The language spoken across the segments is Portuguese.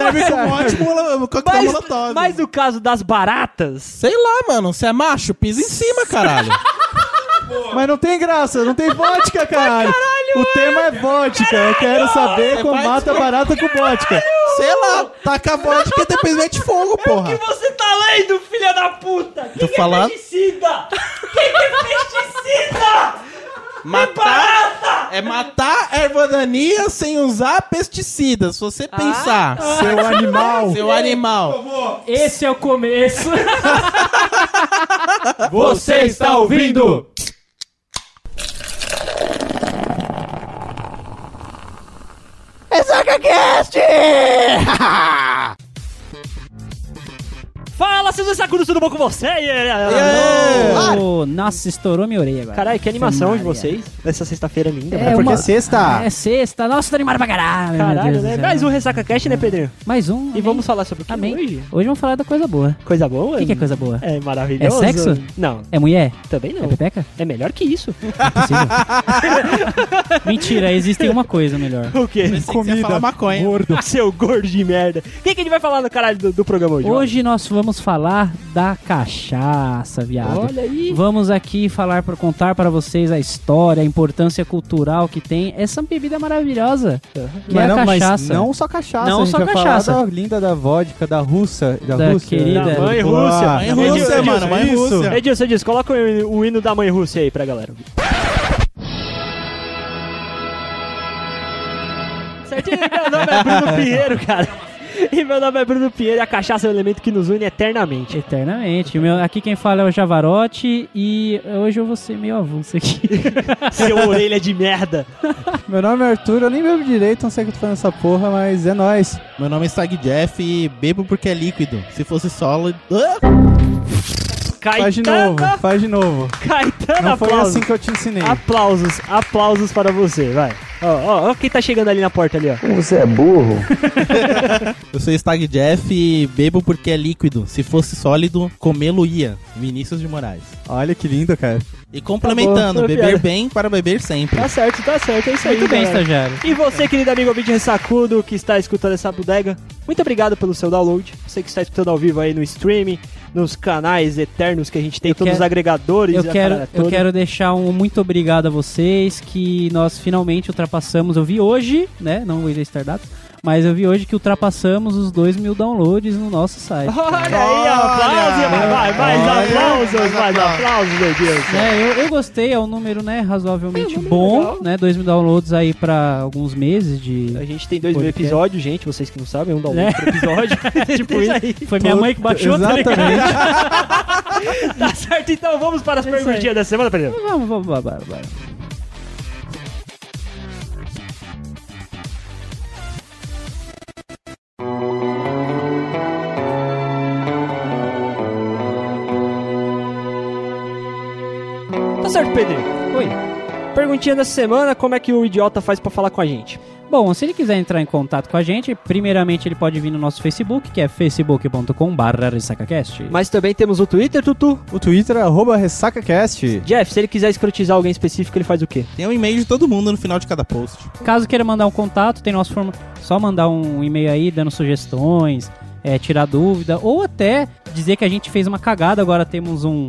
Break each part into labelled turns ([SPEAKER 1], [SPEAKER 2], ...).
[SPEAKER 1] Amigo
[SPEAKER 2] é.
[SPEAKER 1] ótimo, ela- coquetel
[SPEAKER 3] Mas,
[SPEAKER 1] molotov.
[SPEAKER 3] mas no caso das baratas,
[SPEAKER 2] Sei lá, mano. Você é macho? Pisa em cima, caralho.
[SPEAKER 1] Mas não tem graça, não tem vodka, caralho. o tema é vodka. Eu quero saber como
[SPEAKER 2] vai
[SPEAKER 1] mata barata com vodka.
[SPEAKER 2] Sei lá. Taca a vodka e depois mete fogo,
[SPEAKER 4] que
[SPEAKER 2] porra.
[SPEAKER 4] você tá lendo, filha da puta? Quem
[SPEAKER 2] Tô
[SPEAKER 4] que
[SPEAKER 2] falando.
[SPEAKER 4] é pesticida? Quem que é pesticida?
[SPEAKER 2] Matar é matar ervodania sem usar pesticidas. Se você pensar,
[SPEAKER 1] Seu animal.
[SPEAKER 2] seu animal.
[SPEAKER 4] Esse é o começo.
[SPEAKER 3] Você está ouvindo? Fala, seus sacudos, tudo bom com você?
[SPEAKER 5] Ô, Nossa, estourou minha orelha agora.
[SPEAKER 3] Caralho, que animação de
[SPEAKER 5] Maria.
[SPEAKER 3] vocês nessa sexta-feira linda.
[SPEAKER 5] É
[SPEAKER 3] mano.
[SPEAKER 5] uma-
[SPEAKER 1] sexta.
[SPEAKER 5] É sexta. Nossa, tô animado pra caralho. meu
[SPEAKER 3] Caralho,
[SPEAKER 5] Deus do
[SPEAKER 3] né?
[SPEAKER 5] céu.
[SPEAKER 3] Mais um Ressaca Cast, né, Pedrinho?
[SPEAKER 5] Mais um.
[SPEAKER 3] E vamos falar sobre o que
[SPEAKER 5] Amém.
[SPEAKER 3] hoje?
[SPEAKER 5] Hoje vamos falar da coisa boa.
[SPEAKER 3] Coisa boa?
[SPEAKER 5] O que, que é coisa boa?
[SPEAKER 3] É maravilhoso.
[SPEAKER 5] É sexo?
[SPEAKER 3] Não,
[SPEAKER 5] É mulher?
[SPEAKER 3] também
[SPEAKER 5] É
[SPEAKER 3] não.
[SPEAKER 5] pepeca?
[SPEAKER 3] É melhor que isso.
[SPEAKER 5] É possível. Mentira, existe uma coisa melhor.
[SPEAKER 3] O quê?
[SPEAKER 2] Comida. Falar maconha.
[SPEAKER 3] Gordo. "Ah, Seu gordo de merda. O que, que a gente vai falar no caralho do, do programa hoje?
[SPEAKER 5] Hoje nós vamos falar da cachaça, viado.
[SPEAKER 3] Olha aí.
[SPEAKER 5] Vamos aqui falar para contar para vocês a história, a importância cultural que tem essa bebida maravilhosa, que é a cachaça.
[SPEAKER 1] não só cachaça.
[SPEAKER 5] Não
[SPEAKER 1] a gente
[SPEAKER 5] só
[SPEAKER 1] vai
[SPEAKER 5] cachaça.
[SPEAKER 1] Falar da linda da vodka, da russa. Da,
[SPEAKER 5] Da
[SPEAKER 1] Rússia.
[SPEAKER 5] querida.
[SPEAKER 1] Da
[SPEAKER 3] Mãe
[SPEAKER 1] Boa.
[SPEAKER 3] Rússia. Edilson,
[SPEAKER 2] Mãe Rússia,
[SPEAKER 3] Edilson,
[SPEAKER 2] mano. Mãe
[SPEAKER 1] isso.
[SPEAKER 2] Rússia.
[SPEAKER 3] Edilson, Edilson, coloca o, o hino da mãe Rússia aí pra galera. Certinho, meu nome é Bruno Pinheiro, cara. E meu nome é Bruno Pinheiro e a cachaça é o elemento que nos une eternamente.
[SPEAKER 5] Eternamente. O meu- aqui quem fala é o Javarote e hoje eu vou ser meio avulso aqui.
[SPEAKER 3] Seu orelha de merda.
[SPEAKER 1] Meu nome é Arthur, eu nem bebo direito, não sei o que eu tô falando essa porra, mas é nóis.
[SPEAKER 2] Meu nome é Stag Jeff e bebo porque é líquido. Se fosse sólido.
[SPEAKER 1] Ah, Faz de
[SPEAKER 3] Caetano,
[SPEAKER 1] novo, faz de novo.
[SPEAKER 3] Caetano,
[SPEAKER 1] Não foi
[SPEAKER 3] aplausos.
[SPEAKER 1] assim que eu te ensinei.
[SPEAKER 2] Ah.
[SPEAKER 3] Aplausos, aplausos para você, vai. Ó, ó, ó quem tá chegando ali na porta ali, ó.
[SPEAKER 2] Eu sou Stag Jeff e bebo porque é líquido. Se fosse sólido, comê-lo ia. Vinícius de Moraes.
[SPEAKER 1] Olha que lindo, cara.
[SPEAKER 2] E complementando,
[SPEAKER 3] Tá bom, foi
[SPEAKER 2] beber
[SPEAKER 3] piada.
[SPEAKER 2] bem para beber sempre.
[SPEAKER 3] Tá certo, tá certo, é isso aí.
[SPEAKER 5] Muito bem,
[SPEAKER 3] galera.
[SPEAKER 5] estagiário.
[SPEAKER 3] E você, querido amigo ouvinte ressacudo que está escutando essa bodega, muito obrigado pelo seu download. Você que está escutando ao vivo aí no streaming, nos canais eternos que a gente tem,
[SPEAKER 5] Eu
[SPEAKER 3] todos os
[SPEAKER 5] quero-
[SPEAKER 3] agregadores.
[SPEAKER 5] Eu
[SPEAKER 3] e a
[SPEAKER 5] quero,
[SPEAKER 3] parada
[SPEAKER 5] eu
[SPEAKER 3] toda.
[SPEAKER 5] quero deixar um muito obrigado a vocês que nós finalmente ultrapassamos. Eu vi hoje, né? Não vou estar dado, mas eu vi hoje que ultrapassamos os 2 mil downloads no nosso site.
[SPEAKER 3] Olha aí, aplausos,
[SPEAKER 2] Olha!
[SPEAKER 3] vai, vai, mais
[SPEAKER 2] Olha!
[SPEAKER 3] aplausos,
[SPEAKER 2] Mais
[SPEAKER 3] mais
[SPEAKER 2] aplausos.
[SPEAKER 3] aplausos, meu Deus.
[SPEAKER 5] Né, eu, eu gostei, é um número né, razoavelmente
[SPEAKER 3] É um número
[SPEAKER 5] bom,
[SPEAKER 3] legal.
[SPEAKER 5] né? 2 mil downloads aí pra alguns meses
[SPEAKER 3] A
[SPEAKER 5] de.
[SPEAKER 3] gente tem dois mil
[SPEAKER 5] Podcast.
[SPEAKER 3] episódios, gente, vocês que não sabem, um download
[SPEAKER 5] É.
[SPEAKER 3] por episódio. tipo
[SPEAKER 5] isso.
[SPEAKER 3] aí.
[SPEAKER 5] Foi minha mãe que baixou, tá ligado?
[SPEAKER 1] Exatamente.
[SPEAKER 3] Tá certo, então vamos para as
[SPEAKER 5] É isso aí.
[SPEAKER 3] perguntinhas da semana, Pedro.
[SPEAKER 5] Vamos, vamos, vamos, vamos, vamos.
[SPEAKER 3] Tá certo, Pedro.
[SPEAKER 5] Oi.
[SPEAKER 3] Perguntinha da semana, como é que o idiota faz pra falar com a gente?
[SPEAKER 5] Bom, se ele quiser entrar em contato com a gente, primeiramente ele pode vir no nosso Facebook, que é facebook.com.br ressacacast.
[SPEAKER 3] Mas também temos o Twitter, Tutu.
[SPEAKER 1] o Twitter é arroba ressacacast.
[SPEAKER 3] Jeff, se ele quiser escrotizar alguém específico, ele faz o quê?
[SPEAKER 2] Tem um e-mail de todo mundo no final de cada post.
[SPEAKER 5] Caso queira mandar um contato, tem nosso formulário. Só mandar um e-mail aí dando sugestões, é, tirar dúvida, ou até dizer que a gente fez uma cagada, agora temos um.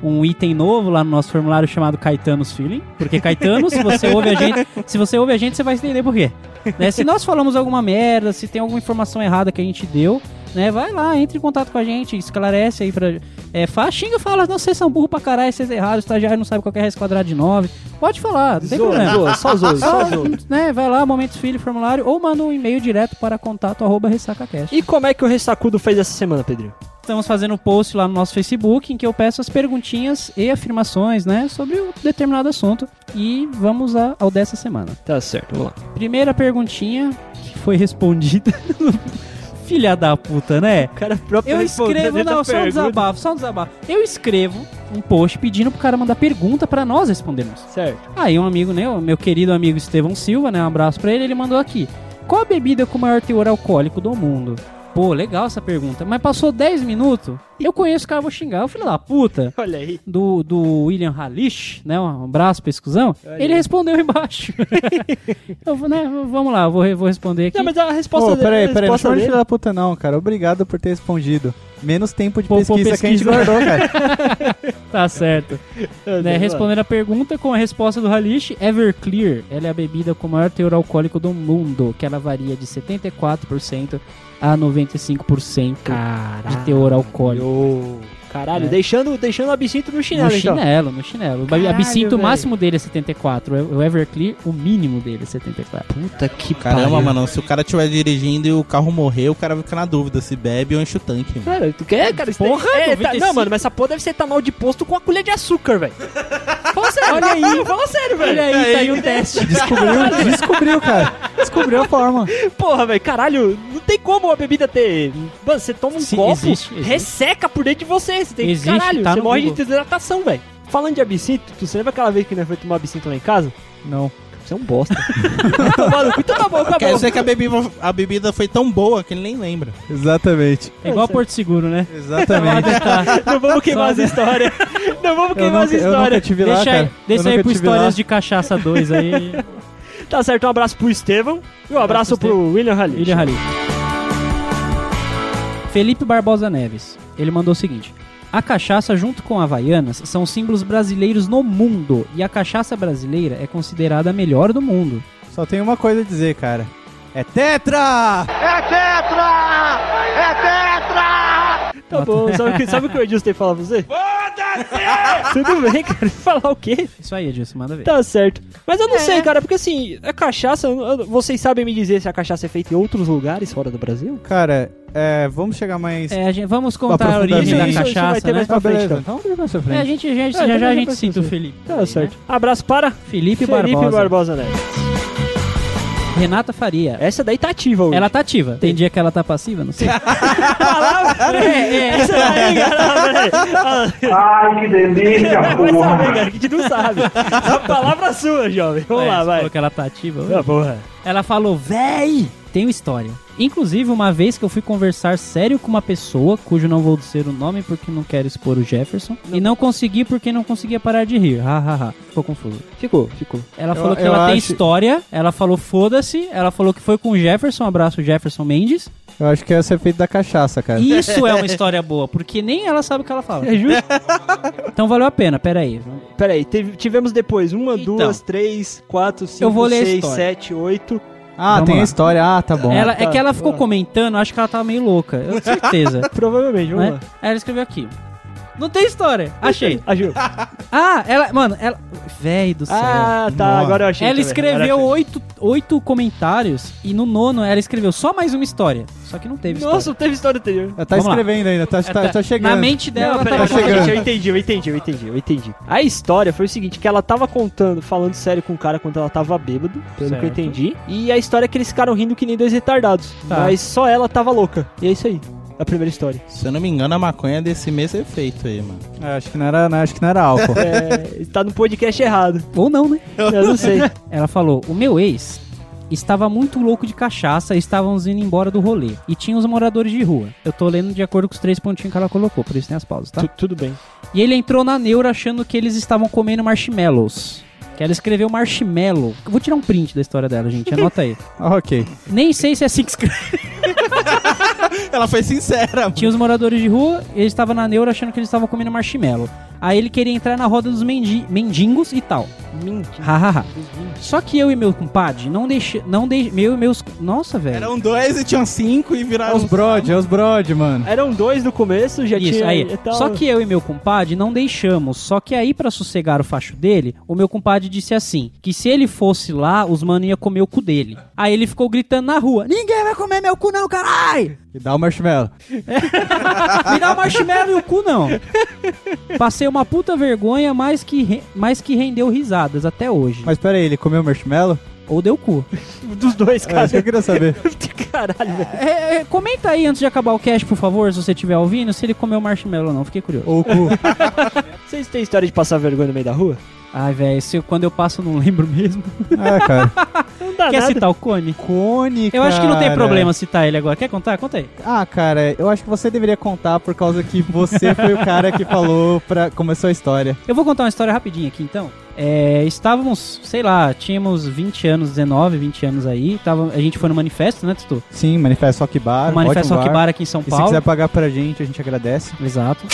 [SPEAKER 5] Um item novo lá no nosso formulário chamado Caetano's Feeling. Porque Caetano, se você ouve a gente, se você ouve a gente, você vai entender por quê. Né, Se nós falamos alguma merda, se tem alguma informação errada que a gente deu, né? Vai lá, entre em contato com a gente, esclarece aí pra. É, fala, xinga, fala, não, vocês são burro pra caralho, vocês erraram, o estagiário não sabe qual que é raiz quadrada de 9. Pode falar, não tem
[SPEAKER 3] Zoa,
[SPEAKER 5] problema.
[SPEAKER 3] zoa, só zoa, só
[SPEAKER 5] Só,
[SPEAKER 3] zoa.
[SPEAKER 5] né, vai lá, Momentos Filho, formulário, ou manda um e-mail direto para contato arroba ressacacast.
[SPEAKER 3] E como é que o Ressacudo fez essa semana, Pedrinho?
[SPEAKER 5] Estamos fazendo um post lá no nosso Facebook em que eu peço as perguntinhas e afirmações, né, sobre um determinado assunto. E vamos a- ao dessa semana.
[SPEAKER 3] Tá certo, vamos lá.
[SPEAKER 5] Primeira perguntinha que foi respondida. Filha da puta, né?
[SPEAKER 3] O cara próprio
[SPEAKER 5] Eu
[SPEAKER 3] respondeu
[SPEAKER 5] escrevo,
[SPEAKER 3] dentro da
[SPEAKER 5] não, só um
[SPEAKER 3] pergunta.
[SPEAKER 5] desabafo, só um desabafo. Eu escrevo um post pedindo pro cara mandar pergunta pra nós respondermos.
[SPEAKER 3] Certo.
[SPEAKER 5] Aí um amigo, né, o meu querido amigo Estevão Silva, né, um abraço pra ele, ele mandou aqui. Qual a bebida com o maior teor alcoólico do mundo? Pô, legal essa pergunta. Mas passou 10 minutos, Eu conheço o cara, eu vou xingar. O filho da puta
[SPEAKER 3] Olha aí.
[SPEAKER 5] do, do William Halish, né? Um abraço pra exclusão.
[SPEAKER 3] Olha
[SPEAKER 5] Ele
[SPEAKER 3] aí.
[SPEAKER 5] respondeu embaixo. eu, vou, né, vamos lá, eu vou, re- vou responder aqui.
[SPEAKER 3] Não, mas a resposta
[SPEAKER 1] Pô,
[SPEAKER 3] dele-
[SPEAKER 1] peraí,
[SPEAKER 3] a
[SPEAKER 1] peraí, não
[SPEAKER 3] resposta
[SPEAKER 1] chama de
[SPEAKER 3] dele-
[SPEAKER 1] filho da puta não, cara. Obrigado por ter respondido. Menos tempo de
[SPEAKER 5] Pô, pô,
[SPEAKER 1] pesquisa, que a gente
[SPEAKER 5] pesquisa.
[SPEAKER 1] guardou, cara.
[SPEAKER 5] Tá certo. né, respondendo a pergunta com a resposta do Halish, Everclear, ela é a bebida com maior teor alcoólico do mundo, que ela varia de 74% a 95% de teor alcoólico.
[SPEAKER 3] Ô, Caralho,
[SPEAKER 5] É.
[SPEAKER 3] deixando, deixando o absinto no chinelo,
[SPEAKER 5] No
[SPEAKER 3] então.
[SPEAKER 5] chinelo, no chinelo.
[SPEAKER 3] Caralho,
[SPEAKER 5] o absinto
[SPEAKER 3] velho.
[SPEAKER 5] o máximo dele é 74. O Everclear, o mínimo dele é 74.
[SPEAKER 3] Puta que
[SPEAKER 2] Caramba,
[SPEAKER 3] pariu.
[SPEAKER 2] mano, se o cara estiver dirigindo e o carro morrer, o cara vai ficar na dúvida se bebe ou enche o tanque, mano.
[SPEAKER 3] Cara, tu quer, cara? isso
[SPEAKER 5] Porra,
[SPEAKER 3] tem- é, tá-
[SPEAKER 5] 95.
[SPEAKER 3] Não, mano, mas essa porra deve ser tá mal de posto com a colher de açúcar, velho. Fala sério, olha aí. Fala sério, velho.
[SPEAKER 5] Olha aí, tá aí um teste.
[SPEAKER 1] Descobriu, descobriu, cara. Descobriu a forma.
[SPEAKER 3] Porra, velho, caralho, não tem como a bebida ter. Mano, você toma um
[SPEAKER 5] Sim,
[SPEAKER 3] copo,
[SPEAKER 5] existe, existe.
[SPEAKER 3] resseca por dentro de você. Você tem
[SPEAKER 5] Existe,
[SPEAKER 3] caralho,
[SPEAKER 5] tá
[SPEAKER 3] você
[SPEAKER 5] no
[SPEAKER 3] morre de
[SPEAKER 5] Google.
[SPEAKER 3] desidratação, velho. Falando de absinto, tu se lembra aquela vez que nós foi tomar absinto lá em casa?
[SPEAKER 5] Não.
[SPEAKER 3] Você é um bosta. Tá maluco? então tá bom,
[SPEAKER 2] Quer
[SPEAKER 3] acabou.
[SPEAKER 2] dizer que a bebida, a bebida foi tão boa que ele nem lembra.
[SPEAKER 1] Exatamente.
[SPEAKER 5] É igual a Porto Seguro, né?
[SPEAKER 1] Exatamente.
[SPEAKER 3] Não vamos queimar as histórias. Não vamos
[SPEAKER 1] Eu
[SPEAKER 3] queimar as
[SPEAKER 1] nunca, eu nunca
[SPEAKER 3] histórias.
[SPEAKER 1] tive lá,
[SPEAKER 5] Deixa, aí,
[SPEAKER 1] cara. Eu
[SPEAKER 5] deixa aí
[SPEAKER 1] nunca
[SPEAKER 5] pro
[SPEAKER 1] tive lá.
[SPEAKER 5] Histórias de Cachaça 2 aí,
[SPEAKER 3] Tá certo, um abraço pro Estevão e um abraço
[SPEAKER 5] pro
[SPEAKER 3] pro William Halley.
[SPEAKER 5] William Halil. Felipe Barbosa Neves. Ele mandou o seguinte: A cachaça junto com a Havaianas são símbolos brasileiros no mundo e a cachaça brasileira é considerada a melhor do mundo.
[SPEAKER 1] Só tem uma coisa a dizer, cara. É Tetra!
[SPEAKER 3] Tá bom, sabe, o que- sabe o que o Edilson tem que falar pra você? Foda-se! Tudo bem, cara. Falar o quê?
[SPEAKER 5] Isso aí, Edilson, manda ver.
[SPEAKER 3] Tá certo. Mas eu
[SPEAKER 5] É.
[SPEAKER 3] não sei, cara, porque assim, a cachaça, eu- eu- vocês sabem me dizer se a cachaça é feita em outros lugares fora do Brasil?
[SPEAKER 1] Cara, é, vamos chegar mais...
[SPEAKER 5] É, a gente- vamos contar a
[SPEAKER 1] Aprofundamento.
[SPEAKER 5] origem da
[SPEAKER 1] Isso,
[SPEAKER 3] isso vai
[SPEAKER 5] cachaça,
[SPEAKER 3] ter
[SPEAKER 5] né?
[SPEAKER 3] mais- pra frente, então.
[SPEAKER 1] então vamos pra sua
[SPEAKER 5] É, a
[SPEAKER 1] frente.
[SPEAKER 5] gente, a gente-
[SPEAKER 3] É,
[SPEAKER 5] já já a
[SPEAKER 3] também
[SPEAKER 5] gente
[SPEAKER 3] vai
[SPEAKER 5] sinta o
[SPEAKER 3] pra
[SPEAKER 5] Felipe.
[SPEAKER 3] Tá
[SPEAKER 5] também,
[SPEAKER 3] certo.
[SPEAKER 5] né?
[SPEAKER 3] Abraço para Felipe
[SPEAKER 5] Felipe, Barbosa.
[SPEAKER 3] Barbosa né? Neves.
[SPEAKER 5] Renata Faria.
[SPEAKER 3] Essa daí tá ativa hoje.
[SPEAKER 5] Ela tá ativa. Tem dia que ela tá passiva, não sei.
[SPEAKER 3] tá É, Essa daí, cara, ela-
[SPEAKER 6] Ai, que delícia,
[SPEAKER 3] Vai
[SPEAKER 6] porra!
[SPEAKER 3] saber, né? cara, que a gente não sabe. A palavra sua, jovem. Vamos
[SPEAKER 5] É,
[SPEAKER 3] lá,
[SPEAKER 5] você
[SPEAKER 3] vai.
[SPEAKER 5] Falou que ela tá ativa.
[SPEAKER 3] Ah, porra.
[SPEAKER 5] Ela falou, véi, tenho história. Inclusive, uma vez que eu fui conversar sério com uma pessoa, cujo não vou dizer o nome porque não quero expor o Jefferson, e não consegui porque não conseguia parar de rir. Ha, ha, ha. Ficou confuso.
[SPEAKER 3] Ficou, ficou.
[SPEAKER 5] Ela
[SPEAKER 1] Eu-
[SPEAKER 5] falou que
[SPEAKER 1] eu
[SPEAKER 5] ela tem
[SPEAKER 1] acho-
[SPEAKER 5] história, ela falou foda-se, ela falou que foi com o Jefferson, um abraço Jefferson Mendes.
[SPEAKER 1] Eu acho que essa é feita da cachaça, cara.
[SPEAKER 5] Isso é uma história boa, porque nem ela sabe o que ela fala.
[SPEAKER 3] É justo?
[SPEAKER 5] Então valeu a pena, peraí.
[SPEAKER 3] É. Peraí, teve, tivemos depois uma,
[SPEAKER 5] Então.
[SPEAKER 3] duas, três, quatro, cinco,
[SPEAKER 5] vou ler a
[SPEAKER 3] seis,
[SPEAKER 5] história.
[SPEAKER 3] sete, oito.
[SPEAKER 1] Ah,
[SPEAKER 5] Vamos
[SPEAKER 1] tem
[SPEAKER 5] lá.
[SPEAKER 1] a história. Ah, tá Ah. bom.
[SPEAKER 5] Ela, é
[SPEAKER 3] tá,
[SPEAKER 5] que ela ficou
[SPEAKER 3] tá.
[SPEAKER 5] comentando, acho que ela tava meio louca, eu tenho certeza.
[SPEAKER 3] Provavelmente, vamos
[SPEAKER 5] né?
[SPEAKER 3] lá.
[SPEAKER 5] Aí ela escreveu aqui. Não tem história, achei.
[SPEAKER 3] A Ju.
[SPEAKER 5] Ah, ela. Mano, ela. Véi do céu.
[SPEAKER 3] Ah, tá,
[SPEAKER 1] Nossa.
[SPEAKER 3] agora eu achei.
[SPEAKER 5] ela
[SPEAKER 3] também.
[SPEAKER 5] escreveu
[SPEAKER 3] Agora eu
[SPEAKER 5] oito, oito comentários e no nono ela escreveu só mais uma história. Só que não teve
[SPEAKER 3] achei. Nossa,
[SPEAKER 5] história.
[SPEAKER 3] não teve história anterior.
[SPEAKER 1] Ela tá
[SPEAKER 5] Vamos lá. É,
[SPEAKER 1] escrevendo ainda, tá, tá, tá chegando.
[SPEAKER 5] Na mente dela,
[SPEAKER 3] Não,
[SPEAKER 5] ela
[SPEAKER 3] peraí,
[SPEAKER 5] tava
[SPEAKER 1] tá chegando.
[SPEAKER 3] gente, eu entendi, eu entendi, eu entendi, eu entendi. A história foi o seguinte, que ela tava contando, falando sério com o cara quando ela tava bêbado, pelo que
[SPEAKER 5] Certo.
[SPEAKER 3] eu entendi. E a história é que eles ficaram rindo que nem dois retardados.
[SPEAKER 5] Tá.
[SPEAKER 3] Mas só ela tava louca. E é isso aí. A primeira história.
[SPEAKER 2] Se eu não me engano, a maconha é desse mesmo efeito aí, mano.
[SPEAKER 1] É, acho, que não era, não, acho que não era álcool.
[SPEAKER 3] É, tá no podcast errado.
[SPEAKER 5] Ou não, né?
[SPEAKER 3] Eu não sei.
[SPEAKER 5] Ela falou: O meu ex estava muito louco de cachaça e estávamos indo embora do rolê. E tinha os moradores de rua. Eu tô lendo de acordo com os três pontinhos que ela colocou, por isso tem as pausas, tá?
[SPEAKER 3] Tu- tudo bem.
[SPEAKER 5] E ele entrou na neura achando que eles estavam comendo marshmallows. Que ela escreveu marshmallow. Eu Vou tirar um print da história dela, gente. Anota aí.
[SPEAKER 1] Ah, ok.
[SPEAKER 5] Nem sei se é assim que escreve.
[SPEAKER 2] Ela foi sincera, mano.
[SPEAKER 5] Tinha os moradores de rua, ele estava na neura achando que eles estavam comendo marshmallow. Aí ele queria entrar na roda dos mendi mendigos e tal.
[SPEAKER 3] Mentira.
[SPEAKER 5] Hahaha. Só que eu e meu compadre não deixe, não deixe, meu e meus, nossa, velho.
[SPEAKER 2] Eram dois e tinham cinco e
[SPEAKER 1] É
[SPEAKER 2] viraram.
[SPEAKER 1] os brod, é os brod, mano.
[SPEAKER 3] Eram dois no começo, já
[SPEAKER 5] Isso,
[SPEAKER 3] tinha.
[SPEAKER 5] aí.
[SPEAKER 3] e tal.
[SPEAKER 5] Só que eu e meu compadre não deixamos. Só que aí, pra sossegar o facho dele, o meu compadre disse assim: que se ele fosse lá, os mano ia comer o cu dele. Aí ele ficou gritando na rua: Ninguém vai comer meu cu, não, caralho!
[SPEAKER 1] E dá o marshmallow.
[SPEAKER 5] Me dá o marshmallow e o cu, não. Passei uma puta vergonha, mas que, re- mas que rendeu risadas até hoje.
[SPEAKER 1] Mas pera aí, ele comeu marshmallow?
[SPEAKER 5] Ou deu cu.
[SPEAKER 3] Dos dois,
[SPEAKER 1] É, isso que
[SPEAKER 3] cara.
[SPEAKER 1] eu queria saber.
[SPEAKER 3] Caralho, velho.
[SPEAKER 5] É, é, comenta aí antes de acabar o cast, por favor, se você estiver ouvindo, se ele comeu marshmallow ou não. Fiquei curioso.
[SPEAKER 1] Ou o cu.
[SPEAKER 3] Vocês têm história de passar vergonha no meio da rua?
[SPEAKER 5] Ai, velho, se eu- quando eu passo eu não lembro mesmo.
[SPEAKER 1] É, cara.
[SPEAKER 3] Não dá Tá
[SPEAKER 5] Quer
[SPEAKER 3] nada.
[SPEAKER 5] citar o Cone?
[SPEAKER 1] Cone,
[SPEAKER 5] Eu acho que não tem
[SPEAKER 1] cara.
[SPEAKER 5] problema citar ele agora. Quer contar? Conta aí.
[SPEAKER 1] Ah, cara, eu acho que você deveria contar por causa que você foi o cara que falou pra. Começou a história.
[SPEAKER 5] Eu vou contar uma história rapidinha aqui, então. É, estávamos, sei lá, tínhamos 20 anos, 19, 20 anos aí. Tava, a gente foi no manifesto, né, Tutu?
[SPEAKER 1] Sim, Manifesto Rock Bar.
[SPEAKER 5] O manifesto
[SPEAKER 1] Ah, ótimo
[SPEAKER 5] Rock Bar aqui em São
[SPEAKER 1] E se
[SPEAKER 5] Paulo.
[SPEAKER 1] quiser pagar pra gente, a gente agradece.
[SPEAKER 5] Exato.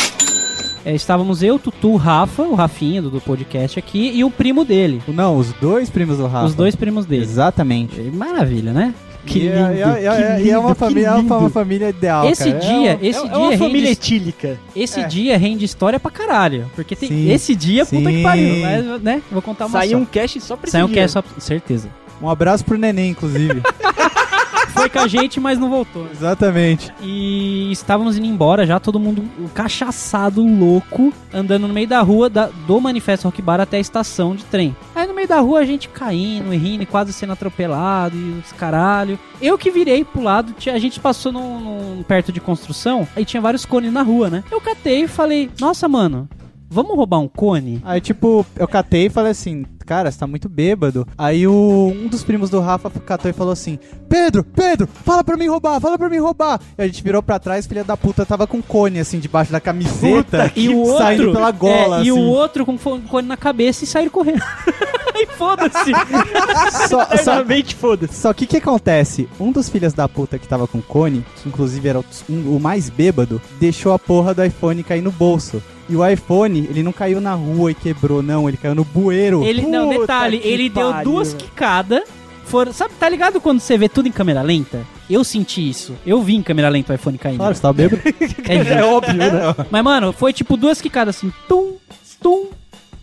[SPEAKER 5] É, estávamos eu, Tutu, Rafa, o Rafinha do, do podcast aqui, e o primo dele.
[SPEAKER 1] Não, os dois primos do Rafa.
[SPEAKER 5] Os dois primos dele.
[SPEAKER 1] Exatamente.
[SPEAKER 5] Maravilha, né?
[SPEAKER 1] Que lindo, e, é- e é- e é uma família, é uma família ideal,
[SPEAKER 5] Esse
[SPEAKER 1] cara.
[SPEAKER 5] dia,
[SPEAKER 1] É um-
[SPEAKER 5] esse
[SPEAKER 3] é,
[SPEAKER 5] dia
[SPEAKER 3] é uma
[SPEAKER 5] rende,
[SPEAKER 3] família etílica.
[SPEAKER 5] esse dia rende história pra caralho, porque tem
[SPEAKER 1] Sim.
[SPEAKER 5] esse dia, puta que
[SPEAKER 1] Sim.
[SPEAKER 5] pariu, mas, né? Vou contar uma
[SPEAKER 3] Saiu
[SPEAKER 5] só.
[SPEAKER 3] um cast só pra esse
[SPEAKER 5] Saiu um
[SPEAKER 3] dia.
[SPEAKER 5] que é só certeza.
[SPEAKER 1] Um abraço pro neném, inclusive.
[SPEAKER 5] Foi com a gente, mas não voltou. né?
[SPEAKER 1] Exatamente.
[SPEAKER 5] E estávamos indo embora já, todo mundo cachaçado, louco, andando no meio da rua da- do Manifesto Rock Bar até a estação de trem. Aí no meio da rua a gente caindo, e rindo, e quase sendo atropelado e os caralho. Eu que virei pro lado, tinha- a gente passou num, num- perto de construção, aí tinha vários cones na rua, né? Eu catei e falei, nossa, mano, vamos roubar um cone?
[SPEAKER 1] Aí, tipo, eu catei e falei assim, cara, você tá muito bêbado. Aí o, um dos primos do Rafa catou e falou assim, Pedro, Pedro, fala pra mim roubar, fala pra mim roubar. E a gente virou pra trás, filha da puta, tava com cone, assim, debaixo da camiseta.
[SPEAKER 5] E o outro,
[SPEAKER 1] Saindo pela gola,
[SPEAKER 5] é, E o
[SPEAKER 1] assim.
[SPEAKER 5] outro com fo- cone na cabeça e saíram correndo. e foda-se.
[SPEAKER 1] Só, só,
[SPEAKER 3] Eternamente foda-se.
[SPEAKER 1] Só que o que acontece? Um dos filhos da puta que tava com cone, que inclusive era o- um- o mais bêbado, deixou a porra do iPhone cair no bolso. E o iPhone, ele não caiu na rua e quebrou, não. Ele caiu no bueiro.
[SPEAKER 5] Ele, não,
[SPEAKER 3] Puta
[SPEAKER 5] detalhe,
[SPEAKER 3] que
[SPEAKER 5] ele deu
[SPEAKER 3] pariu,
[SPEAKER 5] duas
[SPEAKER 3] velho.
[SPEAKER 5] quicadas. Foram, sabe, tá ligado quando você vê tudo em câmera lenta? Eu senti isso. Eu vi em câmera lenta o iPhone caindo.
[SPEAKER 1] Claro, você tava bêbado.
[SPEAKER 5] É, gente.
[SPEAKER 1] óbvio, né?
[SPEAKER 5] Mas, mano, foi tipo duas quicadas assim, tum, tum,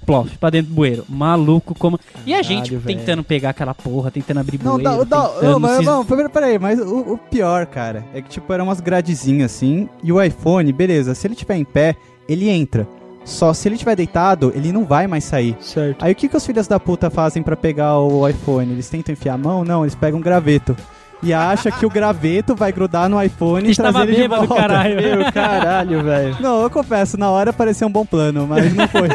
[SPEAKER 5] plof, pra dentro do bueiro. Maluco como. e a gente
[SPEAKER 3] velho.
[SPEAKER 5] tentando pegar aquela porra, tentando abrir
[SPEAKER 1] Não,
[SPEAKER 5] bueiro.
[SPEAKER 1] dá, dá,
[SPEAKER 5] tentando
[SPEAKER 1] não, mas,
[SPEAKER 5] se-
[SPEAKER 1] não, primeiro, peraí, mas o, o pior, cara, é que, tipo, eram umas gradezinhas assim, e o iPhone, beleza, se ele tiver em pé, ele entra. Só se ele tiver deitado, ele não vai mais sair.
[SPEAKER 3] Certo.
[SPEAKER 1] Aí o que, que os filhos da puta fazem pra pegar o iPhone? Eles tentam enfiar a mão? Não, eles pegam um graveto. E acha que o graveto vai grudar no iPhone e
[SPEAKER 5] Estava
[SPEAKER 1] trazer ele de
[SPEAKER 5] bêbado,
[SPEAKER 1] volta.
[SPEAKER 5] caralho.
[SPEAKER 3] Meu caralho, velho.
[SPEAKER 1] Não, eu confesso, na hora parecia um bom plano, mas não foi.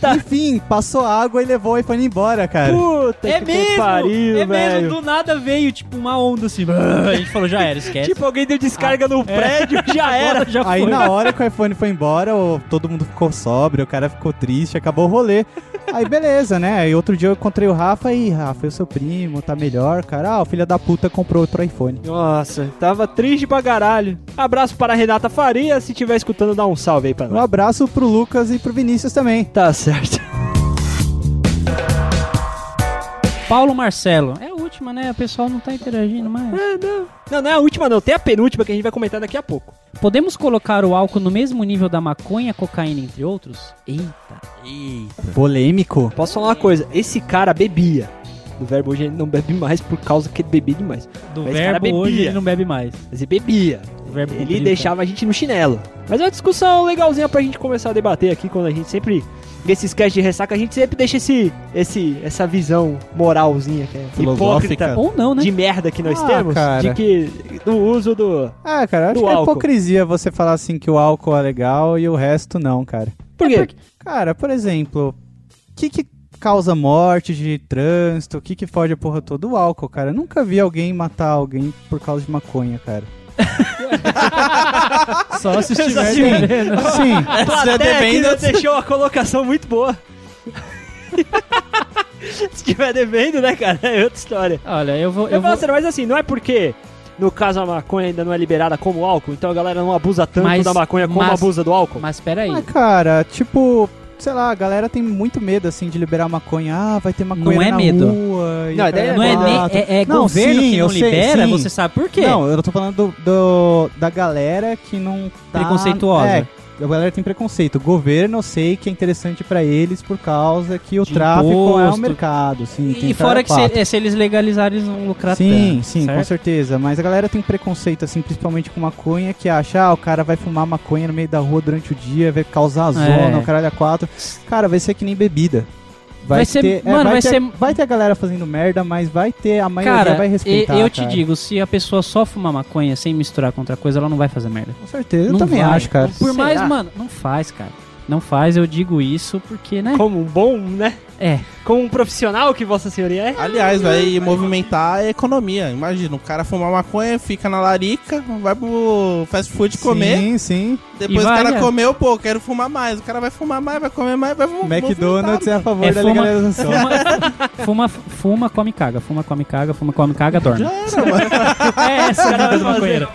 [SPEAKER 5] Tá.
[SPEAKER 1] Enfim, passou água e levou o iPhone embora, cara.
[SPEAKER 3] Puta
[SPEAKER 5] É
[SPEAKER 3] que
[SPEAKER 5] mesmo!
[SPEAKER 3] pariu,
[SPEAKER 5] é mesmo,
[SPEAKER 3] velho.
[SPEAKER 5] do nada veio, tipo, uma onda assim. A gente falou, já era, esquece.
[SPEAKER 3] Tipo, alguém deu descarga
[SPEAKER 5] Ah.
[SPEAKER 3] no prédio, já era.
[SPEAKER 5] já
[SPEAKER 1] Aí
[SPEAKER 5] foi.
[SPEAKER 1] na hora que o iPhone foi embora, o- todo mundo ficou sóbrio, o cara ficou triste, acabou o rolê. Aí beleza, né? Aí outro dia eu encontrei o Rafa e Rafa, eu seu primo, tá melhor, cara. Ah, o filho da puta comprou outro iPhone.
[SPEAKER 3] Nossa, tava triste pra caralho. Abraço para a Renata Faria. Se estiver escutando, dá um salve aí pra
[SPEAKER 1] Um
[SPEAKER 3] nós.
[SPEAKER 1] abraço pro Lucas e pro Vinícius também.
[SPEAKER 3] Tá certo.
[SPEAKER 5] Paulo Marcelo. É a última, né? O pessoal não tá interagindo mais.
[SPEAKER 3] Não, não é a última, não. Tem a penúltima que a gente vai comentar daqui a pouco.
[SPEAKER 5] Podemos colocar o álcool no mesmo nível da maconha, cocaína, entre outros? Eita.
[SPEAKER 1] Polêmico.
[SPEAKER 3] Posso falar uma coisa? Esse cara bebia. O verbo hoje ele não bebe mais por causa que ele bebia demais.
[SPEAKER 5] Do
[SPEAKER 3] Mas esse cara
[SPEAKER 5] verbo hoje
[SPEAKER 3] bebia.
[SPEAKER 5] ele não bebe mais.
[SPEAKER 3] Mas ele bebia.
[SPEAKER 5] O verbo
[SPEAKER 3] Ele
[SPEAKER 5] comprido,
[SPEAKER 3] deixava a gente no chinelo. Mas é uma discussão legalzinha pra gente começar a debater aqui, quando a gente sempre. Nesses cast de ressaca, a gente sempre deixa esse, esse, essa visão moralzinha que é
[SPEAKER 1] Filosófica.
[SPEAKER 5] tá?
[SPEAKER 3] hipócrita
[SPEAKER 5] Ou não, né?
[SPEAKER 3] de merda que nós
[SPEAKER 1] Ah,
[SPEAKER 3] temos.
[SPEAKER 1] cara.
[SPEAKER 3] De que. Do uso do.
[SPEAKER 1] Ah, cara, acho
[SPEAKER 3] Do
[SPEAKER 1] que é
[SPEAKER 3] álcool.
[SPEAKER 1] hipocrisia você falar assim que o álcool é legal e o resto não, cara.
[SPEAKER 3] Por
[SPEAKER 5] É
[SPEAKER 3] quê?
[SPEAKER 1] Cara, por exemplo, o que, que causa morte de trânsito? O que, que fode a porra toda? O álcool, cara. Eu nunca vi alguém matar alguém por causa de maconha, cara.
[SPEAKER 5] Só se estiver
[SPEAKER 1] Sim,
[SPEAKER 5] bebendo.
[SPEAKER 1] sim.
[SPEAKER 3] A plateia
[SPEAKER 2] Você devendo-
[SPEAKER 3] aqui Ah, não deixou uma colocação muito boa. Se tiver devendo, né, cara? É outra história.
[SPEAKER 5] Olha, eu vou.
[SPEAKER 3] Eu,
[SPEAKER 5] Eu
[SPEAKER 3] falo
[SPEAKER 5] vou...
[SPEAKER 3] sério, mas assim, não é porque. No caso, a maconha ainda não é liberada como álcool, então a galera não abusa tanto
[SPEAKER 5] Mas-
[SPEAKER 3] da maconha como
[SPEAKER 5] mas-
[SPEAKER 3] abusa do álcool.
[SPEAKER 5] Mas peraí.
[SPEAKER 1] Ah, cara, tipo, sei lá, a galera tem muito medo, assim, de liberar maconha. Ah, vai ter maconha
[SPEAKER 5] Não é
[SPEAKER 1] na
[SPEAKER 5] medo.
[SPEAKER 1] rua. e
[SPEAKER 3] Não,
[SPEAKER 1] o cara
[SPEAKER 3] é
[SPEAKER 5] Não é,
[SPEAKER 1] mata.
[SPEAKER 5] nem, é, é
[SPEAKER 1] Não,
[SPEAKER 5] governo
[SPEAKER 1] sim,
[SPEAKER 5] que não
[SPEAKER 1] eu sei,
[SPEAKER 5] libera,
[SPEAKER 1] sim.
[SPEAKER 5] você sabe por quê?
[SPEAKER 1] Não, eu tô falando do, do- da galera que não tá...
[SPEAKER 5] Preconceituosa.
[SPEAKER 1] É, a galera tem preconceito. O governo eu sei que é interessante pra eles por causa que o
[SPEAKER 5] De
[SPEAKER 1] tráfico é o
[SPEAKER 5] imposto.
[SPEAKER 1] mercado, sim. tem
[SPEAKER 5] e fora que
[SPEAKER 1] quatro.
[SPEAKER 5] se, é, se eles legalizarem, eles vão lucrar
[SPEAKER 1] Sim,
[SPEAKER 5] tanto,
[SPEAKER 1] sim, com
[SPEAKER 5] certo?
[SPEAKER 1] certeza. Mas a galera tem preconceito, assim, principalmente com maconha, que acha, ah, o cara vai fumar maconha no meio da rua durante o dia, vai
[SPEAKER 5] É.
[SPEAKER 1] causar zona, o caralho a quatro. Cara, vai ser que nem bebida.
[SPEAKER 5] Vai ser-
[SPEAKER 1] ter,
[SPEAKER 5] mano, vai
[SPEAKER 1] ter,
[SPEAKER 5] ser-
[SPEAKER 1] vai ter a galera fazendo merda, mas vai ter, a maioria
[SPEAKER 5] Cara,
[SPEAKER 1] vai
[SPEAKER 5] e-
[SPEAKER 1] respeitar.
[SPEAKER 5] eu te
[SPEAKER 1] cara.
[SPEAKER 5] digo, se a pessoa só fumar maconha sem misturar com outra coisa, ela não vai fazer merda.
[SPEAKER 1] Com certeza, eu
[SPEAKER 5] Não
[SPEAKER 1] também
[SPEAKER 5] vai.
[SPEAKER 1] acho, cara.
[SPEAKER 3] Será?
[SPEAKER 5] Por mais, mano, não faz, cara. Não faz, eu digo isso porque,
[SPEAKER 1] É. assim?
[SPEAKER 5] né?
[SPEAKER 3] Como um bom, né?
[SPEAKER 5] É.
[SPEAKER 3] Como um profissional que Vossa Senhoria é.
[SPEAKER 2] Aliás, vai movimentar a economia. Imagina, o cara fuma maconha, fica na larica, vai pro fast food comer.
[SPEAKER 1] Sim, sim.
[SPEAKER 2] Depois
[SPEAKER 5] E
[SPEAKER 2] o
[SPEAKER 5] vai,
[SPEAKER 2] cara
[SPEAKER 5] né?
[SPEAKER 2] comeu, pô, quero fumar mais. O cara vai fumar mais, vai comer mais, vai fu-
[SPEAKER 1] McDonald's é a favor
[SPEAKER 5] É,
[SPEAKER 1] da
[SPEAKER 5] fuma-
[SPEAKER 1] legalização.
[SPEAKER 5] Fuma, fuma, come, caga. Fuma, come, caga. Fuma, come, caga, dorme. é essa a
[SPEAKER 3] Cara,
[SPEAKER 5] vida do
[SPEAKER 3] vai
[SPEAKER 5] maconheiro.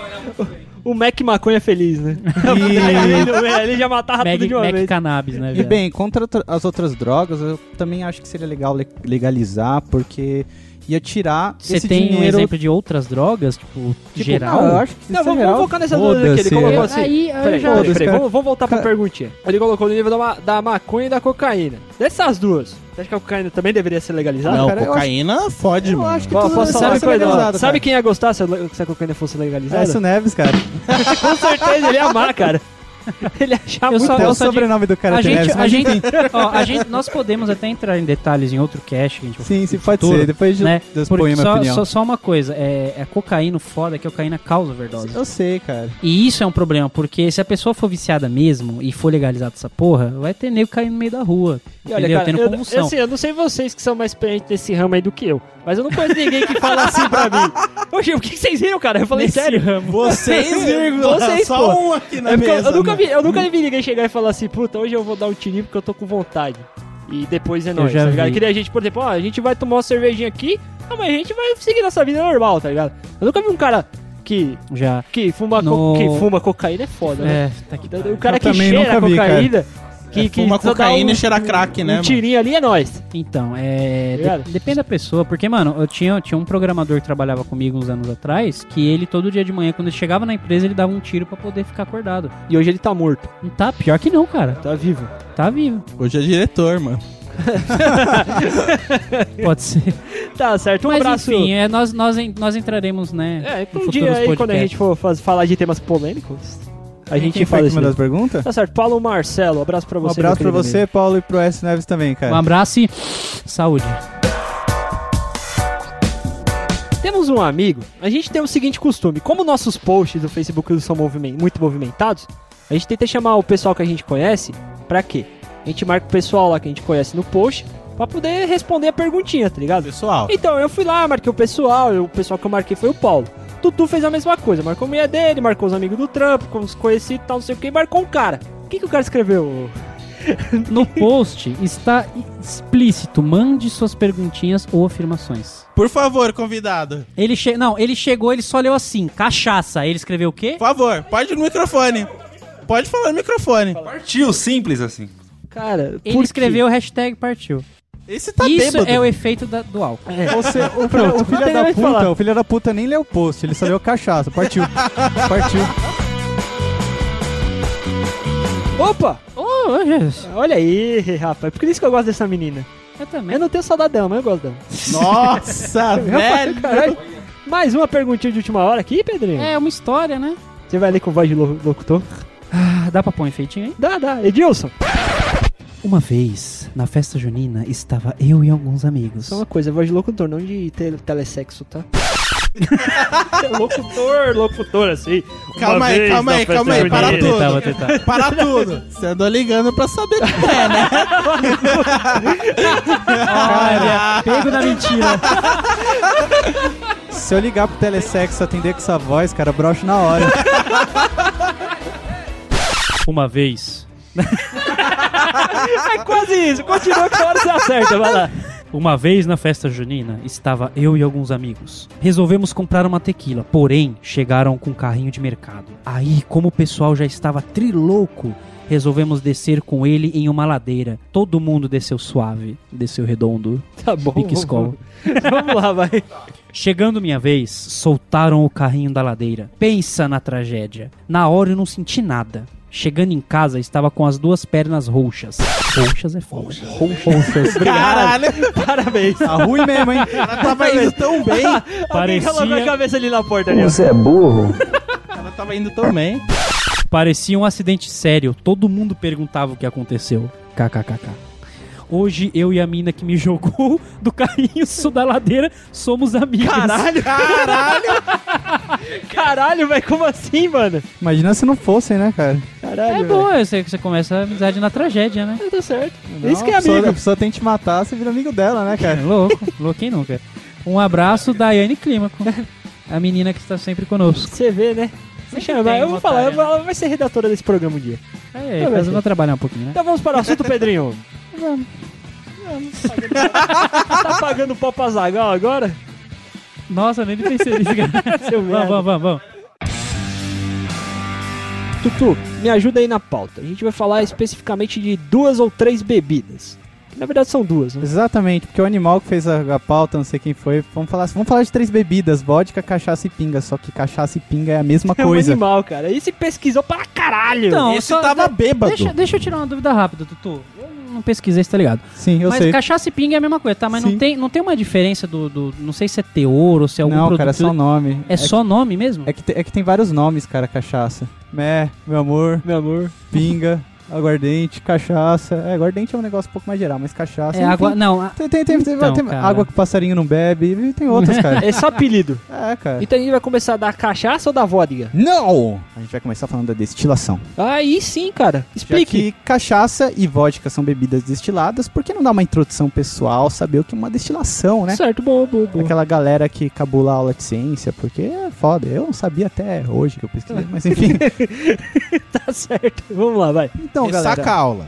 [SPEAKER 3] O Mac Maconha feliz, né?
[SPEAKER 1] E...
[SPEAKER 3] ele, ele já matava tudo
[SPEAKER 5] Mag,
[SPEAKER 3] de uma
[SPEAKER 5] Mag
[SPEAKER 3] vez.
[SPEAKER 5] cannabis, né,
[SPEAKER 1] E
[SPEAKER 5] viado?
[SPEAKER 1] bem, contra outra- as outras drogas, eu também acho que seria legal le- legalizar, porque ia tirar
[SPEAKER 5] Você
[SPEAKER 1] esse
[SPEAKER 5] tem um
[SPEAKER 1] dinheiro
[SPEAKER 5] exemplo de outras drogas, tipo,
[SPEAKER 1] tipo,
[SPEAKER 5] geral?
[SPEAKER 1] ah, eu acho que isso
[SPEAKER 3] Não,
[SPEAKER 1] é
[SPEAKER 3] vamos,
[SPEAKER 1] geral.
[SPEAKER 3] vamos focar nessa dúvida que ele
[SPEAKER 1] Foda-se.
[SPEAKER 3] colocou assim.
[SPEAKER 5] Aí,
[SPEAKER 3] Peraí,
[SPEAKER 5] eu já...
[SPEAKER 3] peraí,
[SPEAKER 1] Foda-se,
[SPEAKER 3] peraí,
[SPEAKER 1] cara.
[SPEAKER 3] vamos, vamos voltar pra
[SPEAKER 1] Cara-
[SPEAKER 3] perguntinha. Ele colocou no nível da, ma- da maconha e da cocaína. Dessas duas, você acha que a cocaína também deveria ser legalizada?
[SPEAKER 2] Não,
[SPEAKER 1] cara, eu
[SPEAKER 2] cocaína fode,
[SPEAKER 1] Eu
[SPEAKER 2] mano.
[SPEAKER 1] acho que
[SPEAKER 3] Ó,
[SPEAKER 1] tudo deve
[SPEAKER 3] posso falar
[SPEAKER 1] ser
[SPEAKER 3] uma coisa?
[SPEAKER 1] legalizado,
[SPEAKER 3] Ó,
[SPEAKER 1] cara.
[SPEAKER 3] Sabe quem ia gostar se a, se a cocaína fosse legalizada?
[SPEAKER 1] Écio Neves, cara.
[SPEAKER 3] Com certeza, ele ia amar, cara. Ele ia achar
[SPEAKER 5] Eu
[SPEAKER 3] muito
[SPEAKER 5] só-
[SPEAKER 1] Até é o
[SPEAKER 5] só digo-
[SPEAKER 1] sobrenome do Tá cara
[SPEAKER 5] a
[SPEAKER 1] tem
[SPEAKER 5] gente,
[SPEAKER 1] Neves,
[SPEAKER 5] a
[SPEAKER 1] mas
[SPEAKER 5] gente,
[SPEAKER 1] enfim.
[SPEAKER 5] ó, a gente, nós podemos até entrar em detalhes em outro cast que a gente vai
[SPEAKER 1] Sim, sim, pode
[SPEAKER 5] futuro,
[SPEAKER 1] ser. Depois de
[SPEAKER 5] né?
[SPEAKER 1] eu
[SPEAKER 5] Porque
[SPEAKER 1] expõe minha
[SPEAKER 5] só,
[SPEAKER 1] opinião.
[SPEAKER 5] só, só uma coisa, é, é cocaína o foda é que a cocaína causa overdose.
[SPEAKER 1] Eu sei, cara.
[SPEAKER 5] E isso é um problema, porque se a pessoa for viciada mesmo e for legalizada essa porra, vai ter nego caindo no meio da rua.
[SPEAKER 3] E
[SPEAKER 5] Entendeu?
[SPEAKER 3] olha, cara,
[SPEAKER 5] Tendo
[SPEAKER 3] eu,
[SPEAKER 5] convulsão.
[SPEAKER 3] eu, assim, eu não sei vocês que são mais experientes nesse ramo aí do que eu, mas eu não conheço ninguém que fala assim pra mim. Oxe, o que que vocês riram, cara? Eu falei
[SPEAKER 5] Nesse
[SPEAKER 3] sério.
[SPEAKER 2] Vocês, vírgula,
[SPEAKER 3] Vocês,
[SPEAKER 2] só
[SPEAKER 3] pô.
[SPEAKER 2] um aqui na
[SPEAKER 3] É porque eu-
[SPEAKER 2] mesa.
[SPEAKER 3] eu, nunca vi, eu nunca vi ninguém chegar e falar assim, puta, hoje eu vou dar um tirinho porque eu tô com vontade. E depois é nóis,
[SPEAKER 5] já
[SPEAKER 3] tá ligado?
[SPEAKER 5] vi.
[SPEAKER 3] Que nem a gente, por exemplo, ó, a gente vai tomar uma cervejinha aqui, ah, mas a gente vai seguir nossa vida normal, tá ligado? Eu nunca vi um cara que,
[SPEAKER 5] Já.
[SPEAKER 3] que, fuma, co-
[SPEAKER 5] No-
[SPEAKER 3] que fuma cocaína, é foda, né?
[SPEAKER 5] É, tá aqui.
[SPEAKER 3] O cara
[SPEAKER 1] Eu
[SPEAKER 3] que
[SPEAKER 1] também
[SPEAKER 3] cheira
[SPEAKER 1] nunca vi, cara.
[SPEAKER 3] cocaína, que, que
[SPEAKER 2] Fuma
[SPEAKER 3] só dá
[SPEAKER 2] É, cocaína
[SPEAKER 3] um,
[SPEAKER 2] e cheira crack, né,
[SPEAKER 3] um
[SPEAKER 2] mano?
[SPEAKER 3] tirinho ali é nóis.
[SPEAKER 5] Então, é. de-
[SPEAKER 3] Obrigado.
[SPEAKER 5] depende da pessoa, porque, mano, eu tinha, tinha um programador que trabalhava comigo uns anos atrás, que ele todo dia de manhã, quando ele chegava na empresa, ele dava um tiro pra poder ficar acordado.
[SPEAKER 3] E hoje ele tá morto,
[SPEAKER 5] Não tá, pior que não, cara.
[SPEAKER 3] tá vivo.
[SPEAKER 5] Tá vivo.
[SPEAKER 2] Hoje é diretor, mano.
[SPEAKER 5] Pode ser.
[SPEAKER 3] Tá certo, um
[SPEAKER 5] Mas
[SPEAKER 3] abraço.
[SPEAKER 5] enfim, é, nós, nós, en- nós entraremos, né?
[SPEAKER 3] é,
[SPEAKER 5] em
[SPEAKER 3] um
[SPEAKER 5] futuros
[SPEAKER 3] dia aí, quando a
[SPEAKER 5] podcasts.
[SPEAKER 3] gente for faz- falar de temas polêmicos, a gente
[SPEAKER 1] Quem foi
[SPEAKER 3] fala
[SPEAKER 1] que
[SPEAKER 3] isso.
[SPEAKER 1] mandou
[SPEAKER 3] mesmo.
[SPEAKER 1] as perguntas?
[SPEAKER 3] Tá certo, Paulo Marcelo, abraço pra
[SPEAKER 1] Um
[SPEAKER 3] você.
[SPEAKER 1] abraço pra
[SPEAKER 3] meu querido
[SPEAKER 1] você,
[SPEAKER 3] amigo.
[SPEAKER 1] Paulo, e pro S. Neves também,
[SPEAKER 5] Um
[SPEAKER 1] cara.
[SPEAKER 5] abraço e saúde.
[SPEAKER 3] Temos um amigo, a gente tem o seguinte costume: como nossos posts do Facebook são movimen- muito movimentados, a gente tenta chamar o pessoal que a gente conhece pra quê? A gente marca o pessoal lá que a gente conhece no post pra poder responder a perguntinha, tá ligado?
[SPEAKER 2] Pessoal,
[SPEAKER 3] Então, eu fui lá, marquei o pessoal, eu- o pessoal que eu marquei foi o Paulo. Tutu fez a mesma coisa, marcou a mulher dele, marcou os amigos do trampo, com os conhecidos e tal, não sei o que, e marcou um cara. O que, que o cara escreveu?
[SPEAKER 5] No post está explícito: mande suas perguntinhas ou afirmações.
[SPEAKER 2] por favor, convidado.
[SPEAKER 5] Ele che... Não, ele chegou, ele só leu assim: cachaça. Aí ele escreveu o quê?
[SPEAKER 2] Por favor, pode ir no microfone. Pode falar no microfone.
[SPEAKER 7] Partiu, simples assim.
[SPEAKER 3] Cara,
[SPEAKER 5] Ele
[SPEAKER 3] por quê?
[SPEAKER 5] escreveu hashtag partiu.
[SPEAKER 2] Esse tá
[SPEAKER 5] Isso
[SPEAKER 2] bêbado.
[SPEAKER 5] é o efeito da- do álcool.
[SPEAKER 3] É.
[SPEAKER 1] Você, o, filho- o
[SPEAKER 3] não tem
[SPEAKER 1] filho da
[SPEAKER 3] mais o que falar.
[SPEAKER 1] puta, o filho da puta nem leu o post, ele só leu cachaça. Partiu. Partiu.
[SPEAKER 3] Opa!
[SPEAKER 5] Oh, Jesus.
[SPEAKER 3] Olha aí, rapaz, por isso que eu gosto dessa menina.
[SPEAKER 5] Eu
[SPEAKER 3] Eu
[SPEAKER 5] também.
[SPEAKER 3] não tenho saudade dela, mas eu gosto dela.
[SPEAKER 2] Nossa, velho.
[SPEAKER 3] Caralho. Mais uma perguntinha de última hora aqui, Pedrinho?
[SPEAKER 5] É uma história, né?
[SPEAKER 3] Você vai ler com voz de lo- locutor?
[SPEAKER 5] Ah, dá pra pôr um efeitinho aí?
[SPEAKER 3] Dá, dá. Edilson.
[SPEAKER 5] Uma vez, na festa junina, estava eu e alguns amigos.
[SPEAKER 3] Só uma coisa, voz de locutor, não de te- telesexo, tá? locutor, locutor, assim.
[SPEAKER 2] Calma aí, calma aí, calma aí. Para
[SPEAKER 5] Vou tentar, vou
[SPEAKER 2] tudo.
[SPEAKER 5] tentar.
[SPEAKER 2] Para tudo. Você andou ligando pra saber o que é, né?
[SPEAKER 5] Olha, pego na mentira.
[SPEAKER 1] Se eu ligar pro Telesex e atender com essa voz, cara, broxo na hora.
[SPEAKER 5] Uma vez,
[SPEAKER 3] É quase isso, continua que a hora você acerta, vai lá.
[SPEAKER 5] Uma vez na festa junina, estava eu e alguns amigos. Resolvemos comprar uma tequila, porém chegaram com um carrinho de mercado. Aí, como o pessoal já estava trilouco, resolvemos descer com ele em uma ladeira. Todo mundo desceu suave, desceu redondo,
[SPEAKER 3] Tá bom.
[SPEAKER 5] pique escola.
[SPEAKER 3] Vamos lá, vai.
[SPEAKER 5] Chegando minha vez, soltaram o carrinho da ladeira. Pensa na tragédia. Na hora eu não senti nada. Chegando em casa, estava com as duas pernas roxas. Roxas é foda. Roxas.
[SPEAKER 2] Caralho.
[SPEAKER 3] Parabéns.
[SPEAKER 1] Tá ruim mesmo, hein?
[SPEAKER 2] Ela tava indo tá tão bem.
[SPEAKER 3] Alguém relou minha
[SPEAKER 5] Parecia-
[SPEAKER 3] cabeça ali na porta, ali. ó.
[SPEAKER 2] Ela tava indo tão bem.
[SPEAKER 5] Parecia um acidente sério. Todo mundo perguntava o que aconteceu. KKKK. Hoje eu e a mina que me jogou do carrinho da ladeira somos amigos.
[SPEAKER 3] Caralho.
[SPEAKER 2] Caralho.
[SPEAKER 3] Caralho, velho, como assim, mano?
[SPEAKER 1] Imagina se não fossem, né, cara?
[SPEAKER 3] Caralho,
[SPEAKER 5] É bom, eu sei que você começa a amizade na tragédia, né?
[SPEAKER 3] velho. Tá certo.
[SPEAKER 1] Não,
[SPEAKER 3] Isso que é
[SPEAKER 1] a pessoa, a
[SPEAKER 3] amigo.
[SPEAKER 1] pessoa tem que te matar, você vira amigo dela, né,
[SPEAKER 5] É
[SPEAKER 1] cara?
[SPEAKER 5] louco, louco quem nunca. Um abraço, Daiane Clímaco, a menina que está sempre conosco.
[SPEAKER 3] Você vê, né? Você
[SPEAKER 5] Sempre
[SPEAKER 3] chama,
[SPEAKER 5] tem
[SPEAKER 3] eu
[SPEAKER 5] uma
[SPEAKER 3] vou falar,
[SPEAKER 5] otária, né?
[SPEAKER 3] ela vai ser redatora desse programa um dia.
[SPEAKER 5] É,
[SPEAKER 3] Tá
[SPEAKER 5] faz
[SPEAKER 3] bem.
[SPEAKER 5] o meu trabalhar um pouquinho, né?
[SPEAKER 3] Então vamos para o assunto, Pedrinho. Vamos. Tá pagando pau pra Zagal agora?
[SPEAKER 5] Nossa, nem pensei nisso, cara.
[SPEAKER 3] Seu
[SPEAKER 5] vamos,
[SPEAKER 3] merda.
[SPEAKER 5] vamos, vamos, vamos.
[SPEAKER 3] Tutu, me ajuda aí na pauta. A gente vai falar especificamente de duas ou três bebidas. Na verdade são duas, né?
[SPEAKER 1] Exatamente, porque o animal que fez a, a pauta, não sei quem foi, vamos falar, vamos falar de três bebidas, vodka, cachaça e pinga, só que cachaça e pinga é a mesma
[SPEAKER 3] É um
[SPEAKER 1] coisa.
[SPEAKER 3] animal, cara. E se pesquisou pra caralho.
[SPEAKER 5] Então,
[SPEAKER 2] Esse
[SPEAKER 5] só-
[SPEAKER 2] tava bêbado.
[SPEAKER 5] Deixa, deixa eu tirar uma dúvida rápida, Tutu. Eu não pesquisei, você tá ligado?
[SPEAKER 1] Sim, eu
[SPEAKER 5] mas
[SPEAKER 1] sei.
[SPEAKER 5] cachaça e pinga é a mesma coisa, tá? Mas não
[SPEAKER 1] Sim.
[SPEAKER 5] tem, não tem uma diferença do, do- Não sei se é teor ou se é algum
[SPEAKER 1] Não,
[SPEAKER 5] produto.
[SPEAKER 1] cara, é só nome.
[SPEAKER 5] É só nome mesmo?
[SPEAKER 1] É que, te- é que tem vários nomes, cara, cachaça. Mé, meu amor,
[SPEAKER 3] Meu amor.
[SPEAKER 1] pinga, aguardente, cachaça. É, aguardente é um negócio um pouco mais geral, mas cachaça.
[SPEAKER 5] É
[SPEAKER 1] enfim.
[SPEAKER 5] água. Não, a-
[SPEAKER 1] Tem, tem, tem, tem-
[SPEAKER 5] Então,
[SPEAKER 1] tem
[SPEAKER 5] cara.
[SPEAKER 1] água que o passarinho não bebe, e tem outras, cara.
[SPEAKER 3] É só apelido.
[SPEAKER 1] é, cara.
[SPEAKER 3] Então a gente vai começar da cachaça ou da vodka?
[SPEAKER 1] Não! A gente vai começar falando da destilação.
[SPEAKER 3] Aí sim, cara.
[SPEAKER 1] Já que
[SPEAKER 3] Explique.
[SPEAKER 1] cachaça e vodka são bebidas destiladas, por que não dar uma introdução pessoal, saber o que é uma destilação, né?
[SPEAKER 3] Certo, bom, bom, bom.
[SPEAKER 1] Aquela galera que cabula a aula de ciência, porque é foda. Eu não sabia até hoje que eu pesquisei, mas enfim.
[SPEAKER 3] Tá certo. Vamos lá, vai.
[SPEAKER 1] Então,
[SPEAKER 2] Ressaca
[SPEAKER 1] galera.
[SPEAKER 2] a aula.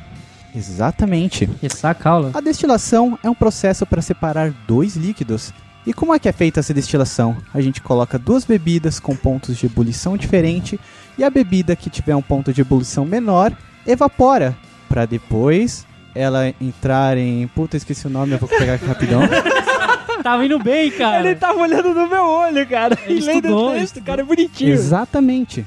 [SPEAKER 1] Exatamente.
[SPEAKER 5] Ressaca aula.
[SPEAKER 1] A destilação é um processo para separar dois líquidos. E como é que é feita essa destilação? A gente coloca duas bebidas com pontos de ebulição diferente e a bebida que tiver um ponto de ebulição menor evapora para depois ela entrar em puta esqueci o nome, eu vou pegar aqui rapidão. Tá
[SPEAKER 5] Tava indo bem, cara.
[SPEAKER 3] Ele tava olhando no meu olho, cara.
[SPEAKER 5] Ele
[SPEAKER 3] e lendo
[SPEAKER 5] estudou,
[SPEAKER 3] o texto,
[SPEAKER 5] estudou.
[SPEAKER 3] cara, é bonitinho.
[SPEAKER 1] Exatamente.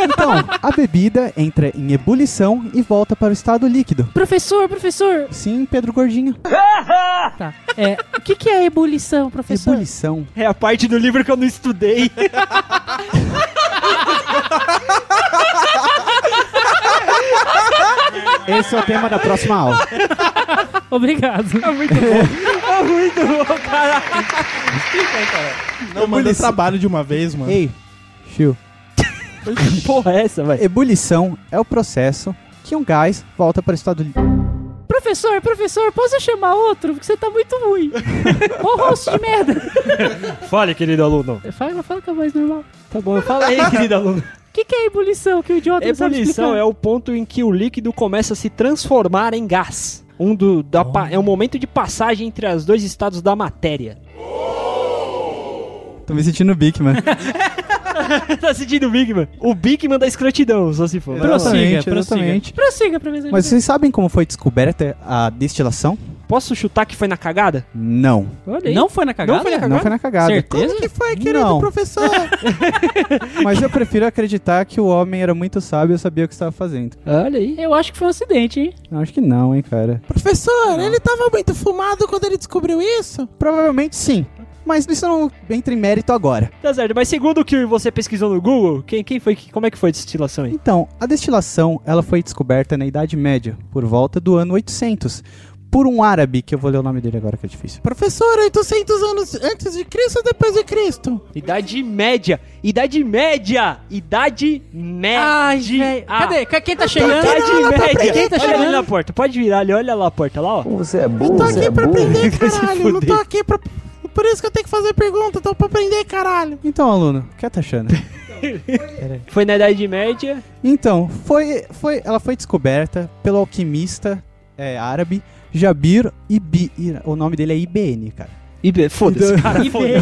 [SPEAKER 1] Então, a bebida entra em ebulição e volta para o estado líquido.
[SPEAKER 5] Professor, professor!
[SPEAKER 1] Sim, Pedro Gordinho.
[SPEAKER 5] Tá. É, o que, que é ebulição, professor?
[SPEAKER 1] Ebulição
[SPEAKER 3] É a parte do livro que eu não estudei.
[SPEAKER 1] Esse é o tema da próxima aula.
[SPEAKER 5] Obrigado.
[SPEAKER 3] é muito bom, cara.
[SPEAKER 2] Não manda trabalho de uma vez, mano.
[SPEAKER 1] Ei, Chiu.
[SPEAKER 3] Que porra é essa, vai?
[SPEAKER 1] Ebulição é o processo que um gás volta para o estado líquido.
[SPEAKER 5] professor, professor, posso chamar outro? Porque você tá muito ruim. Ô, rosto de merda.
[SPEAKER 3] Fale, querido aluno.
[SPEAKER 5] Fala, fala com a voz normal.
[SPEAKER 3] Tá bom, fala aí, querido aluno.
[SPEAKER 5] O que, que é ebulição? Que o idiota não sabe
[SPEAKER 3] Ebulição
[SPEAKER 5] explicar.
[SPEAKER 3] é o ponto em que o líquido começa a se transformar em gás. Um do, da pa- é um momento de passagem entre os dois estados da matéria.
[SPEAKER 1] Tô me sentindo Big, mano.
[SPEAKER 3] tá sentindo o Bigman? O Bigman da escrotidão, só se for.
[SPEAKER 5] Pro- Prossiga, prossiga.
[SPEAKER 1] exatamente.
[SPEAKER 5] Prossiga, professor.
[SPEAKER 1] Mas vocês sabem como foi descoberta a destilação?
[SPEAKER 3] Posso chutar que foi na cagada?
[SPEAKER 1] Não.
[SPEAKER 3] Olha
[SPEAKER 5] Não foi na cagada?
[SPEAKER 3] Não foi na
[SPEAKER 1] Não foi na cagada.
[SPEAKER 5] Certeza?
[SPEAKER 1] foi, querido não. professor? Mas eu prefiro acreditar que o homem era muito sábio e sabia o que estava fazendo.
[SPEAKER 3] Olha aí.
[SPEAKER 5] Eu acho que foi um acidente, hein?
[SPEAKER 1] Não, acho que não, hein, cara.
[SPEAKER 2] Professor, ele tava muito fumado quando ele descobriu isso?
[SPEAKER 1] Provavelmente sim. Mas isso não entra em mérito agora.
[SPEAKER 3] Tá certo, mas segundo o que você pesquisou no Google, quem, quem foi que. Como é que foi a destilação aí?
[SPEAKER 1] Então, a destilação ela foi descoberta na Idade Média, por volta do ano 800, por um árabe, que eu vou ler o nome dele agora que é difícil.
[SPEAKER 2] Professor, 800 anos antes de Cristo ou depois de Cristo?
[SPEAKER 3] Idade média! Idade média! Idade média! Ah.
[SPEAKER 5] velho. Cadê? Ca- Quem tá chegando?
[SPEAKER 3] Idade média!
[SPEAKER 5] Quem tá
[SPEAKER 3] olha ali na
[SPEAKER 5] chegando?
[SPEAKER 3] porta, pode virar ali, olha lá a porta, lá ó.
[SPEAKER 2] Eu tô
[SPEAKER 1] é
[SPEAKER 2] aqui pra aprender, caralho. Eu não tô
[SPEAKER 3] fuder.
[SPEAKER 2] aqui pra. Por isso que eu tenho que fazer pergunta, tô pra aprender, caralho.
[SPEAKER 1] Então, aluno, o que tá achando?
[SPEAKER 3] Foi na Idade Média.
[SPEAKER 1] então, foi, foi, ela foi descoberta pelo alquimista é, árabe Jabir Ibi. Ira- O nome dele é IBN, cara.
[SPEAKER 3] IB, foda-se, cara.
[SPEAKER 1] É,
[SPEAKER 3] IBN.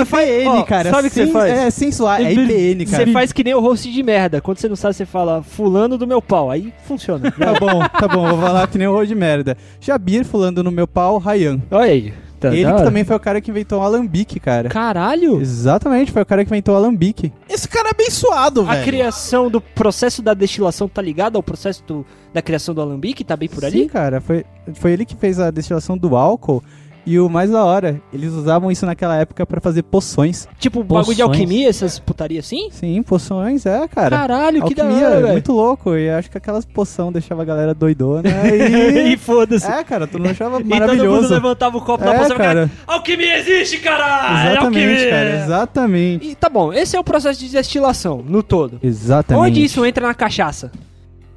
[SPEAKER 1] IBN, cara.
[SPEAKER 3] Sabe o que você
[SPEAKER 1] Sim,
[SPEAKER 3] faz?
[SPEAKER 1] É, sensual. É IBN, cara.
[SPEAKER 3] Você faz que nem o host de merda. Quando você não sabe, você fala fulano do meu pau. Aí funciona.
[SPEAKER 1] Tá bom, tá bom, vou falar que nem o rol de merda. Jabir fulando no meu pau, Rayan.
[SPEAKER 3] Olha aí. Tá
[SPEAKER 1] Ele
[SPEAKER 3] da
[SPEAKER 1] que
[SPEAKER 3] hora.
[SPEAKER 1] também foi o cara que inventou o alambique, cara.
[SPEAKER 3] Caralho!
[SPEAKER 1] Exatamente, foi o cara que inventou o alambique.
[SPEAKER 2] Esse cara é abençoado,
[SPEAKER 3] A
[SPEAKER 2] velho.
[SPEAKER 3] criação do processo da destilação tá ligado ao processo do- da criação do alambique? Tá bem por
[SPEAKER 1] Sim,
[SPEAKER 3] ali?
[SPEAKER 1] cara, foi, foi ele que fez a destilação do álcool E o mais da hora, eles usavam isso naquela época pra fazer poções.
[SPEAKER 3] Tipo, bagulho de
[SPEAKER 5] Poções.
[SPEAKER 3] alquimia, essas putarias assim?
[SPEAKER 1] Sim, poções, é, cara.
[SPEAKER 3] Caralho, que da
[SPEAKER 1] Alquimia,
[SPEAKER 3] hora,
[SPEAKER 1] é
[SPEAKER 3] velho.
[SPEAKER 1] muito louco. E acho que aquelas poção deixava a galera doidona. E...
[SPEAKER 3] E foda-se.
[SPEAKER 1] é, cara, tu não achava
[SPEAKER 3] E todo mundo
[SPEAKER 1] maravilhoso.
[SPEAKER 3] levantava o copo da
[SPEAKER 1] é,
[SPEAKER 3] poção "Ah, cara.
[SPEAKER 1] cara.
[SPEAKER 4] Alquimia existe, caralho!
[SPEAKER 1] Exatamente,
[SPEAKER 4] alquimia!
[SPEAKER 1] cara. Exatamente.
[SPEAKER 3] é E tá bom, esse é o processo de destilação, no todo.
[SPEAKER 1] Exatamente.
[SPEAKER 3] Onde isso entra na cachaça?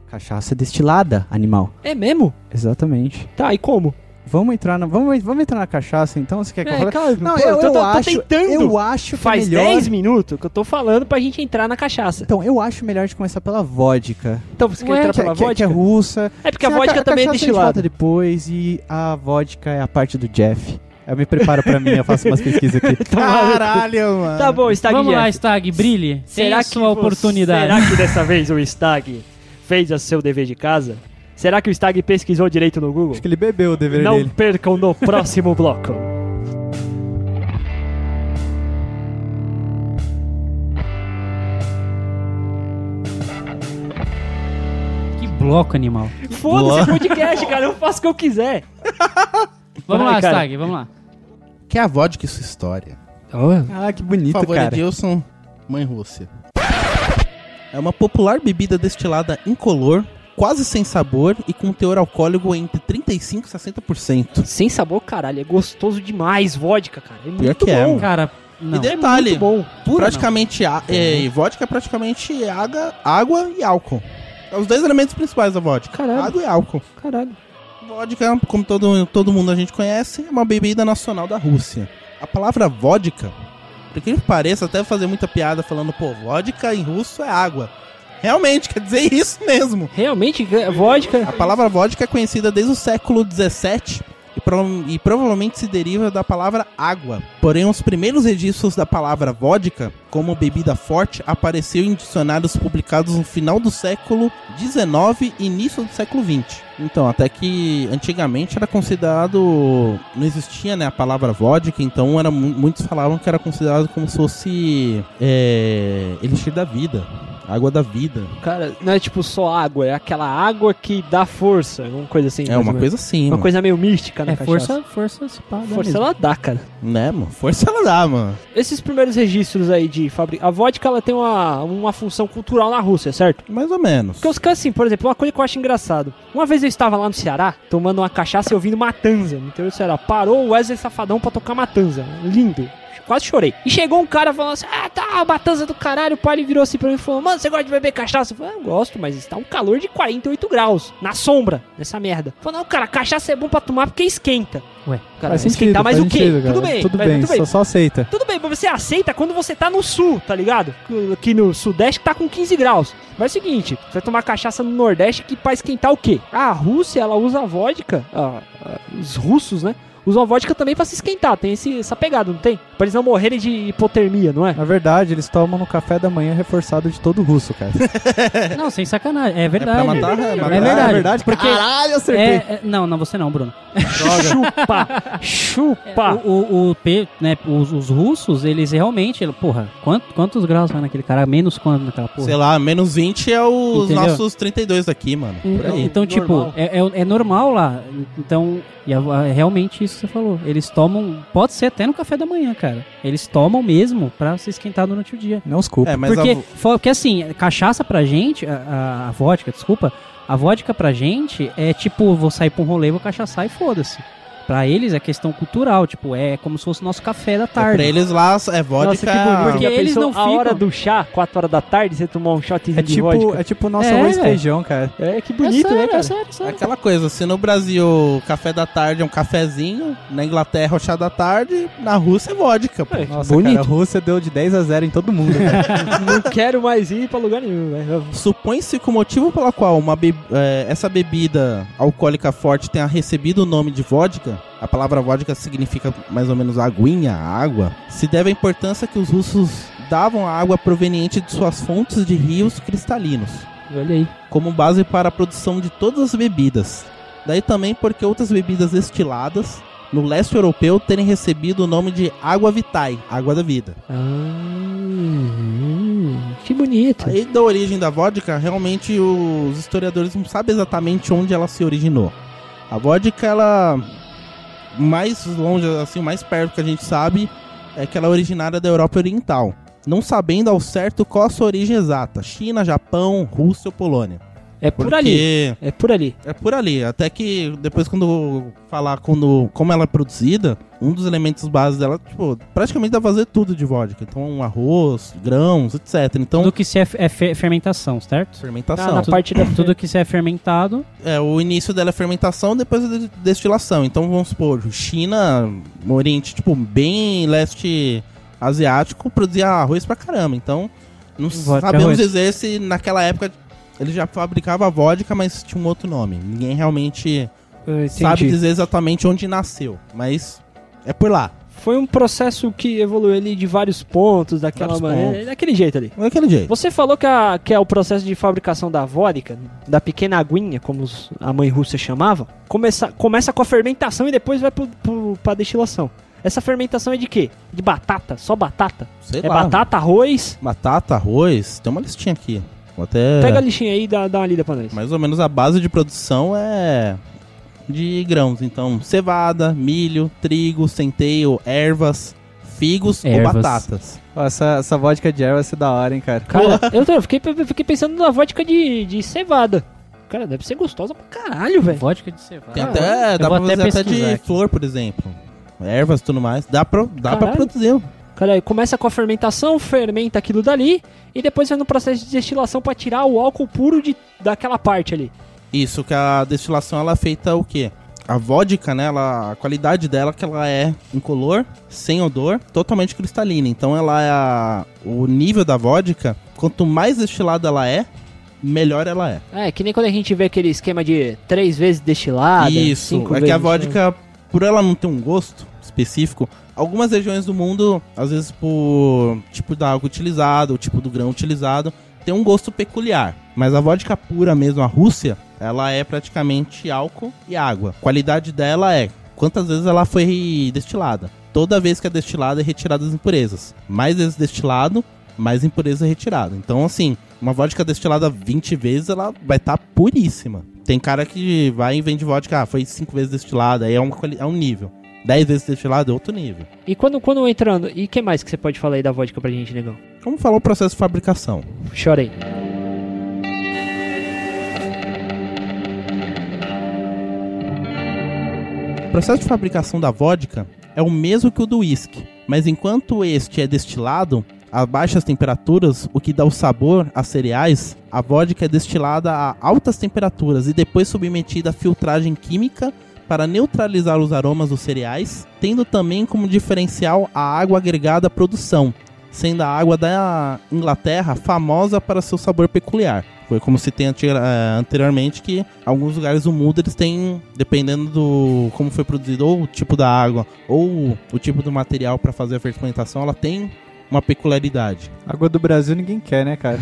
[SPEAKER 1] Cachaça destilada, animal.
[SPEAKER 3] É mesmo?
[SPEAKER 1] Exatamente.
[SPEAKER 3] Tá, e como?
[SPEAKER 1] Vamos entrar na, vamos, vamos entrar na cachaça, então? Você quer que eu
[SPEAKER 3] É,
[SPEAKER 1] fale?
[SPEAKER 3] calma,
[SPEAKER 1] Não,
[SPEAKER 3] pô,
[SPEAKER 1] eu,
[SPEAKER 3] eu tô-
[SPEAKER 1] eu
[SPEAKER 3] tô
[SPEAKER 1] acho,
[SPEAKER 3] tentando.
[SPEAKER 1] Eu acho que
[SPEAKER 3] Faz
[SPEAKER 1] é melhor...
[SPEAKER 3] 10 minutos que eu tô falando pra gente entrar na cachaça.
[SPEAKER 1] Então, eu acho melhor de começar pela vodka.
[SPEAKER 3] Então você
[SPEAKER 1] Ué,
[SPEAKER 3] quer entrar
[SPEAKER 1] que,
[SPEAKER 3] pela
[SPEAKER 1] que- que é
[SPEAKER 3] vodka?
[SPEAKER 1] russa. tá-
[SPEAKER 3] É porque a
[SPEAKER 1] Sim,
[SPEAKER 3] vodka
[SPEAKER 1] ca-
[SPEAKER 3] também é
[SPEAKER 1] cachaça a gente volta
[SPEAKER 3] destilada.
[SPEAKER 1] depois e a vodka é a parte do Jeff. Eu me preparo pra mim, eu faço umas pesquisas aqui. Caralho, mano.
[SPEAKER 3] Tá bom, Stag
[SPEAKER 5] Vamos
[SPEAKER 3] Jeff.
[SPEAKER 5] lá, Stag, brilhe. Tem
[SPEAKER 3] Será
[SPEAKER 5] a
[SPEAKER 3] que
[SPEAKER 5] sua
[SPEAKER 3] você-
[SPEAKER 5] oportunidade.
[SPEAKER 3] Será que dessa vez o Stag fez o seu dever de casa? Será que o Stag pesquisou direito no Google?
[SPEAKER 1] Acho que ele bebeu o dever
[SPEAKER 3] Não
[SPEAKER 1] dele.
[SPEAKER 3] percam no próximo bloco.
[SPEAKER 5] Que bloco, animal.
[SPEAKER 3] Foda-se o podcast, cara. Eu faço o que eu quiser.
[SPEAKER 5] Vamos
[SPEAKER 3] Vai,
[SPEAKER 5] lá,
[SPEAKER 3] cara.
[SPEAKER 5] Stag, vamos lá.
[SPEAKER 2] Que é a vodka e sua história.
[SPEAKER 1] Ah, que
[SPEAKER 2] Por
[SPEAKER 1] bonito,
[SPEAKER 2] favor,
[SPEAKER 1] cara.
[SPEAKER 2] Edilson, Mãe Rússia. É uma popular bebida destilada incolor, quase sem sabor e com teor alcoólico entre 35% e 60%.
[SPEAKER 3] Sem sabor, caralho. É gostoso demais vodka, cara. É muito
[SPEAKER 2] que é,
[SPEAKER 3] bom.
[SPEAKER 2] mano.
[SPEAKER 5] Cara, não.
[SPEAKER 2] e detalhe,
[SPEAKER 3] Muito bom.
[SPEAKER 5] Pura
[SPEAKER 2] praticamente a, é, e vodka é praticamente água, água e álcool. É os dois elementos principais da vodka.
[SPEAKER 3] Caralho.
[SPEAKER 2] Água e álcool.
[SPEAKER 3] Caralho.
[SPEAKER 2] Vodka, como todo, todo mundo a gente conhece, é uma bebida nacional da Rússia. A palavra vodka, por que pareça, até fazer muita piada falando, pô, vodka em russo é água. Realmente, quer dizer isso mesmo.
[SPEAKER 3] Realmente, é vodka.
[SPEAKER 2] A palavra vodka é conhecida desde o século XVII e, pro- e provavelmente se deriva da palavra água. Porém, os primeiros registros da palavra vodka como bebida forte apareceu em dicionários publicados no final do século XIX e início do século XX. Então, até que antigamente era considerado... Não existia né, a palavra vodka, então era, mu- muitos falavam que era considerado como se fosse é, elixir da vida, água da vida.
[SPEAKER 3] Cara, não é tipo só água. É aquela água que dá força. Uma coisa assim.
[SPEAKER 2] É
[SPEAKER 3] mais ou
[SPEAKER 2] uma
[SPEAKER 3] menos.
[SPEAKER 2] coisa assim.
[SPEAKER 3] Uma
[SPEAKER 2] mano.
[SPEAKER 3] coisa meio mística na
[SPEAKER 5] É
[SPEAKER 3] cachaça.
[SPEAKER 5] força, força, se pá, dá
[SPEAKER 3] Força
[SPEAKER 5] mesmo.
[SPEAKER 3] ela dá, cara.
[SPEAKER 2] Né, mano? Força ela dá, mano.
[SPEAKER 3] Esses primeiros registros aí de fábrica. A vodka ela tem uma, uma função cultural na Rússia, certo?
[SPEAKER 2] Mais ou menos.
[SPEAKER 3] Porque os caras, assim, por exemplo, uma coisa que eu acho engraçado. Uma vez eu estava lá no Ceará, tomando uma cachaça e ouvindo Matanza, no interior do Ceará. Parou o Wesley Safadão pra tocar Matanza. Lindo. Quase chorei. E chegou um cara falando assim, ah, tá, Matanza do caralho. O pai ele virou assim pra mim e falou, mano, você gosta de beber cachaça? Eu falei, ah, eu gosto, mas está um calor de 48 graus, na sombra, nessa merda. Falou, não, cara, cachaça é bom pra tomar porque esquenta.
[SPEAKER 5] Ué.
[SPEAKER 3] cara,
[SPEAKER 1] Faz sentido,
[SPEAKER 3] esquentar mais
[SPEAKER 1] faz
[SPEAKER 3] o quê?
[SPEAKER 1] sentido,
[SPEAKER 3] tudo
[SPEAKER 1] cara.
[SPEAKER 3] bem,
[SPEAKER 1] Tudo
[SPEAKER 3] mas
[SPEAKER 1] bem,
[SPEAKER 3] tudo bem.
[SPEAKER 1] Só, só aceita.
[SPEAKER 3] Tudo bem, mas você aceita quando você tá no sul, tá ligado? Aqui no Sudeste que tá com 15 graus. Mas é o seguinte, você vai tomar cachaça no Nordeste que pra esquentar o quê? A Rússia, ela usa vodka, ah, ah, os russos, né? Usam vodka também pra se esquentar, tem esse- essa pegada, não tem? Pra eles não morrerem de hipotermia, não é?
[SPEAKER 1] Na verdade, eles tomam no café da manhã reforçado de todo russo, cara.
[SPEAKER 5] Não, sem sacanagem. É verdade.
[SPEAKER 2] pra matar-
[SPEAKER 5] é,
[SPEAKER 2] matar-
[SPEAKER 5] verdade.
[SPEAKER 1] É verdade, porque... Caralho, acertei.
[SPEAKER 5] É- é- não, não, você não, Bruno.
[SPEAKER 3] Chupa! Chupa!
[SPEAKER 5] O, o, o P, né, os, os russos, eles realmente, ele- porra, quanto- quantos graus vai naquele cara? Menos quanto naquela porra?
[SPEAKER 2] Sei lá, menos 20 é os
[SPEAKER 5] Entendeu?
[SPEAKER 2] nossos 32 daqui, mano. Por
[SPEAKER 5] Então,
[SPEAKER 2] aí.
[SPEAKER 5] então, tipo,
[SPEAKER 3] normal.
[SPEAKER 5] é, é- é normal lá. Então, e a- a- é realmente isso que você falou. Eles tomam, pode ser até no café da manhã, cara. Eles tomam mesmo pra se esquentar durante o dia.
[SPEAKER 1] Não os culpa.
[SPEAKER 2] É, mas
[SPEAKER 5] porque,
[SPEAKER 2] a vo-
[SPEAKER 5] fo- porque assim, cachaça pra gente, a, a- a vodka, desculpa, a vodka pra gente é tipo, vou sair pra um rolê, vou cachaçar e foda-se. Pra eles é questão cultural, tipo, é como se fosse nosso café da
[SPEAKER 2] é pra
[SPEAKER 5] tarde.
[SPEAKER 2] eles lá é vodka.
[SPEAKER 5] porque
[SPEAKER 3] Já
[SPEAKER 5] eles
[SPEAKER 3] pensou
[SPEAKER 5] não
[SPEAKER 3] A
[SPEAKER 5] ficam-
[SPEAKER 3] hora do chá, 4 horas da tarde, você tomar um shotzinho
[SPEAKER 1] É
[SPEAKER 3] de
[SPEAKER 1] tipo,
[SPEAKER 3] vodka.
[SPEAKER 1] é tipo nosso
[SPEAKER 5] É,
[SPEAKER 1] arroz e
[SPEAKER 5] velho.
[SPEAKER 1] feijão, cara.
[SPEAKER 3] É, que
[SPEAKER 5] É
[SPEAKER 3] bonito,
[SPEAKER 5] sério,
[SPEAKER 3] né,
[SPEAKER 5] é
[SPEAKER 3] cara?
[SPEAKER 5] sério, é sério.
[SPEAKER 2] é aquela coisa, se no Brasil café da tarde é um cafezinho, na Inglaterra é o chá da tarde, na Rússia é vodka. pô.
[SPEAKER 3] É.
[SPEAKER 1] Nossa,
[SPEAKER 3] Bonito.
[SPEAKER 1] cara, a Rússia deu de 10 a 0 em todo mundo, cara.
[SPEAKER 3] Não quero mais ir pra lugar nenhum, né? velho.
[SPEAKER 2] Supõe-se que o motivo pelo qual uma be- é, essa bebida alcoólica forte tenha recebido o nome de vodka, a palavra vodka significa mais ou menos aguinha, água, se deve à importância que os russos davam à água proveniente de suas fontes de rios cristalinos.
[SPEAKER 3] Olha aí.
[SPEAKER 2] como base para a produção de todas as bebidas. Daí também porque outras bebidas destiladas no leste europeu terem recebido o nome de água vitae, água da vida.
[SPEAKER 3] Ah, hum, que bonito.
[SPEAKER 2] Aí da origem da vodka, realmente os historiadores não sabem exatamente onde ela se originou. A vodka ela mais longe, assim, o mais perto que a gente sabe, é que ela é originária da Europa Oriental. Não sabendo ao certo qual a sua origem exata: China, Japão, Rússia ou Polônia.
[SPEAKER 3] É por ali. É por ali.
[SPEAKER 2] É por ali. Até que depois, quando eu falar quando, como ela é produzida, um dos elementos básicos dela, tipo, praticamente dá pra fazer tudo de vodka. Então, arroz, grãos, etc. Então,
[SPEAKER 5] Tudo que se é, fe- é fe- fermentação, certo?
[SPEAKER 3] Tá, Na,
[SPEAKER 2] fermentação.
[SPEAKER 3] na parte da.
[SPEAKER 5] Tudo que se é fermentado,
[SPEAKER 2] É, o início dela é fermentação, depois a de- destilação. Então, vamos supor, China, no Oriente, tipo, bem leste asiático, produzia arroz pra caramba. Então, não
[SPEAKER 5] Vodka,
[SPEAKER 2] sabemos
[SPEAKER 5] arroz.
[SPEAKER 2] dizer se naquela época ele já fabricava vodka, mas tinha um outro nome. Ninguém realmente...
[SPEAKER 3] Eu eh, entendi.
[SPEAKER 2] sabe dizer exatamente onde nasceu, mas é por lá.
[SPEAKER 3] Foi um processo que evoluiu ali de vários pontos, daquela
[SPEAKER 2] Vários
[SPEAKER 3] maneira.
[SPEAKER 2] pontos.
[SPEAKER 3] Daquele jeito ali.
[SPEAKER 2] Daquele É jeito.
[SPEAKER 3] Você falou que, a- que é o processo de fabricação da vodka, da pequena aguinha, como os- a mãe russa chamava, começa, começa com a fermentação e depois vai pro, pro, pra destilação. Essa fermentação é de quê? De batata? Só batata?
[SPEAKER 2] Sei
[SPEAKER 3] é
[SPEAKER 2] lá.
[SPEAKER 3] batata, arroz?
[SPEAKER 2] Batata, arroz, tem uma listinha aqui. Vou até.
[SPEAKER 3] Pega a lixinha aí e dá, dá uma lida pra nós.
[SPEAKER 2] Mais ou menos a base de produção é de grãos. Então, cevada, milho, trigo, centeio, ervas, figos
[SPEAKER 5] Ervas.
[SPEAKER 2] ou batatas.
[SPEAKER 1] Ó, Essa, essa vodka de erva vai ser da hora, hein, cara.
[SPEAKER 3] Cara, eu, tô- eu fiquei, eu fiquei pensando na vodka de, de cevada. Cara, deve ser gostosa pra caralho, velho.
[SPEAKER 5] vodka de cevada.
[SPEAKER 2] É. Tem até, dá pra
[SPEAKER 5] Ah, vou até
[SPEAKER 2] fazer até de
[SPEAKER 5] pesquisar aqui.
[SPEAKER 2] flor, por exemplo. Ervas e tudo mais. Dá pra, dá pra
[SPEAKER 3] Caralho.
[SPEAKER 2] produzir.
[SPEAKER 3] Cara, aí começa com a fermentação, fermenta aquilo dali e depois vai no processo de destilação pra tirar o álcool puro de, daquela parte ali.
[SPEAKER 2] Isso, que a destilação ela é feita o quê? A vodka, né, ela, a qualidade dela é que ela é incolor, sem odor, totalmente cristalina. Então ela é a- o nível da vodka, quanto mais destilada ela é, melhor ela é.
[SPEAKER 3] É, que nem quando a gente vê aquele esquema de três vezes destilada.
[SPEAKER 2] Isso,
[SPEAKER 3] cinco
[SPEAKER 2] é
[SPEAKER 3] vezes né?
[SPEAKER 2] que a
[SPEAKER 3] destilada.
[SPEAKER 2] vodka, por ela não ter um gosto específico, algumas regiões do mundo, às vezes por tipo da água utilizada, o tipo do grão utilizado, tem um gosto peculiar. Mas a vodka pura mesmo, a Rússia, ela é praticamente álcool e água. A qualidade dela é quantas vezes ela foi destilada. Toda vez que é destilada é retirada as impurezas. Mais vezes destilado, mais impureza é retirada. Então, assim, uma vodka destilada 20 vezes, ela vai estar puríssima. Tem cara que vai e vende vodka, ah, foi 5 vezes destilada, aí é, uma, quali- é um nível. 10 vezes destilada é outro nível.
[SPEAKER 3] E quando, quando entrando. E que mais que você pode falar aí da vodka pra gente, negão?
[SPEAKER 2] Como falar o processo de fabricação?
[SPEAKER 3] Chora aí.
[SPEAKER 2] O processo de fabricação da vodka é o mesmo que o do uísque, mas enquanto este é destilado a baixas temperaturas, o que dá o sabor a cereais, a vodka é destilada a altas temperaturas e depois submetida a filtragem química para neutralizar os aromas dos cereais, tendo também como diferencial a água agregada à produção, sendo a água da Inglaterra famosa para seu sabor peculiar. Foi como se tem eh, anteriormente que alguns lugares do mundo eles têm, dependendo do como foi produzido, ou o tipo da água, ou o tipo do material para fazer a fermentação, ela tem uma peculiaridade.
[SPEAKER 1] Água do Brasil ninguém quer, né, cara?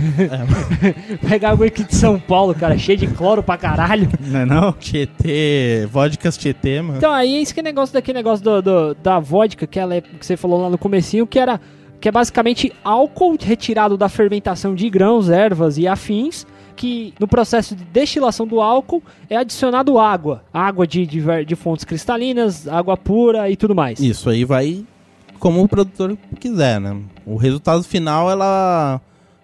[SPEAKER 3] Pegar água aqui de São Paulo, cara, cheio de cloro pra caralho.
[SPEAKER 1] Não é não?
[SPEAKER 2] Tietê, vodkas Tietê, mano.
[SPEAKER 3] Então, aí é isso que é negócio daquele negócio do, do- da vodka que, ela é, que você falou lá no comecinho, que era que é basicamente álcool retirado da fermentação de grãos, ervas e afins, que no processo de destilação do álcool é adicionado água, água de, diver- de fontes cristalinas, água pura e tudo mais.
[SPEAKER 2] Isso aí vai como o produtor quiser, né? O resultado final, ela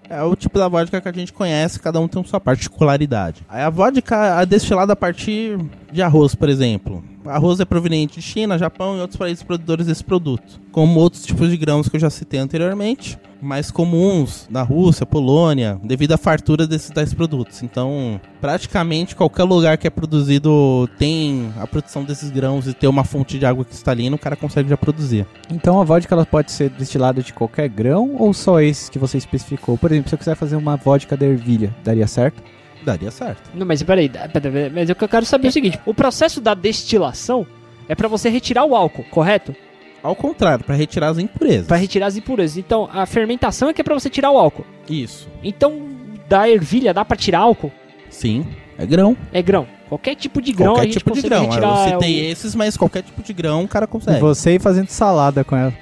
[SPEAKER 2] é o tipo da vodka que a gente conhece, cada um tem sua particularidade. Aí a vodka é destilada a partir de arroz, por exemplo. Arroz é proveniente de China, Japão e outros países produtores desse produto, como outros tipos de grãos que eu já citei anteriormente, mais comuns na Rússia, Polônia, devido à fartura desses tais produtos. Então, praticamente qualquer lugar que é produzido tem a produção desses grãos e ter uma fonte de água cristalina, o cara consegue já produzir.
[SPEAKER 1] Então a vodka ela pode ser destilada de qualquer grão ou só esses que você especificou? Por exemplo, se eu quiser fazer uma vodka da ervilha, daria certo?
[SPEAKER 2] Daria certo.
[SPEAKER 3] Não, mas peraí, dá- pera- pera- mas eu que- eu quero saber é o seguinte, o processo da destilação é pra você retirar o álcool, correto?
[SPEAKER 2] Ao contrário, para retirar as impurezas.
[SPEAKER 3] Pra retirar as impurezas. Então, a fermentação é que é pra você tirar o álcool.
[SPEAKER 2] Isso.
[SPEAKER 3] Então, da ervilha dá pra tirar álcool?
[SPEAKER 2] Sim, é grão.
[SPEAKER 3] É grão. Qualquer tipo de grão a
[SPEAKER 2] qualquer
[SPEAKER 3] gente
[SPEAKER 2] tipo de
[SPEAKER 3] consegue
[SPEAKER 2] grão.
[SPEAKER 3] retirar.
[SPEAKER 2] Eu citei
[SPEAKER 3] o-
[SPEAKER 2] esses, mas qualquer tipo de grão o cara
[SPEAKER 1] E
[SPEAKER 2] consegue.
[SPEAKER 1] você ir fazendo salada com ela.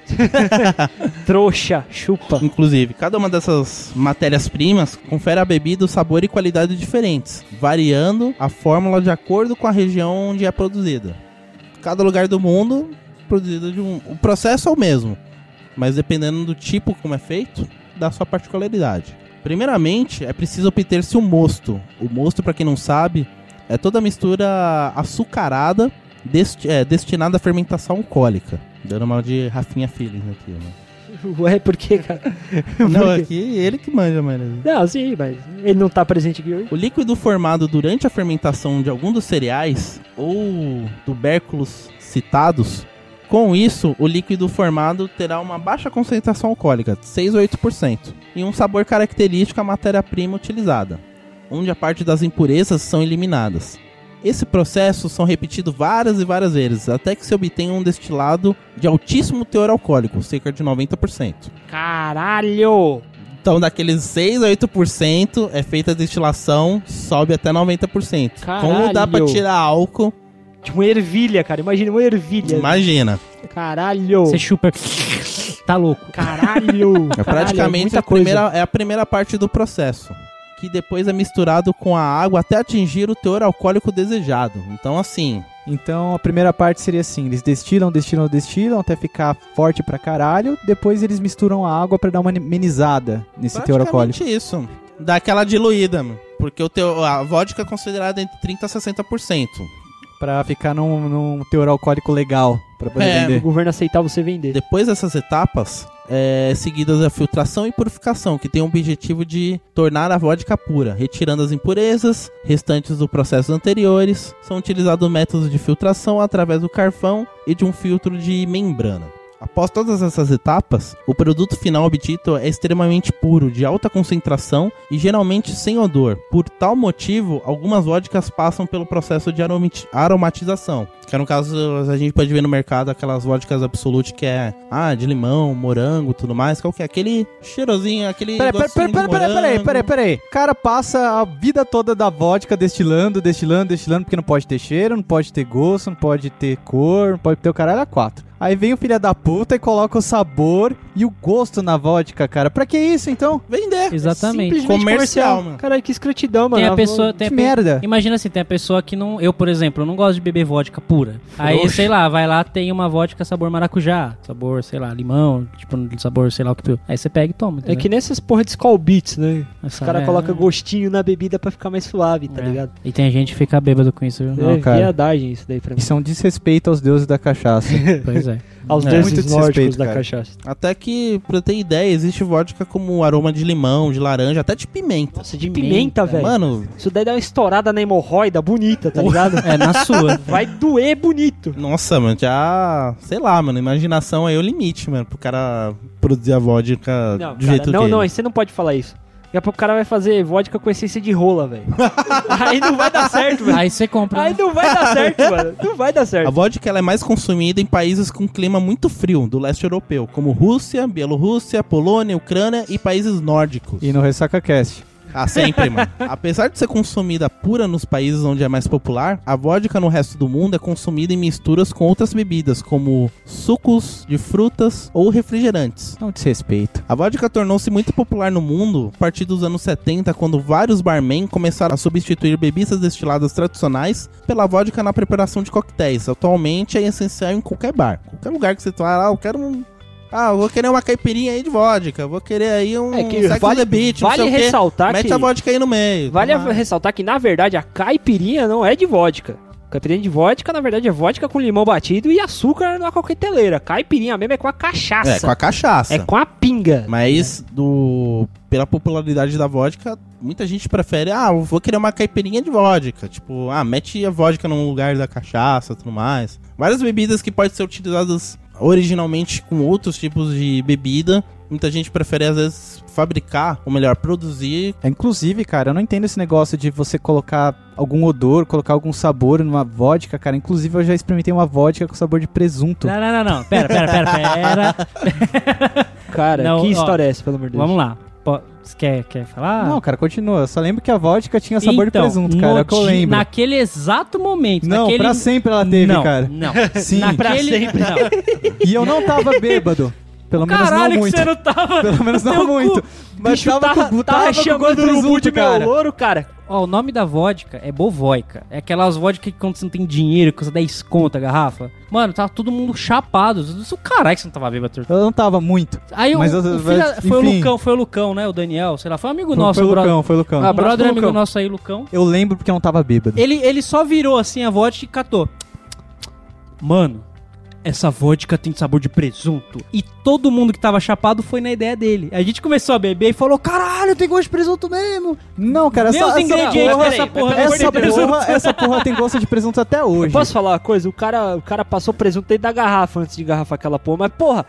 [SPEAKER 3] Trouxa, chupa.
[SPEAKER 2] Inclusive, cada uma dessas matérias-primas confere à bebida o sabor e qualidade diferentes, variando a fórmula de acordo com a região onde é produzida. cada lugar do mundo produzido de um. O processo é o mesmo, mas dependendo do tipo como é feito, da sua particularidade. Primeiramente, é preciso obter-se um mosto. O mosto, para quem não sabe, é toda a mistura açucarada desti- é, destinada à fermentação alcoólica. Dando mal de Rafinha Feliz aqui, né?
[SPEAKER 3] Ué, por que, cara?
[SPEAKER 2] Não, aqui ele que manja, mano.
[SPEAKER 3] Não, sim, mas ele não tá presente aqui hoje.
[SPEAKER 2] O líquido formado durante a fermentação de algum dos cereais ou tubérculos citados, com isso, o líquido formado terá uma baixa concentração alcoólica, de 6 ou 8%, e um sabor característico à matéria-prima utilizada, onde a parte das impurezas são eliminadas. Esse processo são repetido várias e várias vezes, até que se obtenha um destilado de altíssimo teor alcoólico, cerca de 90%.
[SPEAKER 3] Caralho!
[SPEAKER 2] Então, daqueles 6 a 8% é feita a destilação, sobe até 90%. Como dá pra
[SPEAKER 3] Caralho.
[SPEAKER 2] tirar álcool?
[SPEAKER 3] De Tipo, uma ervilha, cara. Imagina uma ervilha.
[SPEAKER 2] Imagina.
[SPEAKER 3] Caralho!
[SPEAKER 5] Você chupa. Tá louco.
[SPEAKER 3] Caralho! Caralho,
[SPEAKER 2] É praticamente
[SPEAKER 3] muita
[SPEAKER 2] a, primeira, é a primeira parte do processo. Que depois é misturado com a água até atingir o teor alcoólico desejado. Então, assim,
[SPEAKER 1] Então a primeira parte seria assim: eles destilam, destilam, destilam até ficar forte pra caralho. Depois eles misturam a água pra dar uma amenizada nesse teor alcoólico.
[SPEAKER 2] praticamente isso. Dá aquela diluída, mano. Porque o teu, a vodka é considerada entre 30% a 60%.
[SPEAKER 1] Pra ficar num, num teor alcoólico legal pra poder
[SPEAKER 2] É,
[SPEAKER 3] O
[SPEAKER 1] vender.
[SPEAKER 3] governo aceitar você vender.
[SPEAKER 2] Depois dessas etapas, é, seguidas a filtração e purificação, que tem o objetivo de tornar a vodka pura, retirando as impurezas restantes do processo anteriores. São utilizados métodos de filtração através do carvão e de um filtro de membrana. Após todas essas etapas, o produto final obtido é extremamente puro, de alta concentração e geralmente sem odor. Por tal motivo, algumas vodkas passam pelo processo de aromati- aromatização. Que no caso, a gente pode ver no mercado aquelas vodkas absolute que é ah, de limão, morango, tudo mais, qual que é? Aquele cheirosinho, aquele
[SPEAKER 1] Peraí, peraí,
[SPEAKER 2] gostinho
[SPEAKER 1] peraí,
[SPEAKER 2] de
[SPEAKER 1] peraí, peraí, peraí,
[SPEAKER 2] morango.
[SPEAKER 1] peraí, peraí. O cara passa a vida toda da vodka destilando, destilando, destilando, porque não pode ter cheiro, não pode ter gosto, não pode ter cor, não pode ter o caralho a quatro. Aí vem o filho da puta e coloca o sabor e o gosto na vodka, cara. Pra que isso então?
[SPEAKER 2] Vender.
[SPEAKER 5] Exatamente.
[SPEAKER 3] Simplesmente
[SPEAKER 2] Comercial,
[SPEAKER 3] comercial.
[SPEAKER 2] mano.
[SPEAKER 3] Caralho, que escrotidão, mano.
[SPEAKER 5] Tem a
[SPEAKER 3] Ela
[SPEAKER 5] pessoa.
[SPEAKER 3] falou-
[SPEAKER 5] Tem a
[SPEAKER 1] que
[SPEAKER 5] pe-
[SPEAKER 1] merda.
[SPEAKER 5] Imagina assim, tem a pessoa que não. Eu, por exemplo, eu não gosto de beber vodka pura. Aí, sei lá, vai lá, tem uma vodka sabor maracujá. Sabor, sei lá, limão. Tipo, sabor, sei lá o que. tu- Aí você pega e toma.
[SPEAKER 3] É que nessas porra de Skull Beats, né? Os caras colocam
[SPEAKER 5] gol.
[SPEAKER 3] gostinho na bebida pra ficar mais suave, tá
[SPEAKER 5] É.
[SPEAKER 3] ligado?
[SPEAKER 5] E tem gente que fica bêbado com isso, viu?
[SPEAKER 1] Não,
[SPEAKER 3] é
[SPEAKER 1] cara.
[SPEAKER 3] viadagem isso daí pra mim.
[SPEAKER 1] Isso é um desrespeito aos deuses da cachaça.
[SPEAKER 5] Pois é.
[SPEAKER 3] Aos
[SPEAKER 1] É. Muito
[SPEAKER 3] deuses
[SPEAKER 1] desrespeito,
[SPEAKER 3] nórdicos da
[SPEAKER 1] cara.
[SPEAKER 3] cachaça.
[SPEAKER 2] Até que, pra ter ideia, existe vodka como aroma de limão, de laranja, até de pimenta.
[SPEAKER 3] Nossa, de pimenta, velho.
[SPEAKER 2] Mano,
[SPEAKER 3] Isso daí dá uma estourada na hemorroida bonita, tá ligado?
[SPEAKER 5] É, na sua.
[SPEAKER 3] Vai doer bonito.
[SPEAKER 2] Nossa, mano, já. Sei lá, mano. Imaginação aí é o limite, mano. Pro cara produzir a vodka
[SPEAKER 3] Não,
[SPEAKER 2] do
[SPEAKER 3] cara,
[SPEAKER 2] jeito
[SPEAKER 3] não,
[SPEAKER 2] dele.
[SPEAKER 3] não, é você não pode falar isso. Daqui a pouco o cara vai fazer vodka com essência de rola, velho. Aí não vai dar certo, velho.
[SPEAKER 5] Aí você compra.
[SPEAKER 3] Aí
[SPEAKER 5] né?
[SPEAKER 3] não vai dar certo, mano. Não vai dar
[SPEAKER 2] A
[SPEAKER 3] certo.
[SPEAKER 2] vodka ela é mais consumida em países com clima muito frio do leste europeu, como Rússia, Bielorrússia, Polônia, Ucrânia e países nórdicos.
[SPEAKER 1] e no Ressaca Cast.
[SPEAKER 2] Ah, sempre, mano. Apesar de ser consumida pura nos países onde é mais popular, a vodka no resto do mundo é consumida em misturas com outras bebidas, como sucos de frutas ou refrigerantes.
[SPEAKER 1] Não É um desrespeito.
[SPEAKER 2] A vodka tornou-se muito popular no mundo a partir dos anos 70, quando vários barmen começaram a substituir bebidas destiladas tradicionais pela vodka na preparação de coquetéis. Atualmente é essencial em qualquer bar. Qualquer lugar que você vá lá, eu quero um. Ah, eu vou querer uma caipirinha aí de vodka. Vou querer aí um
[SPEAKER 3] É que
[SPEAKER 2] Sex on
[SPEAKER 3] vale-
[SPEAKER 2] the Beach,
[SPEAKER 3] vale
[SPEAKER 2] não tipo sei o quê.
[SPEAKER 3] ressaltar
[SPEAKER 2] Mete
[SPEAKER 3] que...
[SPEAKER 2] a vodka aí no meio.
[SPEAKER 3] Vale
[SPEAKER 2] Toma.
[SPEAKER 3] ressaltar que, na verdade, a caipirinha não é de vodka. Caipirinha de vodka, na verdade, é vodka com limão batido e açúcar na coqueteleira. Caipirinha mesmo é com a cachaça.
[SPEAKER 2] É, com a cachaça.
[SPEAKER 3] É com a pinga.
[SPEAKER 2] Mas do pela popularidade da vodka, muita gente prefere, ah, eu vou querer uma caipirinha de vodka, tipo, ah, mete a vodka num lugar da cachaça, tudo mais. Várias bebidas que podem ser utilizadas originalmente com outros tipos de bebida. Muita gente prefere às vezes fabricar, ou melhor, produzir.
[SPEAKER 1] É, Inclusive, cara, eu não entendo esse negócio de você colocar algum odor, colocar algum sabor numa vodka, cara. Inclusive, eu já experimentei uma vodka com sabor de presunto.
[SPEAKER 5] Não, não, não, não. Pera, pera, pera, pera.
[SPEAKER 3] Cara,
[SPEAKER 5] Não,
[SPEAKER 3] que
[SPEAKER 5] ó,
[SPEAKER 3] história é essa, pelo amor de Deus?
[SPEAKER 5] Vamos lá. Po- Você quer, quer falar?
[SPEAKER 1] Não, cara, continua. Eu só lembro que a vodka tinha sabor
[SPEAKER 5] Ah. Então,
[SPEAKER 1] de presunto, cara.
[SPEAKER 5] no
[SPEAKER 1] É o que eu
[SPEAKER 5] di-
[SPEAKER 1] lembro.
[SPEAKER 5] Naquele exato momento.
[SPEAKER 1] Não,
[SPEAKER 5] naquele...
[SPEAKER 1] pra sempre ela teve,
[SPEAKER 5] não,
[SPEAKER 1] cara.
[SPEAKER 5] Não.
[SPEAKER 1] Sim.
[SPEAKER 3] Pra
[SPEAKER 5] Naquele...
[SPEAKER 3] sempre.
[SPEAKER 5] Não.
[SPEAKER 1] E eu não tava bêbado. Pelo menos não
[SPEAKER 5] Caralho, que
[SPEAKER 1] muito.
[SPEAKER 5] você não tava.
[SPEAKER 1] Pelo menos não
[SPEAKER 5] Teu cu.
[SPEAKER 1] muito. Mas
[SPEAKER 3] Bicho,
[SPEAKER 1] tava,
[SPEAKER 3] tava,
[SPEAKER 1] com,
[SPEAKER 3] tava
[SPEAKER 1] tava, com
[SPEAKER 3] chamando
[SPEAKER 1] gosto de
[SPEAKER 3] no
[SPEAKER 1] presunto,
[SPEAKER 3] de meu
[SPEAKER 1] cara.
[SPEAKER 3] louro, cara.
[SPEAKER 5] Ó, o nome da vodka é Bovoica. É aquelas vodka que quando você não tem dinheiro, custa 10 conto a garrafa. Mano, tava todo mundo chapado. Eu disse, Caralho, que você não tava bêbado, Arthur."
[SPEAKER 1] Eu não tava muito.
[SPEAKER 5] Aí o-
[SPEAKER 1] Mas
[SPEAKER 5] o
[SPEAKER 1] eu-
[SPEAKER 5] filho
[SPEAKER 1] mas,
[SPEAKER 5] foi o
[SPEAKER 1] enfim.
[SPEAKER 5] Lucão, foi o Lucão, né? O Daniel, sei lá, foi um amigo
[SPEAKER 1] Foi-
[SPEAKER 5] nosso,
[SPEAKER 1] foi
[SPEAKER 5] um
[SPEAKER 1] o
[SPEAKER 5] brother,
[SPEAKER 1] Lucão, foi o Lucão.
[SPEAKER 5] um brother
[SPEAKER 3] pro
[SPEAKER 5] amigo
[SPEAKER 3] Lucão.
[SPEAKER 5] nosso aí, Lucão.
[SPEAKER 1] Eu lembro porque eu não tava bêbado.
[SPEAKER 5] Ele, ele só virou assim a vodka e catou. Mano, essa vodka tem sabor de presunto. E todo mundo que tava chapado foi na ideia dele. A gente começou a beber e falou: caralho, tem gosto de presunto mesmo.
[SPEAKER 1] Não, cara, essa,
[SPEAKER 5] Meus
[SPEAKER 1] essa
[SPEAKER 5] ingredientes
[SPEAKER 1] porra,
[SPEAKER 5] dessa porra não
[SPEAKER 1] essa,
[SPEAKER 5] tem presunto.
[SPEAKER 1] porra, essa porra tem gosto de presunto até hoje.
[SPEAKER 3] Posso falar uma coisa? O cara, o cara passou presunto dentro da garrafa antes de garrafa aquela porra, mas porra.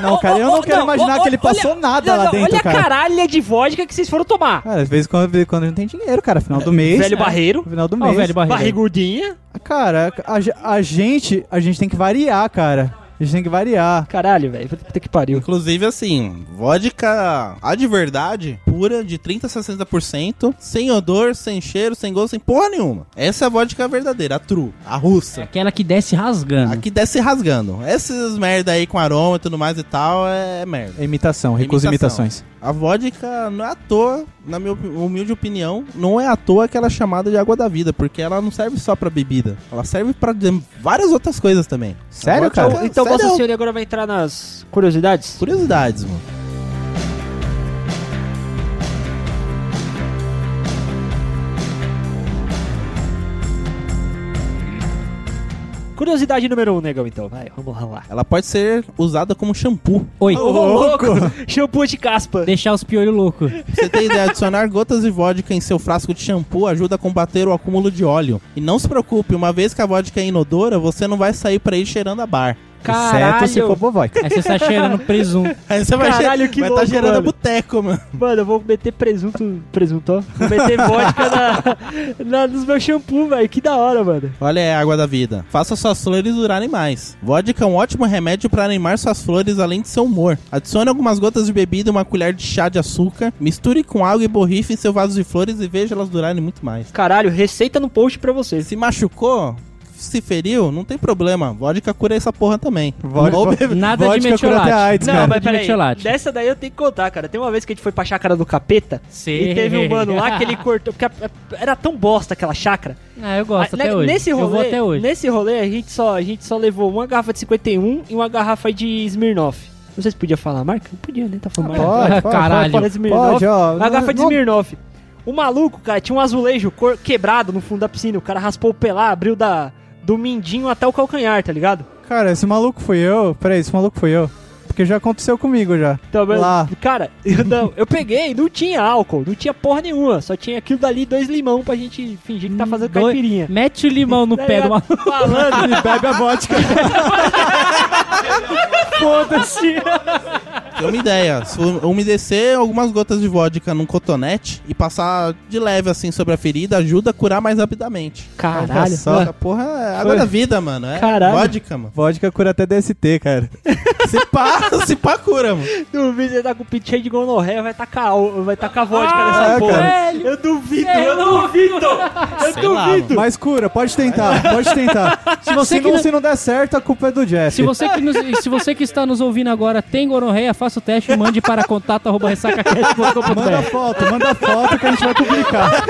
[SPEAKER 1] Não, cara, eu
[SPEAKER 3] Ô, ô,
[SPEAKER 1] não
[SPEAKER 3] ô,
[SPEAKER 1] quero imaginar
[SPEAKER 3] ô,
[SPEAKER 1] que ele
[SPEAKER 3] olha-
[SPEAKER 1] passou nada
[SPEAKER 3] não,
[SPEAKER 1] lá
[SPEAKER 3] não,
[SPEAKER 1] dentro,
[SPEAKER 3] Olha a
[SPEAKER 1] cara.
[SPEAKER 3] caralha de vodka que vocês foram tomar.
[SPEAKER 1] Cara, às vezes quando, quando não tem dinheiro, cara, final do mês.
[SPEAKER 3] Velho barreiro,
[SPEAKER 1] Final do
[SPEAKER 5] Ó,
[SPEAKER 1] mês.
[SPEAKER 5] o velho barriga.
[SPEAKER 3] barrigudinha.
[SPEAKER 1] Cara, a, ge- a gente, a gente tem que variar, cara. A gente tem que variar.
[SPEAKER 3] Caralho, velho. Puta que pariu.
[SPEAKER 2] Inclusive, assim, vodka a de verdade, pura, de 30% a 60%, sem odor, sem cheiro, sem gosto, sem porra nenhuma. Essa é a vodka verdadeira, a true, a russa.
[SPEAKER 5] Aquela que desce rasgando.
[SPEAKER 2] A que desce rasgando. Essas merda aí com aroma e tudo mais e tal, é merda.
[SPEAKER 1] É imitação, recusa
[SPEAKER 2] Imitação.
[SPEAKER 1] imitações.
[SPEAKER 2] A vodka não é à toa, na minha opi- humilde opinião, não é à toa que ela é chamada de água da vida, porque ela não serve só pra bebida, ela serve pra de- várias outras coisas também.
[SPEAKER 1] Sério,
[SPEAKER 2] A vodka- é
[SPEAKER 1] cara?
[SPEAKER 3] Então,
[SPEAKER 2] sério,
[SPEAKER 3] Vossa Senhoria agora vai entrar nas curiosidades?
[SPEAKER 2] Curiosidades, mano.
[SPEAKER 3] Curiosidade número um, negão, então. Vai, vamos lá.
[SPEAKER 2] Ela pode ser usada como shampoo.
[SPEAKER 5] Oi.
[SPEAKER 3] louco! Shampoo de caspa.
[SPEAKER 5] Deixar os piolhos loucos.
[SPEAKER 2] Pra você tem ideia, adicionar gotas de vodka em seu frasco de shampoo ajuda a combater o acúmulo de óleo. E não se preocupe, uma vez que a vodka é inodora, você não vai sair pra ir cheirando a bar.
[SPEAKER 1] Exceto se for
[SPEAKER 3] Caralho,
[SPEAKER 1] Bovoi.
[SPEAKER 5] Aí você tá cheirando presunto.
[SPEAKER 2] Aí você vai
[SPEAKER 3] Caralho,
[SPEAKER 2] cheir-
[SPEAKER 3] que
[SPEAKER 2] vai
[SPEAKER 3] louco,
[SPEAKER 2] tá cheirando a
[SPEAKER 3] mano.
[SPEAKER 2] boteco, mano.
[SPEAKER 3] mano, eu vou meter presunto, presunto, ó. Vou meter vodka na, na- nos meus shampoo, velho. Que da hora, mano.
[SPEAKER 2] Olha aí a água da vida. Faça suas flores durarem mais. Vodka é um ótimo remédio para animar suas flores, além de seu humor. Adicione algumas gotas de bebida e uma colher de chá de açúcar. Misture com água e borrife em seu vaso de flores e veja elas durarem muito mais.
[SPEAKER 3] Caralho, receita no post pra vocês.
[SPEAKER 2] Se machucou, se feriu, não tem problema. Vodka cura essa porra também.
[SPEAKER 1] Vodka-
[SPEAKER 2] Ou bebe-
[SPEAKER 5] Nada de
[SPEAKER 1] Vodka cura até
[SPEAKER 5] metiolate.
[SPEAKER 1] AIDS,
[SPEAKER 3] Não,
[SPEAKER 1] cara.
[SPEAKER 3] mas
[SPEAKER 5] de
[SPEAKER 3] peraí,
[SPEAKER 5] metiolate.
[SPEAKER 3] dessa daí eu tenho que contar, cara. Tem uma vez que a gente foi pra chácara do capeta
[SPEAKER 5] É.
[SPEAKER 3] e teve um mano lá que ele cortou. Porque a- a- era tão bosta aquela chácara.
[SPEAKER 5] Ah, eu gosto
[SPEAKER 3] Ah,
[SPEAKER 5] até
[SPEAKER 3] ne-
[SPEAKER 5] hoje.
[SPEAKER 3] Nesse rolê,
[SPEAKER 5] Eu vou até hoje.
[SPEAKER 3] Nesse rolê a gente, só, a gente só levou uma garrafa de 51 e uma garrafa de Smirnoff. Não sei se podia falar a marca? Não podia, né? Tá falando marca.
[SPEAKER 1] Ah, Pode, pode,
[SPEAKER 5] Caralho.
[SPEAKER 1] pode,
[SPEAKER 3] Parece Smirnoff.
[SPEAKER 1] Pode, ó.
[SPEAKER 3] Uma garrafa de
[SPEAKER 1] Não-
[SPEAKER 3] Smirnoff. O maluco, cara, tinha um azulejo cor- quebrado no fundo da piscina. O cara raspou o pelar, abriu da, do mindinho até o calcanhar, tá ligado?
[SPEAKER 1] Cara, esse maluco fui eu. Peraí, esse maluco fui eu. Porque já aconteceu comigo já.
[SPEAKER 3] Então, mas-
[SPEAKER 1] Lá.
[SPEAKER 3] Cara, eu, não, eu peguei, não tinha álcool, não tinha porra nenhuma. Só tinha aquilo dali, dois limão pra gente fingir que tá fazendo
[SPEAKER 5] Dois-
[SPEAKER 3] caipirinha.
[SPEAKER 5] Mete o limão no
[SPEAKER 3] Tá
[SPEAKER 5] pé do
[SPEAKER 3] ligado?
[SPEAKER 5] maluco.
[SPEAKER 3] Falando,
[SPEAKER 1] E bebe a vodka.
[SPEAKER 3] foda-se.
[SPEAKER 2] Tem uma ideia. Se um- umedecer algumas gotas de vodka num cotonete e passar de leve assim sobre a ferida ajuda a curar mais rapidamente.
[SPEAKER 3] Caralho.
[SPEAKER 1] só.
[SPEAKER 2] Essa porra é água
[SPEAKER 3] Foi.
[SPEAKER 2] da vida, mano. É
[SPEAKER 3] Caralho.
[SPEAKER 2] vodka, mano.
[SPEAKER 1] Vodka cura até DST, cara.
[SPEAKER 2] Se pá, se pá cura, mano.
[SPEAKER 3] Duvido você tá com o pinto cheio de gonorreia, vai tacar, o- vai tacar vodka nessa
[SPEAKER 1] é,
[SPEAKER 3] porra.
[SPEAKER 1] cara.
[SPEAKER 3] Eu duvido,
[SPEAKER 5] É,
[SPEAKER 3] eu duvido. Eu
[SPEAKER 2] Sei lá,
[SPEAKER 3] duvido.
[SPEAKER 1] Mas cura, pode tentar, pode tentar. Se,
[SPEAKER 5] você que
[SPEAKER 1] não,
[SPEAKER 5] não-
[SPEAKER 1] se não der certo, a culpa é do Jeff.
[SPEAKER 5] Se você, que nos- se você que está nos ouvindo agora tem gonorreia, faça o teste e mande para contato arroba
[SPEAKER 1] Manda
[SPEAKER 5] ressacacast.com.br.
[SPEAKER 1] foto, manda foto que a gente vai publicar.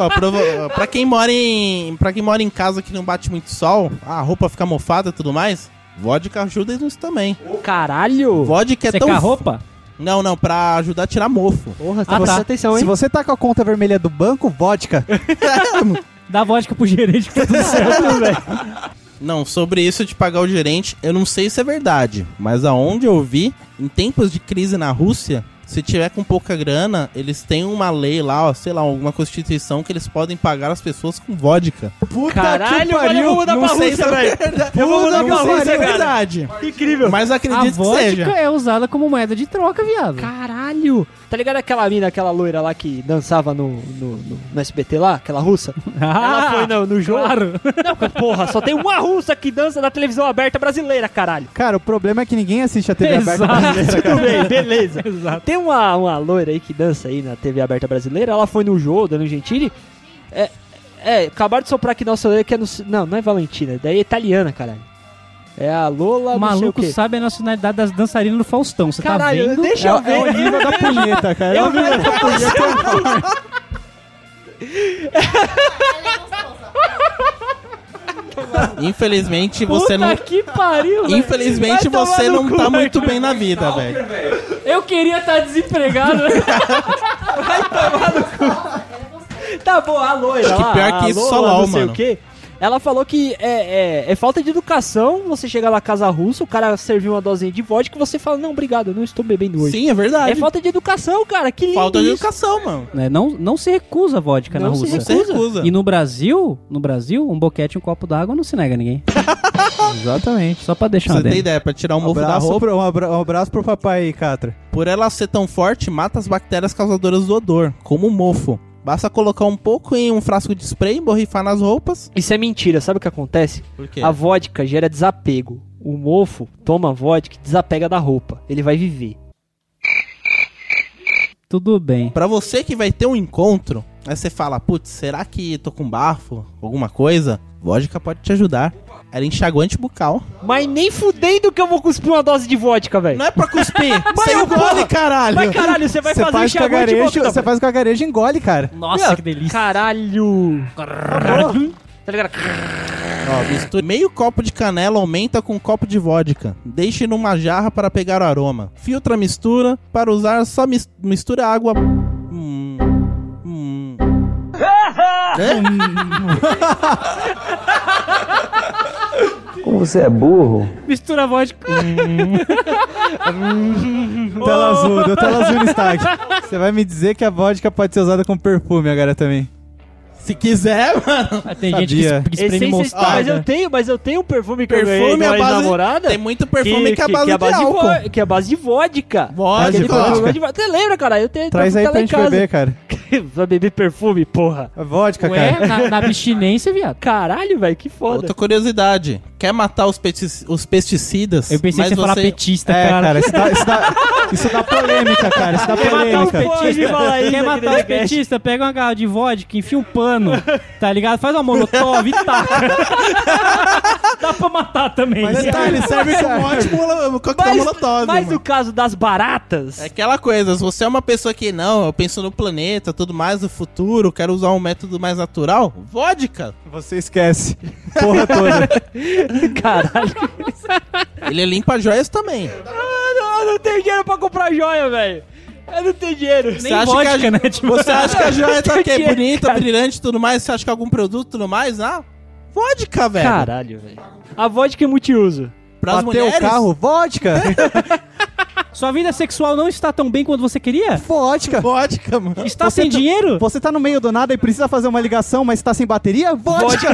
[SPEAKER 2] Ó, provo- pra, quem mora em, pra quem mora em casa que não bate muito sol, a roupa fica mofada e tudo mais, vodka ajuda nisso também.
[SPEAKER 3] Caralho.
[SPEAKER 2] Vodka é
[SPEAKER 5] Secar
[SPEAKER 2] tão...
[SPEAKER 5] a roupa?
[SPEAKER 2] Não, não, pra ajudar a tirar mofo.
[SPEAKER 3] Porra, você
[SPEAKER 5] Ah,
[SPEAKER 3] tá prestando
[SPEAKER 5] tá.
[SPEAKER 3] atenção,
[SPEAKER 1] Se
[SPEAKER 3] hein?
[SPEAKER 1] você tá com a conta vermelha do banco, vodka.
[SPEAKER 5] Dá vodka pro gerente que tá tudo certo, velho.
[SPEAKER 2] Não, sobre isso de pagar o gerente, eu não sei se é verdade, mas aonde eu vi, em tempos de crise na Rússia, se tiver com pouca grana, eles têm uma lei lá, ó, sei lá, alguma constituição que eles podem pagar as pessoas com vodka.
[SPEAKER 1] Puta
[SPEAKER 3] Caralho, mano, eu vou mudar pra Rússia,
[SPEAKER 1] é
[SPEAKER 3] velho. Eu vou mudar pra
[SPEAKER 1] não sei se
[SPEAKER 3] Rússia,
[SPEAKER 1] é
[SPEAKER 3] cara.
[SPEAKER 2] verdade.
[SPEAKER 3] Incrível.
[SPEAKER 2] Mas
[SPEAKER 5] A
[SPEAKER 2] acredito que
[SPEAKER 5] vodka
[SPEAKER 2] seja.
[SPEAKER 5] é usada como moeda de troca, viado.
[SPEAKER 3] Caralho. Tá ligado aquela mina, aquela loira lá que dançava no, no, no- no SBT lá? Aquela russa? Ela foi no, no jogo.
[SPEAKER 5] Claro.
[SPEAKER 3] Não, porra, só tem uma russa que dança na televisão aberta brasileira, caralho.
[SPEAKER 1] Cara, o problema é que ninguém assiste a TV aberta
[SPEAKER 5] Exato.
[SPEAKER 1] brasileira.
[SPEAKER 3] Tudo bem, beleza.
[SPEAKER 5] Exato.
[SPEAKER 3] Tem uma, uma loira aí que dança aí na TV aberta brasileira, ela foi no jogo, dando Gentili. É, é, acabaram de soprar aqui nossa loira que é no. Não, não é Valentina, daí é italiana, caralho. É a Lola
[SPEAKER 5] O
[SPEAKER 3] não sei o
[SPEAKER 5] maluco
[SPEAKER 3] quê.
[SPEAKER 5] sabe a nacionalidade das dançarinas do Faustão. Você tá
[SPEAKER 3] Caralho,
[SPEAKER 2] É,
[SPEAKER 5] vendo?
[SPEAKER 3] deixa eu ver.
[SPEAKER 1] É o nível da punheta, cara. É o nível da punheta.
[SPEAKER 2] Infelizmente você não.
[SPEAKER 3] que pariu, velho.
[SPEAKER 2] Infelizmente
[SPEAKER 3] Vai tomar
[SPEAKER 2] você
[SPEAKER 3] no
[SPEAKER 2] não
[SPEAKER 3] cu,
[SPEAKER 2] tá
[SPEAKER 3] velho.
[SPEAKER 2] muito bem na vida, velho.
[SPEAKER 3] Eu queria estar desempregado. Vai tomar no cu. Tá bom, a loira
[SPEAKER 2] Acho que
[SPEAKER 3] lá,
[SPEAKER 2] pior
[SPEAKER 3] a
[SPEAKER 2] que isso,
[SPEAKER 3] Lola,
[SPEAKER 2] só lá,
[SPEAKER 3] não sei
[SPEAKER 2] mano.
[SPEAKER 3] o quê. Ela falou que é, é- é falta de educação você chegar lá casa russa, o cara serviu uma dosinha de vodka e você fala, não, obrigado, eu não estou bebendo hoje.
[SPEAKER 2] Sim, é verdade.
[SPEAKER 3] É falta de educação, cara, que lindo
[SPEAKER 2] Falta de
[SPEAKER 3] isso.
[SPEAKER 2] educação, mano.
[SPEAKER 5] Né? Não, não se recusa a vodka
[SPEAKER 3] Não
[SPEAKER 5] na
[SPEAKER 3] se
[SPEAKER 5] Rússia.
[SPEAKER 2] Você recusa.
[SPEAKER 5] E no Brasil, no Brasil, um boquete e um copo d'água não se nega a ninguém.
[SPEAKER 1] Exatamente.
[SPEAKER 5] Só pra deixar
[SPEAKER 2] Você
[SPEAKER 5] uma
[SPEAKER 2] tem
[SPEAKER 5] dentro.
[SPEAKER 2] ideia, pra tirar o
[SPEAKER 1] Um
[SPEAKER 2] mofo da
[SPEAKER 1] abraço,
[SPEAKER 2] roupa.
[SPEAKER 1] pro, um, abra- um abraço pro papai aí, Catra.
[SPEAKER 2] Por ela ser tão forte, mata as bactérias causadoras do odor, como o mofo. Basta colocar um pouco em um frasco de spray e borrifar nas roupas.
[SPEAKER 3] Isso é mentira, sabe o que acontece?
[SPEAKER 2] Por quê?
[SPEAKER 3] A vodka gera desapego. O mofo toma vodka e desapega da roupa. Ele vai viver.
[SPEAKER 5] Tudo bem.
[SPEAKER 2] Pra você que vai ter um encontro, aí você fala, putz, será que tô com bafo? Alguma coisa? Vodka pode te ajudar. Era enxaguante bucal.
[SPEAKER 3] Mas nem fudendo que eu vou cuspir uma dose de vodka, velho.
[SPEAKER 2] Não é pra cuspir,
[SPEAKER 3] Mas
[SPEAKER 2] você
[SPEAKER 3] eu
[SPEAKER 2] engole,
[SPEAKER 3] porra.
[SPEAKER 2] caralho.
[SPEAKER 3] Mas caralho, você vai
[SPEAKER 1] Você faz,
[SPEAKER 3] fazer
[SPEAKER 1] com a
[SPEAKER 3] enxaguante de
[SPEAKER 1] garejo,
[SPEAKER 3] boca,
[SPEAKER 1] você faz com a garejo e engole, cara.
[SPEAKER 5] Nossa, que delícia.
[SPEAKER 3] Caralho. Caralho. Tá ligado?
[SPEAKER 2] Ó, misture meio copo de canela aumenta com um copo de vodka. Deixe numa jarra para pegar o aroma. Filtra a mistura. Para usar, só mis- mistura água. Hum. Hum. Hã?
[SPEAKER 5] Mistura vodka.
[SPEAKER 1] Tela azul, deu tela azul no estádio. Você vai me dizer que a vodka pode ser usada como perfume agora também.
[SPEAKER 2] Se quiser, mano.
[SPEAKER 5] Ah, tem
[SPEAKER 1] Sabia.
[SPEAKER 5] gente que es- que espreme
[SPEAKER 3] Essência está, mas eu
[SPEAKER 5] mostarda.
[SPEAKER 3] tenho, mas eu tenho um perfume que eu
[SPEAKER 2] Perfume
[SPEAKER 3] ganhei
[SPEAKER 2] é
[SPEAKER 3] de uma
[SPEAKER 2] base.
[SPEAKER 3] namorada.
[SPEAKER 2] Tem muito perfume que, é a base de
[SPEAKER 3] de vo-
[SPEAKER 2] álcool.
[SPEAKER 3] que é a base de vodka.
[SPEAKER 2] Vodka.
[SPEAKER 3] Aquele
[SPEAKER 1] Vodka.
[SPEAKER 3] perfume de vodka. Você lembra, cara? Eu tenho
[SPEAKER 1] Traz
[SPEAKER 3] tá
[SPEAKER 1] aí
[SPEAKER 3] lá
[SPEAKER 1] pra
[SPEAKER 3] em
[SPEAKER 1] gente
[SPEAKER 3] casa.
[SPEAKER 1] beber, cara.
[SPEAKER 3] Vai beber perfume, porra.
[SPEAKER 1] A vodka,
[SPEAKER 5] Ué,
[SPEAKER 1] cara.
[SPEAKER 5] na, na abstinência, viado.
[SPEAKER 3] Caralho, velho, que foda.
[SPEAKER 2] Outra curiosidade. Quer matar os, pesti- os pesticidas?
[SPEAKER 5] Eu pensei
[SPEAKER 2] mas
[SPEAKER 5] que você ia falar
[SPEAKER 2] você-
[SPEAKER 5] petista,
[SPEAKER 1] É,
[SPEAKER 5] cara.
[SPEAKER 1] cara, isso dá, isso dá- isso dá polêmica, cara. Isso dá
[SPEAKER 3] Quer matar um
[SPEAKER 1] polêmica.
[SPEAKER 3] pouco? Pode falar isso
[SPEAKER 5] Quer
[SPEAKER 3] aqui
[SPEAKER 5] matar
[SPEAKER 3] nesse
[SPEAKER 5] os
[SPEAKER 3] cast.
[SPEAKER 5] petistas? Pega uma garrafa de vodka, enfia um pano, tá ligado? Faz uma molotov e taca. Dá pra matar também.
[SPEAKER 1] Mas tá, ele serve
[SPEAKER 2] Um
[SPEAKER 1] como ótimo.
[SPEAKER 2] ótimo mo- coquetel
[SPEAKER 3] Mas,
[SPEAKER 2] tá molotov,
[SPEAKER 3] mas
[SPEAKER 2] mano.
[SPEAKER 3] o caso das baratas.
[SPEAKER 2] É aquela coisa, se você é uma pessoa que não, eu penso no planeta, tudo mais, no futuro, quero usar um método mais natural, vodka.
[SPEAKER 1] Você esquece. Porra toda.
[SPEAKER 3] Caralho.
[SPEAKER 2] Ele é limpa joias também.
[SPEAKER 3] Eu não, eu não tenho dinheiro pra comprar joia, velho. Eu não tenho dinheiro.
[SPEAKER 5] Nem vodka,
[SPEAKER 2] que a,
[SPEAKER 5] né? Tipo,
[SPEAKER 2] Você acha que a joia tá aqui,
[SPEAKER 3] Dinheiro,
[SPEAKER 2] bonita,
[SPEAKER 3] cara.
[SPEAKER 2] brilhante, tudo mais, você acha que algum produto, tudo mais, ah, vodka, velho.
[SPEAKER 3] Caralho, velho. É. A vodka é multiuso.
[SPEAKER 2] Pras
[SPEAKER 1] Bateu o carro, vodka.
[SPEAKER 5] Sua vida sexual não está tão bem quanto você queria?
[SPEAKER 1] Vodka.
[SPEAKER 2] vodka, mano.
[SPEAKER 5] Está
[SPEAKER 1] Você
[SPEAKER 5] sem
[SPEAKER 1] tá-
[SPEAKER 5] dinheiro?
[SPEAKER 1] Você tá no meio do nada e precisa fazer uma ligação, mas tá sem bateria? Vodka.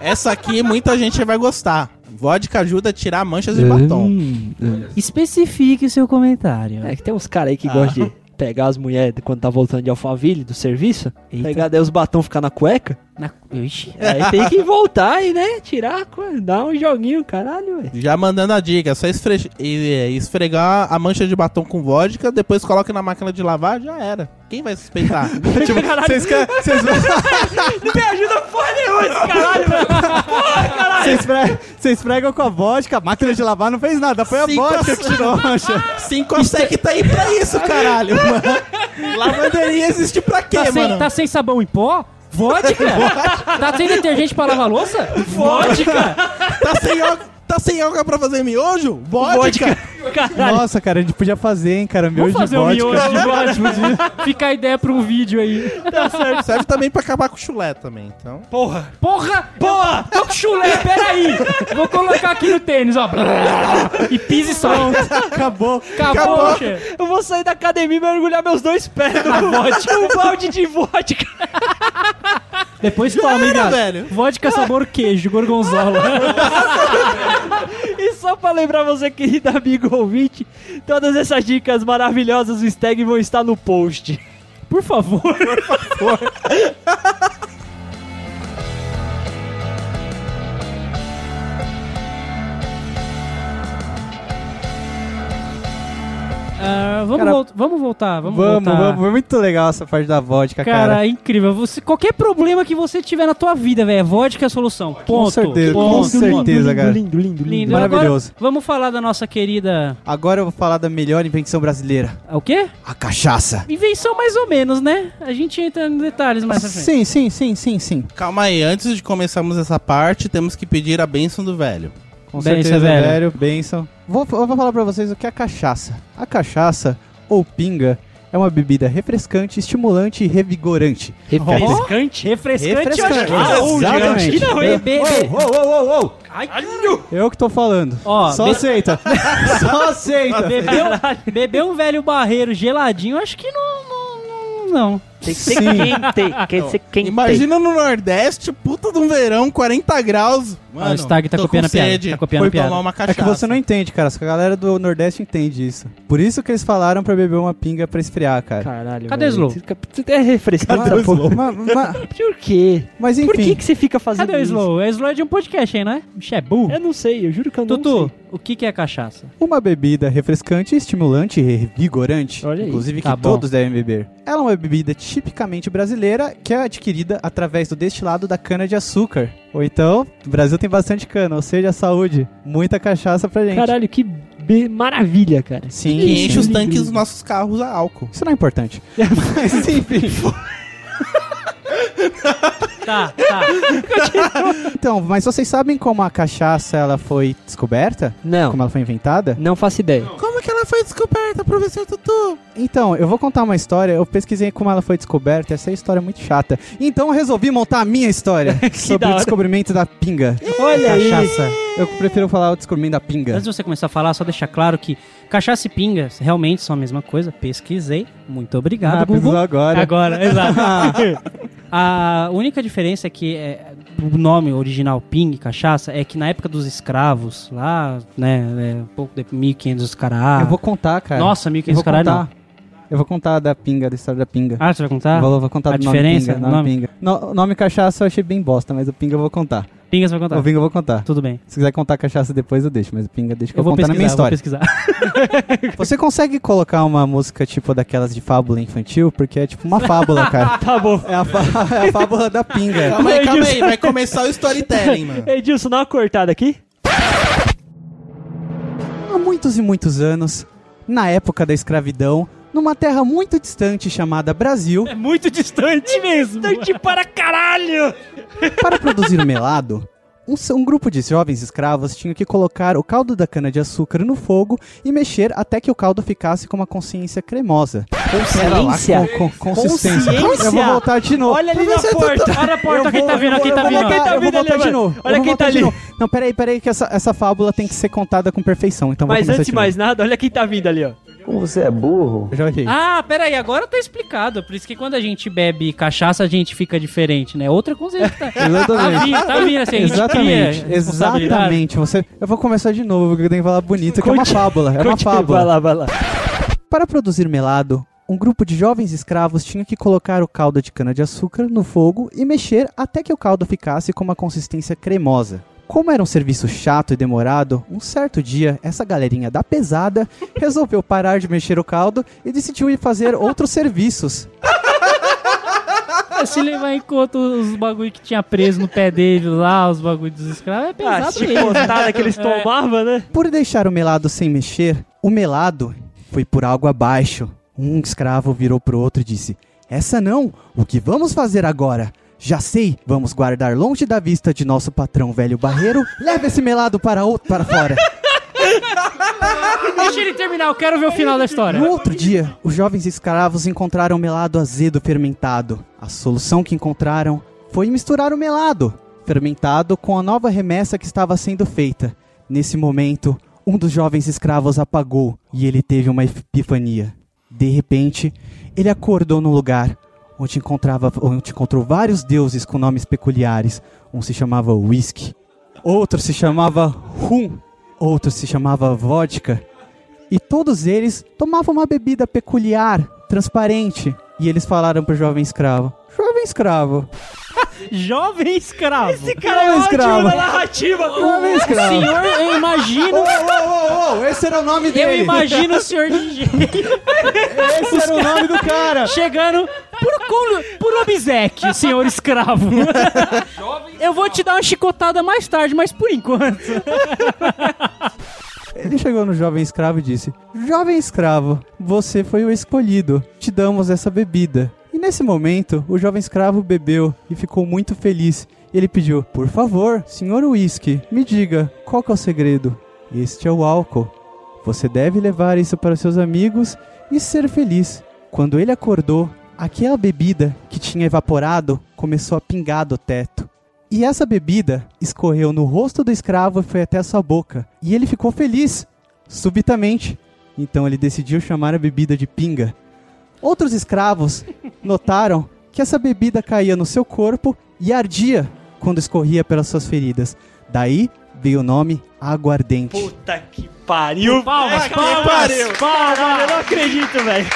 [SPEAKER 2] Essa aqui muita gente vai gostar. Vodka ajuda a tirar manchas
[SPEAKER 1] Hum.
[SPEAKER 2] de batom.
[SPEAKER 5] Especifique seu comentário.
[SPEAKER 3] É que tem uns caras aí que gostam de pegar as mulheres quando tá voltando de Alphaville, do serviço.
[SPEAKER 5] Eita.
[SPEAKER 3] Pegar, daí os batom ficar na cueca.
[SPEAKER 5] Na... Ixi.
[SPEAKER 3] Aí tem que voltar e, né, tirar, a cueca, dar um joguinho, caralho, velho.
[SPEAKER 2] Já mandando a dica, é só esfre- e- esfregar a mancha de batom com vodka, depois coloca na máquina de lavar, já era. Quem vai suspeitar?
[SPEAKER 1] Tipo, vocês querem- vocês vão-
[SPEAKER 3] Não me ajuda porra nenhuma esse caralho, velho.
[SPEAKER 1] Você esfrega, você esfrega com a vodka, a máquina de lavar não fez nada, foi a
[SPEAKER 2] Sim,
[SPEAKER 1] vodka
[SPEAKER 2] com-
[SPEAKER 1] que tirou a mancha.
[SPEAKER 2] Sim, consegue tá aí pra isso, caralho, mano. Lavanderia existe pra quê,
[SPEAKER 5] Tá sem,
[SPEAKER 2] mano?
[SPEAKER 5] tá sem sabão em pó? Vodka? tá sem detergente pra lavar louça? Vodka?
[SPEAKER 2] Tá sem yoga, tá sem yoga pra fazer miojo? Vodka.
[SPEAKER 3] Caralho.
[SPEAKER 1] Nossa, cara, a gente podia fazer, hein, cara, miojo
[SPEAKER 5] Vamos fazer
[SPEAKER 1] de
[SPEAKER 5] um
[SPEAKER 1] vodka.
[SPEAKER 5] miojo de vodka. Fica a ideia pra um vídeo aí.
[SPEAKER 2] Serve também pra acabar com o chulé também, então.
[SPEAKER 3] Porra.
[SPEAKER 5] Porra! Porra! Tô com chulé, peraí! Vou colocar aqui no tênis, ó. E pisa e solta.
[SPEAKER 1] Acabou.
[SPEAKER 5] Acabou,
[SPEAKER 2] Acabou.
[SPEAKER 5] chefe.
[SPEAKER 3] Eu vou sair da academia e mergulhar meus dois pés no vodka. Um balde de vodka.
[SPEAKER 5] Depois toma, hein,
[SPEAKER 2] era,
[SPEAKER 5] viado?
[SPEAKER 2] velho.
[SPEAKER 5] Vodka sabor queijo, gorgonzola.
[SPEAKER 3] E só pra lembrar você, querido amigo ouvinte, todas essas dicas maravilhosas do Stag vão estar no post.
[SPEAKER 5] Por favor. Ah, vamos,
[SPEAKER 1] Cara,
[SPEAKER 5] volt- vamos voltar, vamos,
[SPEAKER 1] Vamos,
[SPEAKER 5] voltar.
[SPEAKER 1] vamos. É muito legal essa parte da vodka,
[SPEAKER 5] Cara,
[SPEAKER 1] cara.
[SPEAKER 5] é incrível. Você, qualquer problema que você tiver na tua vida, velho, vodka é a solução. Ponto.
[SPEAKER 1] certeza, com
[SPEAKER 5] ponto,
[SPEAKER 1] certeza. cara.
[SPEAKER 3] Lindo, lindo, lindo.
[SPEAKER 5] Lindo.
[SPEAKER 3] lindo.
[SPEAKER 1] Maravilhoso.
[SPEAKER 5] Agora, vamos falar da nossa querida.
[SPEAKER 1] Agora eu vou falar da melhor invenção brasileira.
[SPEAKER 5] O quê?
[SPEAKER 1] A cachaça.
[SPEAKER 5] Invenção mais ou menos, né? A gente entra em detalhes mais pra frente.
[SPEAKER 1] Sim, sim, sim, sim, sim.
[SPEAKER 2] Calma aí, antes de começarmos essa parte, temos que pedir a bênção do velho.
[SPEAKER 1] Com
[SPEAKER 5] Benção,
[SPEAKER 1] certeza,
[SPEAKER 5] velho.
[SPEAKER 1] velho. Benção. Vou, eu vou falar pra vocês o que é a cachaça. A cachaça, ou pinga, é uma bebida refrescante, estimulante e revigorante.
[SPEAKER 3] Refrescante.
[SPEAKER 5] Refrescante,
[SPEAKER 1] Refrescante.
[SPEAKER 5] eu acho que-
[SPEAKER 3] Ah, onde, cara?
[SPEAKER 1] Exatamente.
[SPEAKER 3] Esquina ruim.
[SPEAKER 5] Bebê.
[SPEAKER 3] Ai,
[SPEAKER 1] Eu que tô falando.
[SPEAKER 5] Ó,
[SPEAKER 1] Só
[SPEAKER 5] be-
[SPEAKER 1] aceita. Só aceita.
[SPEAKER 5] Bebeu, bebeu um velho barreiro geladinho, acho que não. não- não- não.
[SPEAKER 7] Tem que ser
[SPEAKER 1] Sim.
[SPEAKER 7] quente. Tem que ser quente.
[SPEAKER 2] Imagina no Nordeste, puta de um verão, 40 graus.
[SPEAKER 5] Ah, o Stag tá
[SPEAKER 2] tô
[SPEAKER 5] copiando
[SPEAKER 2] com
[SPEAKER 5] a piada,
[SPEAKER 2] sede.
[SPEAKER 5] tá copiando
[SPEAKER 2] Foi
[SPEAKER 5] a piada.
[SPEAKER 2] tomar uma
[SPEAKER 1] É
[SPEAKER 2] cachaça.
[SPEAKER 1] que você não entende, cara. Só que a galera do Nordeste entende isso. Por isso que eles falaram pra beber uma pinga pra esfriar, cara.
[SPEAKER 3] Caralho.
[SPEAKER 5] Cadê
[SPEAKER 3] velho.
[SPEAKER 5] Slow?
[SPEAKER 3] Você fica- Você é refrescante.
[SPEAKER 1] Cara, pô, ma- ma-
[SPEAKER 3] Por quê?
[SPEAKER 1] mas enfim.
[SPEAKER 3] Por que, que você fica fazendo
[SPEAKER 5] Cadê o
[SPEAKER 3] isso?
[SPEAKER 5] Slow? O Slow é de um podcast aí, não é? Bicho, é burro.
[SPEAKER 3] Eu não sei, eu juro que eu não
[SPEAKER 5] Tutu,
[SPEAKER 3] sei.
[SPEAKER 5] o que, que é cachaça?
[SPEAKER 1] Uma bebida refrescante, estimulante e revigorante,
[SPEAKER 3] Olha aí.
[SPEAKER 1] inclusive que
[SPEAKER 5] Tá bom.
[SPEAKER 1] todos devem beber. Ela é uma bebida tipicamente brasileira que é adquirida através do destilado da cana-de-açúcar. Ou então, o Brasil tem bastante cana, ou seja, saúde. Muita cachaça pra gente.
[SPEAKER 3] Caralho, que be- maravilha, cara.
[SPEAKER 1] Sim,
[SPEAKER 2] Que
[SPEAKER 1] sim.
[SPEAKER 2] enche os tanques dos nossos carros a álcool.
[SPEAKER 1] Isso não é importante. Mas enfim.
[SPEAKER 5] Tá, tá.
[SPEAKER 1] Então, mas vocês sabem como a cachaça ela foi descoberta?
[SPEAKER 3] Não,
[SPEAKER 1] Como ela foi inventada?
[SPEAKER 3] não faço ideia.
[SPEAKER 2] Como que ela foi descoberta, professor Tutu?
[SPEAKER 1] Então, eu vou contar uma história. Eu pesquisei como ela foi descoberta. Essa é uma história muito chata. Então, eu resolvi montar a minha história sobre
[SPEAKER 3] da
[SPEAKER 1] o
[SPEAKER 3] hora.
[SPEAKER 1] descobrimento da pinga.
[SPEAKER 3] Olha aí.
[SPEAKER 1] cachaça. Eu prefiro falar o descobrimento da pinga.
[SPEAKER 5] Antes de você começar a falar, só deixar claro que cachaça e pinga realmente são a mesma coisa. Pesquisei. Muito obrigado,
[SPEAKER 1] Ah,
[SPEAKER 5] Google.
[SPEAKER 1] precisou agora.
[SPEAKER 5] Agora, exato. a única diferença é que é, o nome original Ping, cachaça, é que na época dos escravos, lá, né, é, um pouco de 1500 cará.
[SPEAKER 1] Eu vou contar, cara.
[SPEAKER 5] Nossa,
[SPEAKER 1] eu
[SPEAKER 5] 1500
[SPEAKER 1] vou
[SPEAKER 5] cará
[SPEAKER 1] contar.
[SPEAKER 5] não.
[SPEAKER 1] Eu vou contar da pinga, da história da pinga.
[SPEAKER 5] Ah, você vai contar?
[SPEAKER 1] Eu vou, vou contar
[SPEAKER 5] a
[SPEAKER 1] do nome
[SPEAKER 5] diferença
[SPEAKER 1] pinga.
[SPEAKER 5] do
[SPEAKER 1] Nome
[SPEAKER 5] nome?
[SPEAKER 1] pinga. No- o nome cachaça eu achei bem bosta, mas o pinga eu vou contar.
[SPEAKER 5] Pinga você vai contar.
[SPEAKER 1] O pinga eu vou contar.
[SPEAKER 5] Tudo bem.
[SPEAKER 1] Se quiser contar cachaça depois eu deixo, mas o pinga deixa que eu,
[SPEAKER 5] Eu vou
[SPEAKER 1] contar
[SPEAKER 5] pesquisar,
[SPEAKER 1] na minha
[SPEAKER 5] eu vou
[SPEAKER 1] história.
[SPEAKER 5] pesquisar.
[SPEAKER 1] Você consegue colocar uma música tipo daquelas de fábula infantil? Porque é tipo uma fábula, cara.
[SPEAKER 3] Tá bom.
[SPEAKER 1] É a, fá- é a fábula da pinga.
[SPEAKER 2] Calma aí, calma
[SPEAKER 3] Edilson.
[SPEAKER 2] aí. Vai começar o storytelling, mano.
[SPEAKER 3] É, Edilson, dá uma cortada aqui.
[SPEAKER 1] Há muitos e muitos anos, na época da escravidão, numa terra muito distante chamada Brasil,
[SPEAKER 5] É muito distante mesmo.
[SPEAKER 3] Dante para caralho!
[SPEAKER 1] para produzir o melado, um, s- um grupo de jovens escravos tinha que colocar o caldo da cana-de-açúcar no fogo e mexer até que o caldo ficasse com uma consciência cremosa.
[SPEAKER 3] Consciência.
[SPEAKER 1] Com, com- consistência.
[SPEAKER 3] Consciência.
[SPEAKER 1] Eu vou voltar de novo.
[SPEAKER 3] Olha ali na
[SPEAKER 1] Professor, eu tô-
[SPEAKER 3] porta.
[SPEAKER 5] Olha a porta, quem tá vindo, quem tá
[SPEAKER 1] Eu vou
[SPEAKER 5] vindo.
[SPEAKER 1] voltar,
[SPEAKER 3] tá
[SPEAKER 1] eu vou
[SPEAKER 3] vindo ali
[SPEAKER 1] voltar de
[SPEAKER 3] agora?
[SPEAKER 1] novo.
[SPEAKER 3] Olha
[SPEAKER 1] Eu vou
[SPEAKER 3] quem
[SPEAKER 1] voltar
[SPEAKER 3] tá
[SPEAKER 1] de
[SPEAKER 3] ali.
[SPEAKER 1] novo. Não, peraí, peraí, que essa, essa fábula tem que ser contada com perfeição. Então vou
[SPEAKER 3] Mas
[SPEAKER 1] começar
[SPEAKER 3] antes de
[SPEAKER 1] novo.
[SPEAKER 3] mais nada, olha quem tá vindo ali, ó.
[SPEAKER 1] Eu já olhei.
[SPEAKER 5] Ah, peraí, agora tá explicado. Por isso que quando a gente bebe cachaça, a gente fica diferente, né? Outra coisa que tá. Tá
[SPEAKER 1] Exatamente.
[SPEAKER 5] vindo, tá vindo assim. a gente
[SPEAKER 1] Exatamente,
[SPEAKER 5] cria responsabilidade.
[SPEAKER 1] exatamente. Você, eu vou começar de novo, porque eu tenho que falar bonito, que é uma
[SPEAKER 3] Conte-
[SPEAKER 1] fábula. É uma
[SPEAKER 3] Continua, Vai
[SPEAKER 1] fábula.
[SPEAKER 3] lá, vai lá.
[SPEAKER 1] Para produzir melado, um grupo de jovens escravos tinha que colocar o caldo de cana-de-açúcar no fogo e mexer até que o caldo ficasse com uma consistência cremosa. Como era um serviço chato e demorado, um certo dia essa galerinha da pesada resolveu parar de mexer o caldo e decidiu ir fazer outros serviços.
[SPEAKER 5] Ah, Se levar em conta os bagulho que tinha preso no pé dele lá, os bagulho dos escravos, é
[SPEAKER 3] Ah,
[SPEAKER 5] pesado mesmo.
[SPEAKER 3] chicotada que eles tomavam, né?
[SPEAKER 1] Por deixar o melado sem mexer, o melado foi por algo abaixo. Um escravo virou pro outro e disse: Essa não, o que vamos fazer agora? Já sei, vamos guardar longe da vista de nosso patrão velho barreiro. Leva esse melado para, o- para fora.
[SPEAKER 5] Deixa ele terminar, eu quero ver o final da história.
[SPEAKER 1] No outro dia, os jovens escravos encontraram melado azedo fermentado. A solução que encontraram foi misturar o melado fermentado com a nova remessa que estava sendo feita. Nesse momento, um dos jovens escravos apagou e ele teve uma epifania. De repente, ele acordou num lugar onde, encontrava, onde encontrou vários deuses com nomes peculiares. Um se chamava Whisky, outro se chamava Rum, outro se chamava Vodka e todos eles tomavam uma bebida peculiar, transparente. E eles falaram pro jovem escravo: Jovem escravo,
[SPEAKER 5] Jovem escravo.
[SPEAKER 3] Cara, é
[SPEAKER 1] Homem
[SPEAKER 3] ótimo
[SPEAKER 1] escravo.
[SPEAKER 3] na narrativa.
[SPEAKER 5] é
[SPEAKER 1] Homem
[SPEAKER 5] O
[SPEAKER 1] escravo.
[SPEAKER 5] um senhor, eu
[SPEAKER 1] Ô, ô,
[SPEAKER 5] imagino.
[SPEAKER 1] ô, ô, ô, esse era o nome
[SPEAKER 5] Eu
[SPEAKER 1] dele.
[SPEAKER 5] imagino o senhor de engenheiro
[SPEAKER 1] Esse era o nome do cara.
[SPEAKER 5] chegando por, cul- por obseque, senhor escravo. Eu vou te dar uma chicotada mais tarde, mas por enquanto.
[SPEAKER 1] Ele chegou no jovem escravo e disse: Jovem escravo, você foi o escolhido. Te damos essa bebida. E nesse momento, o jovem escravo bebeu e ficou muito feliz. Ele pediu: Por favor, senhor uísque, me diga, qual que é o segredo? Este é o álcool. Você deve levar isso para seus amigos e ser feliz. Quando ele acordou, aquela bebida que tinha evaporado começou a pingar do teto. E essa bebida escorreu no rosto do escravo e foi até a sua boca. E ele ficou feliz, subitamente. Então ele decidiu chamar a bebida de pinga. Outros escravos notaram que essa bebida caía no seu corpo e ardia quando escorria pelas suas feridas. Daí veio o nome aguardente.
[SPEAKER 3] Puta que pariu.
[SPEAKER 5] Palmas,
[SPEAKER 3] velho.
[SPEAKER 5] palmas,
[SPEAKER 3] Cara, eu
[SPEAKER 5] palmas.
[SPEAKER 3] não acredito, velho.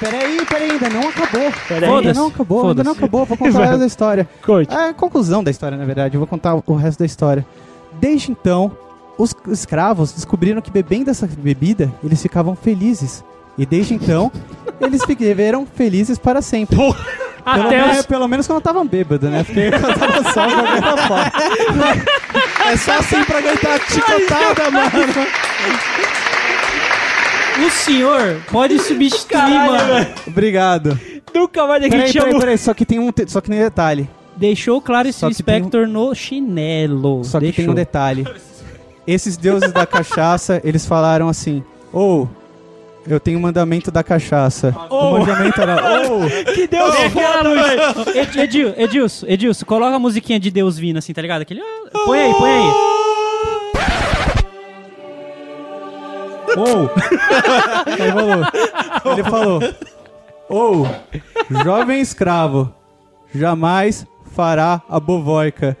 [SPEAKER 1] Peraí, peraí, ainda não acabou.
[SPEAKER 3] Peraí.
[SPEAKER 1] Ainda não acabou, ainda não
[SPEAKER 5] Foda-se.
[SPEAKER 1] acabou. Vou contar essa história.
[SPEAKER 3] Coach.
[SPEAKER 1] É a conclusão da história, na verdade. Eu vou contar o resto da história. Desde então, os escravos descobriram que bebendo essa bebida, eles ficavam felizes. E desde então, eles viveram felizes para sempre. Pelo,
[SPEAKER 5] Até
[SPEAKER 1] menos,
[SPEAKER 5] os...
[SPEAKER 1] pelo menos quando eu tava bêbado, né? Porque quando eu tava só jogando a fora.
[SPEAKER 2] É só assim pra aguentar a chicotada, mano.
[SPEAKER 5] O senhor pode substituir, mano.
[SPEAKER 1] Obrigado.
[SPEAKER 3] Nunca mais ninguém
[SPEAKER 1] Peraí,
[SPEAKER 3] te
[SPEAKER 1] peraí,
[SPEAKER 3] chamou.
[SPEAKER 1] peraí. Só que tem um, te- só que tem um detalhe.
[SPEAKER 5] Deixou o Clarice
[SPEAKER 1] Só que tem um
[SPEAKER 5] Spector no chinelo.
[SPEAKER 1] Só que
[SPEAKER 5] Deixou.
[SPEAKER 1] tem um detalhe. Esses deuses da cachaça, eles falaram assim: ou eu tenho o mandamento da cachaça. O mandamento era ou.
[SPEAKER 3] Que Deus
[SPEAKER 5] Aquela
[SPEAKER 3] foda, velho.
[SPEAKER 5] luz. Ed- Edil, Edilson, Edilson, coloca a musiquinha de Deus vindo assim, tá ligado? Aquele. ah, Põe aí, põe aí.
[SPEAKER 1] Ou. Ele falou. Ele falou. Ou, jovem escravo, jamais fará a bovoica,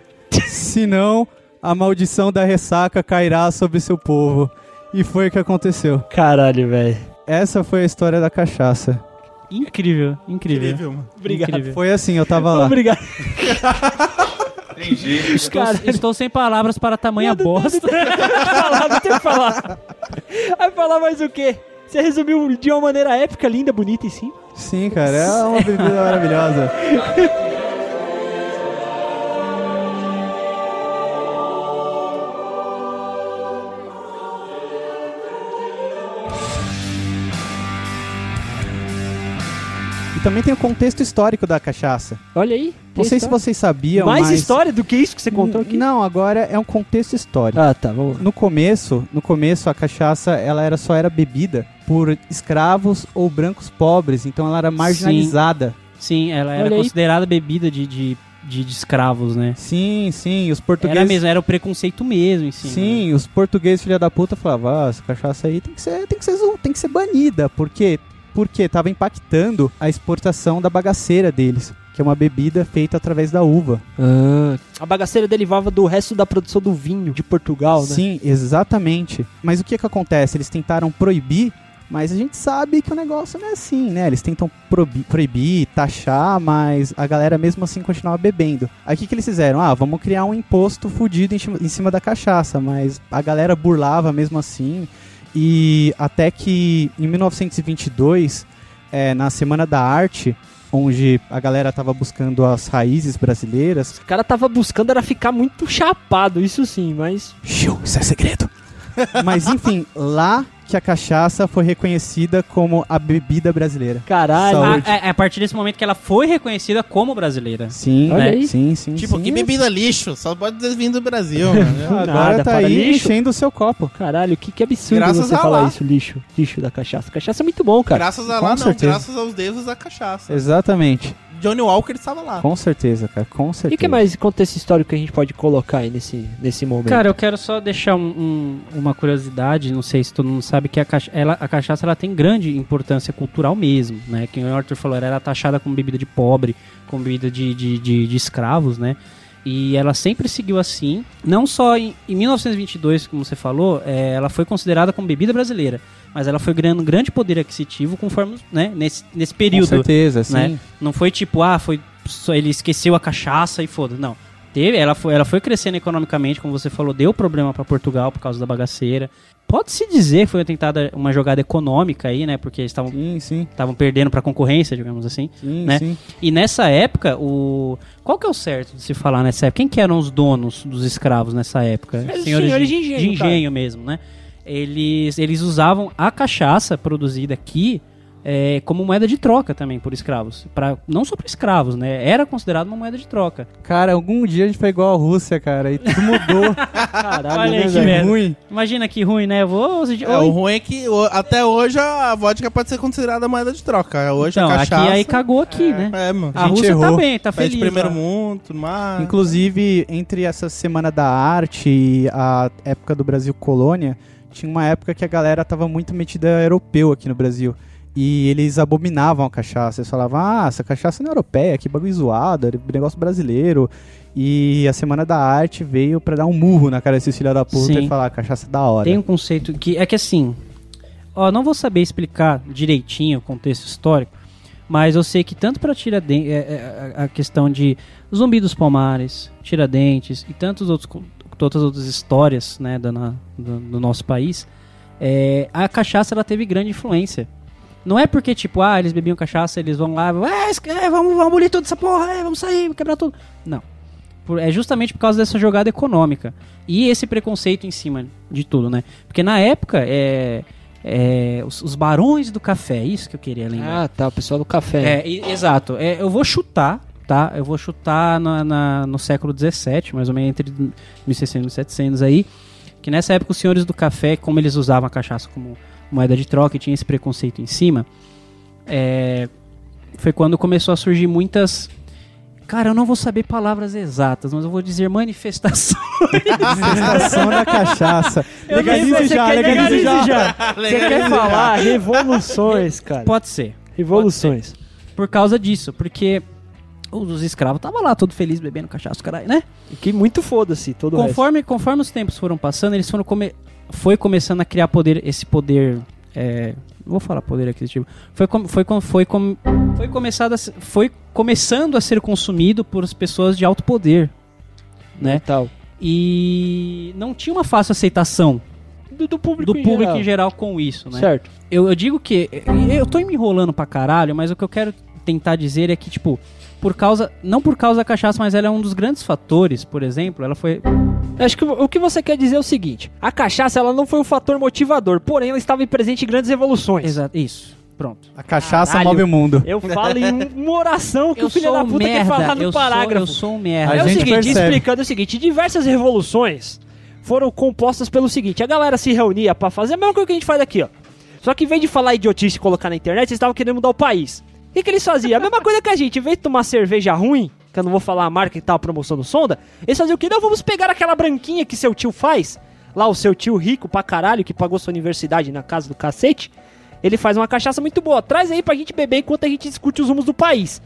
[SPEAKER 1] senão a maldição da ressaca cairá sobre seu povo. E foi o que aconteceu.
[SPEAKER 3] Caralho, velho.
[SPEAKER 1] Essa foi a história da cachaça.
[SPEAKER 5] Incrível, incrível.
[SPEAKER 2] mano.
[SPEAKER 3] Obrigado.
[SPEAKER 5] Incrível.
[SPEAKER 1] Foi assim, eu tava lá.
[SPEAKER 3] Obrigado.
[SPEAKER 5] Estou,
[SPEAKER 3] Caralho.
[SPEAKER 5] estou sem palavras para tamanha bosta.
[SPEAKER 3] falar, não tem o que falar. Vai falar mais o quê? Você resumiu de uma maneira épica, linda, bonita e simples.
[SPEAKER 1] Sim, cara, é uma bebida maravilhosa. E também tem o contexto histórico da cachaça.
[SPEAKER 3] Olha aí.
[SPEAKER 1] Não sei se
[SPEAKER 3] história.
[SPEAKER 1] vocês sabiam,
[SPEAKER 3] Mais
[SPEAKER 1] mas...
[SPEAKER 3] história do que isso que você contou aqui?
[SPEAKER 1] Não, agora é um contexto histórico.
[SPEAKER 3] Ah, tá, vamos lá.
[SPEAKER 1] No começo, no começo a cachaça ela era só era bebida por escravos ou brancos pobres, então ela era marginalizada.
[SPEAKER 5] Sim, ela era
[SPEAKER 3] Olha aí.
[SPEAKER 5] considerada bebida de, de, de, de escravos, né?
[SPEAKER 1] Sim, sim, os portugueses.
[SPEAKER 5] Era mesmo, era o preconceito mesmo, em si,
[SPEAKER 1] Sim,
[SPEAKER 5] né?
[SPEAKER 1] os portugueses filha da puta falavam, ah, essa cachaça aí tem que ser, tem que ser, zo- tem que ser banida, porque porque tava impactando a exportação da bagaceira deles, que é uma bebida feita através da uva.
[SPEAKER 3] a bagaceira derivava do resto da produção do vinho de Portugal, né?
[SPEAKER 1] Sim, exatamente. Mas o que que acontece? Eles tentaram proibir, mas a gente sabe que o negócio não é assim, né? Eles tentam probi- proibir, taxar, mas a galera mesmo assim continuava bebendo. Aí o que que eles fizeram? Ah, vamos criar um imposto fudido em, chima- em cima da cachaça, mas a galera burlava mesmo assim. E até que em 1922, eh, na Semana da Arte, onde a galera tava buscando as raízes brasileiras,
[SPEAKER 3] O cara tava buscando era ficar muito chapado, isso sim, mas.
[SPEAKER 1] Xiu, isso é segredo. Mas enfim, lá que a cachaça foi reconhecida como a bebida brasileira.
[SPEAKER 3] Caralho.
[SPEAKER 1] Saúde.
[SPEAKER 5] A, a- a partir desse momento que ela foi reconhecida como brasileira.
[SPEAKER 1] Sim,
[SPEAKER 3] Olha
[SPEAKER 1] né?
[SPEAKER 3] aí.
[SPEAKER 1] sim, sim.
[SPEAKER 2] Tipo,
[SPEAKER 1] sim.
[SPEAKER 2] que bebida lixo. Só pode ter vindo do Brasil, mano.
[SPEAKER 1] Agora
[SPEAKER 3] Nada,
[SPEAKER 1] tá
[SPEAKER 3] para
[SPEAKER 1] aí
[SPEAKER 3] lixo.
[SPEAKER 1] enchendo o seu copo.
[SPEAKER 3] Caralho, que, que absurdo
[SPEAKER 2] Graças
[SPEAKER 3] você
[SPEAKER 2] a
[SPEAKER 3] falar
[SPEAKER 2] lá.
[SPEAKER 3] isso, lixo. Lixo da cachaça. Cachaça é muito bom, cara.
[SPEAKER 2] Graças a
[SPEAKER 1] Com
[SPEAKER 2] lá, não.
[SPEAKER 1] certeza.
[SPEAKER 2] Graças aos deuses da cachaça.
[SPEAKER 1] Exatamente.
[SPEAKER 2] Johnny Walker estava lá.
[SPEAKER 1] Com certeza, cara. Com certeza.
[SPEAKER 3] E o que mais de contexto histórico que a gente pode colocar aí nesse, nesse momento?
[SPEAKER 5] Cara, eu quero só deixar um- um- uma curiosidade, não sei se todo mundo sabe, que a, cacha- ela- a cachaça ela tem grande importância cultural mesmo, né? Que o Arthur falou, ela era taxada como bebida de pobre, como bebida de, de, de- de escravos, né? E ela sempre seguiu assim, não só em, em 1922, como você falou, é, ela foi considerada como bebida brasileira, mas ela foi ganhando grande poder aquisitivo conforme, né, nesse, nesse
[SPEAKER 1] Com
[SPEAKER 5] período.
[SPEAKER 1] certeza, sim.
[SPEAKER 5] né? Não foi tipo, ah, foi só ele esqueceu a cachaça e foda. Não. Teve, ela foi, ela foi crescendo economicamente, como você falou, deu problema para Portugal por causa da bagaceira. Pode-se dizer que foi tentada uma jogada econômica aí, né? Porque eles estavam
[SPEAKER 1] Sim, sim,
[SPEAKER 5] estavam perdendo pra concorrência, digamos assim.
[SPEAKER 1] sim,
[SPEAKER 5] Né?
[SPEAKER 1] sim.
[SPEAKER 5] E nessa época, o qual que é o certo de se falar nessa época? Quem que eram os donos dos escravos nessa época?
[SPEAKER 3] Eram os senhores de engenho,
[SPEAKER 5] de engenho mesmo, né? Eles, eles usavam a cachaça produzida aqui é, como moeda de troca também por escravos. Pra, não só para escravos, né? Era considerado uma moeda de troca.
[SPEAKER 1] Cara, algum dia a gente foi igual a Rússia, cara, e tudo mudou.
[SPEAKER 3] Caralho,
[SPEAKER 5] Olha aí
[SPEAKER 3] né,
[SPEAKER 5] que
[SPEAKER 3] velho?
[SPEAKER 5] merda.
[SPEAKER 1] ruim.
[SPEAKER 5] Imagina que ruim, né? Vou, hoje,
[SPEAKER 2] É, o ruim é que o- até hoje a vodka pode ser considerada moeda de troca. Hoje
[SPEAKER 5] então,
[SPEAKER 2] a
[SPEAKER 5] aqui
[SPEAKER 2] cachaça...
[SPEAKER 5] aí cagou aqui, né?
[SPEAKER 2] É, mano.
[SPEAKER 5] A
[SPEAKER 1] gente
[SPEAKER 5] Rússia tá
[SPEAKER 1] errou.
[SPEAKER 5] bem, tá
[SPEAKER 2] País
[SPEAKER 5] feliz.
[SPEAKER 2] de primeiro
[SPEAKER 5] lá.
[SPEAKER 2] mundo, tudo mais.
[SPEAKER 1] Inclusive, entre essa Semana da Arte e a época do Brasil Colônia, tinha uma época que a galera tava muito metida a europeu aqui no Brasil. E eles abominavam a cachaça. Eles falavam, ah, essa cachaça não é europeia, que bagulho zoado, é negócio brasileiro. E a Semana da Arte veio pra dar um murro na cara desses filha da puta
[SPEAKER 5] Sim.
[SPEAKER 1] e falar, cachaça é da hora.
[SPEAKER 5] Tem um conceito que é que assim, ó, não vou saber explicar direitinho o contexto histórico, mas eu sei que tanto para Tiradentes, é, a a questão de Zumbi dos Palmares, Tiradentes e tantos outros co- todas as outras histórias, né, da na- do, do nosso país, é, a cachaça ela teve grande influência. Não é porque, tipo, ah, eles bebiam cachaça, eles vão lá, "É, es- é, vamos, vamos abolir toda essa porra, é, vamos sair, vamos quebrar tudo. Não. Por- é justamente por causa dessa jogada econômica. E esse preconceito em cima de tudo, né? Porque na época, é, é, os, os barões do café, é isso que eu queria lembrar.
[SPEAKER 3] Ah, tá, o pessoal do café.
[SPEAKER 5] É, e- exato. É, eu vou chutar, tá? Eu vou chutar na, na- no século XVII, mais ou menos entre 1600 e 1700 aí. Que nessa época os senhores do café, como eles usavam a cachaça como moeda de troca e tinha esse preconceito em cima, é, foi quando começou a surgir muitas... Cara, eu não vou saber palavras exatas, mas eu vou dizer manifestações.
[SPEAKER 1] Manifestação da cachaça.
[SPEAKER 5] Eu nem
[SPEAKER 1] Legalize
[SPEAKER 5] sei se
[SPEAKER 1] já,
[SPEAKER 5] quer
[SPEAKER 1] legalize,
[SPEAKER 5] legalize
[SPEAKER 1] já.
[SPEAKER 3] Você quer falar revoluções, cara.
[SPEAKER 5] Pode ser.
[SPEAKER 3] Revoluções.
[SPEAKER 5] Por causa disso, porque os escravos estavam lá todo feliz bebendo cachaça, caralho, né?
[SPEAKER 3] E que muito foda-se todo o resto.
[SPEAKER 5] Conforme, conforme os tempos foram passando, eles foram come... foi começando a criar poder, esse poder. É... não Vou falar poder aquisitivo. Foi, com... foi, com... foi, com... foi, começado a... se- foi começando a ser consumido por as pessoas de alto poder. Né?
[SPEAKER 3] Tal.
[SPEAKER 5] E não tinha uma fácil aceitação
[SPEAKER 3] Do, do público
[SPEAKER 5] do público em geral com isso, né?
[SPEAKER 3] Certo.
[SPEAKER 5] Eu, eu digo que. Eu tô me enrolando pra caralho, mas o que eu quero tentar dizer é que, tipo, por causa. Não por causa da cachaça, mas ela é um dos grandes fatores, por exemplo. Ela foi.
[SPEAKER 3] Acho que o o que você quer dizer é o seguinte: a cachaça ela não foi um fator motivador, porém ela estava presente em grandes revoluções.
[SPEAKER 5] Exato. Isso. Pronto.
[SPEAKER 1] A cachaça
[SPEAKER 3] Caralho.
[SPEAKER 1] move o mundo.
[SPEAKER 3] Eu falo em um- uma oração que o filho da puta quer falar no
[SPEAKER 5] um eu
[SPEAKER 3] parágrafo.
[SPEAKER 5] Sou, eu sou um
[SPEAKER 1] A
[SPEAKER 5] merda.
[SPEAKER 3] é o
[SPEAKER 1] gente
[SPEAKER 3] seguinte,
[SPEAKER 1] percebe.
[SPEAKER 3] explicando o seguinte: diversas revoluções foram compostas pelo seguinte: a galera se reunia pra fazer a mesma coisa que a gente faz aqui, ó. Só que em vez de falar idiotice e colocar na internet, eles estavam querendo mudar o país. O que, que eles faziam? A mesma coisa que a gente, em vez de tomar cerveja ruim, que eu não vou falar a marca que tava promoção do Sonda, eles faziam o quê? Não, vamos pegar aquela branquinha que seu tio faz, lá o seu tio rico pra caralho, que pagou sua universidade na casa do cacete. Ele faz uma cachaça muito boa, traz aí pra gente beber enquanto a gente discute os rumos do país.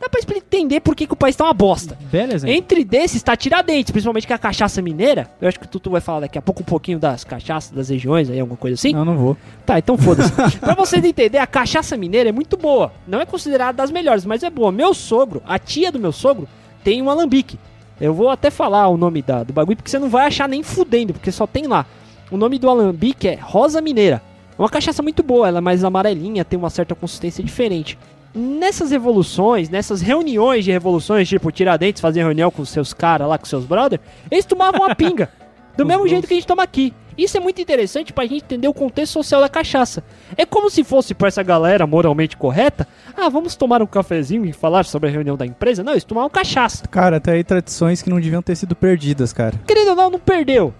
[SPEAKER 3] Dá pra expli- entender por que, que o país tá uma bosta.
[SPEAKER 5] Beleza. então.
[SPEAKER 3] Entre desses tá Tiradentes, principalmente que é a cachaça mineira. Eu acho que o Tutu vai falar daqui a pouco um pouquinho das cachaças, das regiões aí, alguma coisa assim.
[SPEAKER 1] Não, não vou.
[SPEAKER 3] Tá, então foda-se. pra vocês entenderem, a cachaça mineira é muito boa. Não é considerada das melhores, mas é boa. Meu sogro, a tia do meu sogro, tem um alambique. Eu vou até falar o nome da, do bagulho, porque você não vai achar nem fudendo, porque só tem lá. O nome do alambique é Rosa Mineira. É uma cachaça muito boa, ela é mais amarelinha, tem uma certa consistência diferente. Nessas revoluções, nessas reuniões de revoluções, tipo Tiradentes fazia reunião com seus caras lá, com seus brother, eles tomavam uma pinga. Do mesmo jeito que a gente toma aqui. Isso é muito interessante pra gente entender o contexto social da cachaça. É como se fosse pra essa galera moralmente correta, ah, vamos tomar um cafezinho e falar sobre a reunião da empresa. Não, eles tomaram cachaça.
[SPEAKER 1] Cara, tá aí tradições que não deviam ter sido perdidas, cara.
[SPEAKER 3] Querendo ou não, não perdeu.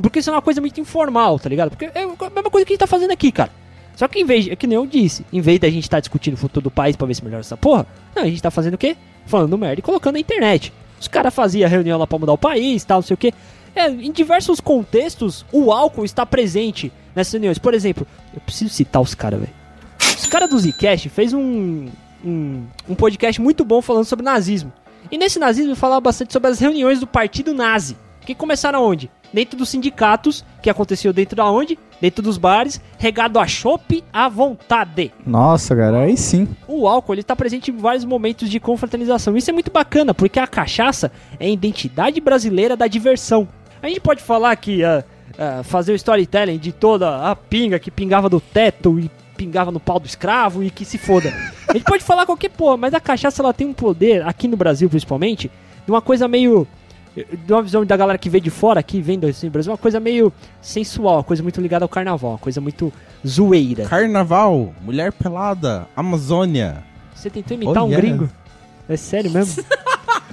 [SPEAKER 3] Porque isso é uma coisa muito informal, tá ligado? Porque é a mesma coisa que a gente tá fazendo aqui, cara. Só que em vez, de, é que nem eu disse, em vez da gente estar discutindo o futuro do país pra ver se melhora essa porra, não, a gente tá fazendo o quê? Falando merda e colocando na internet. Os caras faziam reunião lá pra mudar o país, tal, não sei o quê. É, em diversos contextos, o álcool está presente nessas reuniões. Por exemplo, eu preciso citar os caras, velho. Os caras do Zcast fez um, um, um podcast muito bom falando sobre nazismo. E nesse nazismo falava bastante sobre as reuniões do partido nazi. Porque começaram onde? Dentro dos sindicatos, que aconteceu dentro da onde? Dentro dos bares, regado a chopp à vontade.
[SPEAKER 1] Nossa, cara, aí sim.
[SPEAKER 3] O álcool ele está presente em vários momentos de confraternização. Isso é muito bacana, porque a cachaça é a identidade brasileira da diversão. A gente pode falar que ah, ah, fazer o storytelling de toda a pinga que pingava do teto e pingava no pau do escravo e que se foda. A gente pode falar qualquer porra, mas a cachaça ela tem um poder, aqui no Brasil principalmente, de uma coisa meio. De uma visão da galera que vê de fora, que vem do assim, Brasil, uma coisa meio sensual, uma coisa muito ligada ao carnaval, uma coisa muito zoeira.
[SPEAKER 2] Carnaval, mulher pelada, Amazônia.
[SPEAKER 3] Você tentou imitar
[SPEAKER 2] Oh,
[SPEAKER 3] um
[SPEAKER 2] yeah.
[SPEAKER 3] gringo? É sério mesmo?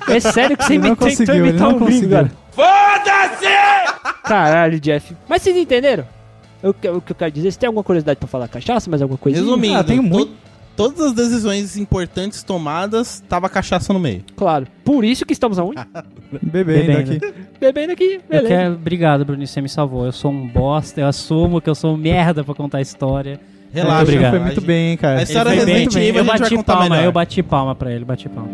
[SPEAKER 3] é sério que você
[SPEAKER 1] Ele não
[SPEAKER 3] imi- tentou
[SPEAKER 1] conseguiu, ele
[SPEAKER 3] imitar
[SPEAKER 1] não
[SPEAKER 3] um gringo,
[SPEAKER 1] conseguiu.
[SPEAKER 3] cara?
[SPEAKER 4] Foda-se!
[SPEAKER 3] Caralho, Jeff. Mas vocês entenderam? O que, o que eu quero dizer? Você tem alguma curiosidade pra falar cachaça? Mais alguma coisa?
[SPEAKER 2] Resumindo,
[SPEAKER 1] Ah, tem
[SPEAKER 2] to-
[SPEAKER 1] muito.
[SPEAKER 2] todas as decisões importantes tomadas, tava cachaça no meio.
[SPEAKER 3] Claro. Por isso que estamos aonde?
[SPEAKER 1] Bebendo,
[SPEAKER 5] Bebendo.
[SPEAKER 1] aqui.
[SPEAKER 3] Bebendo aqui.
[SPEAKER 5] Eu
[SPEAKER 3] Beleza.
[SPEAKER 5] quero... Obrigado, Bruno, você me salvou. Eu sou um bosta, eu assumo que eu sou um merda pra contar a história.
[SPEAKER 2] Relaxa,
[SPEAKER 5] Muito obrigado.
[SPEAKER 1] Foi
[SPEAKER 2] a
[SPEAKER 1] muito
[SPEAKER 2] gente-
[SPEAKER 1] bem, hein, cara.
[SPEAKER 2] A história
[SPEAKER 5] Ele foi
[SPEAKER 2] Resident
[SPEAKER 5] bem.
[SPEAKER 2] Evil a
[SPEAKER 5] eu
[SPEAKER 2] gente vai
[SPEAKER 5] bati
[SPEAKER 2] contar
[SPEAKER 5] palma,
[SPEAKER 2] melhor.
[SPEAKER 5] eu bati palma pra ele, bati palma.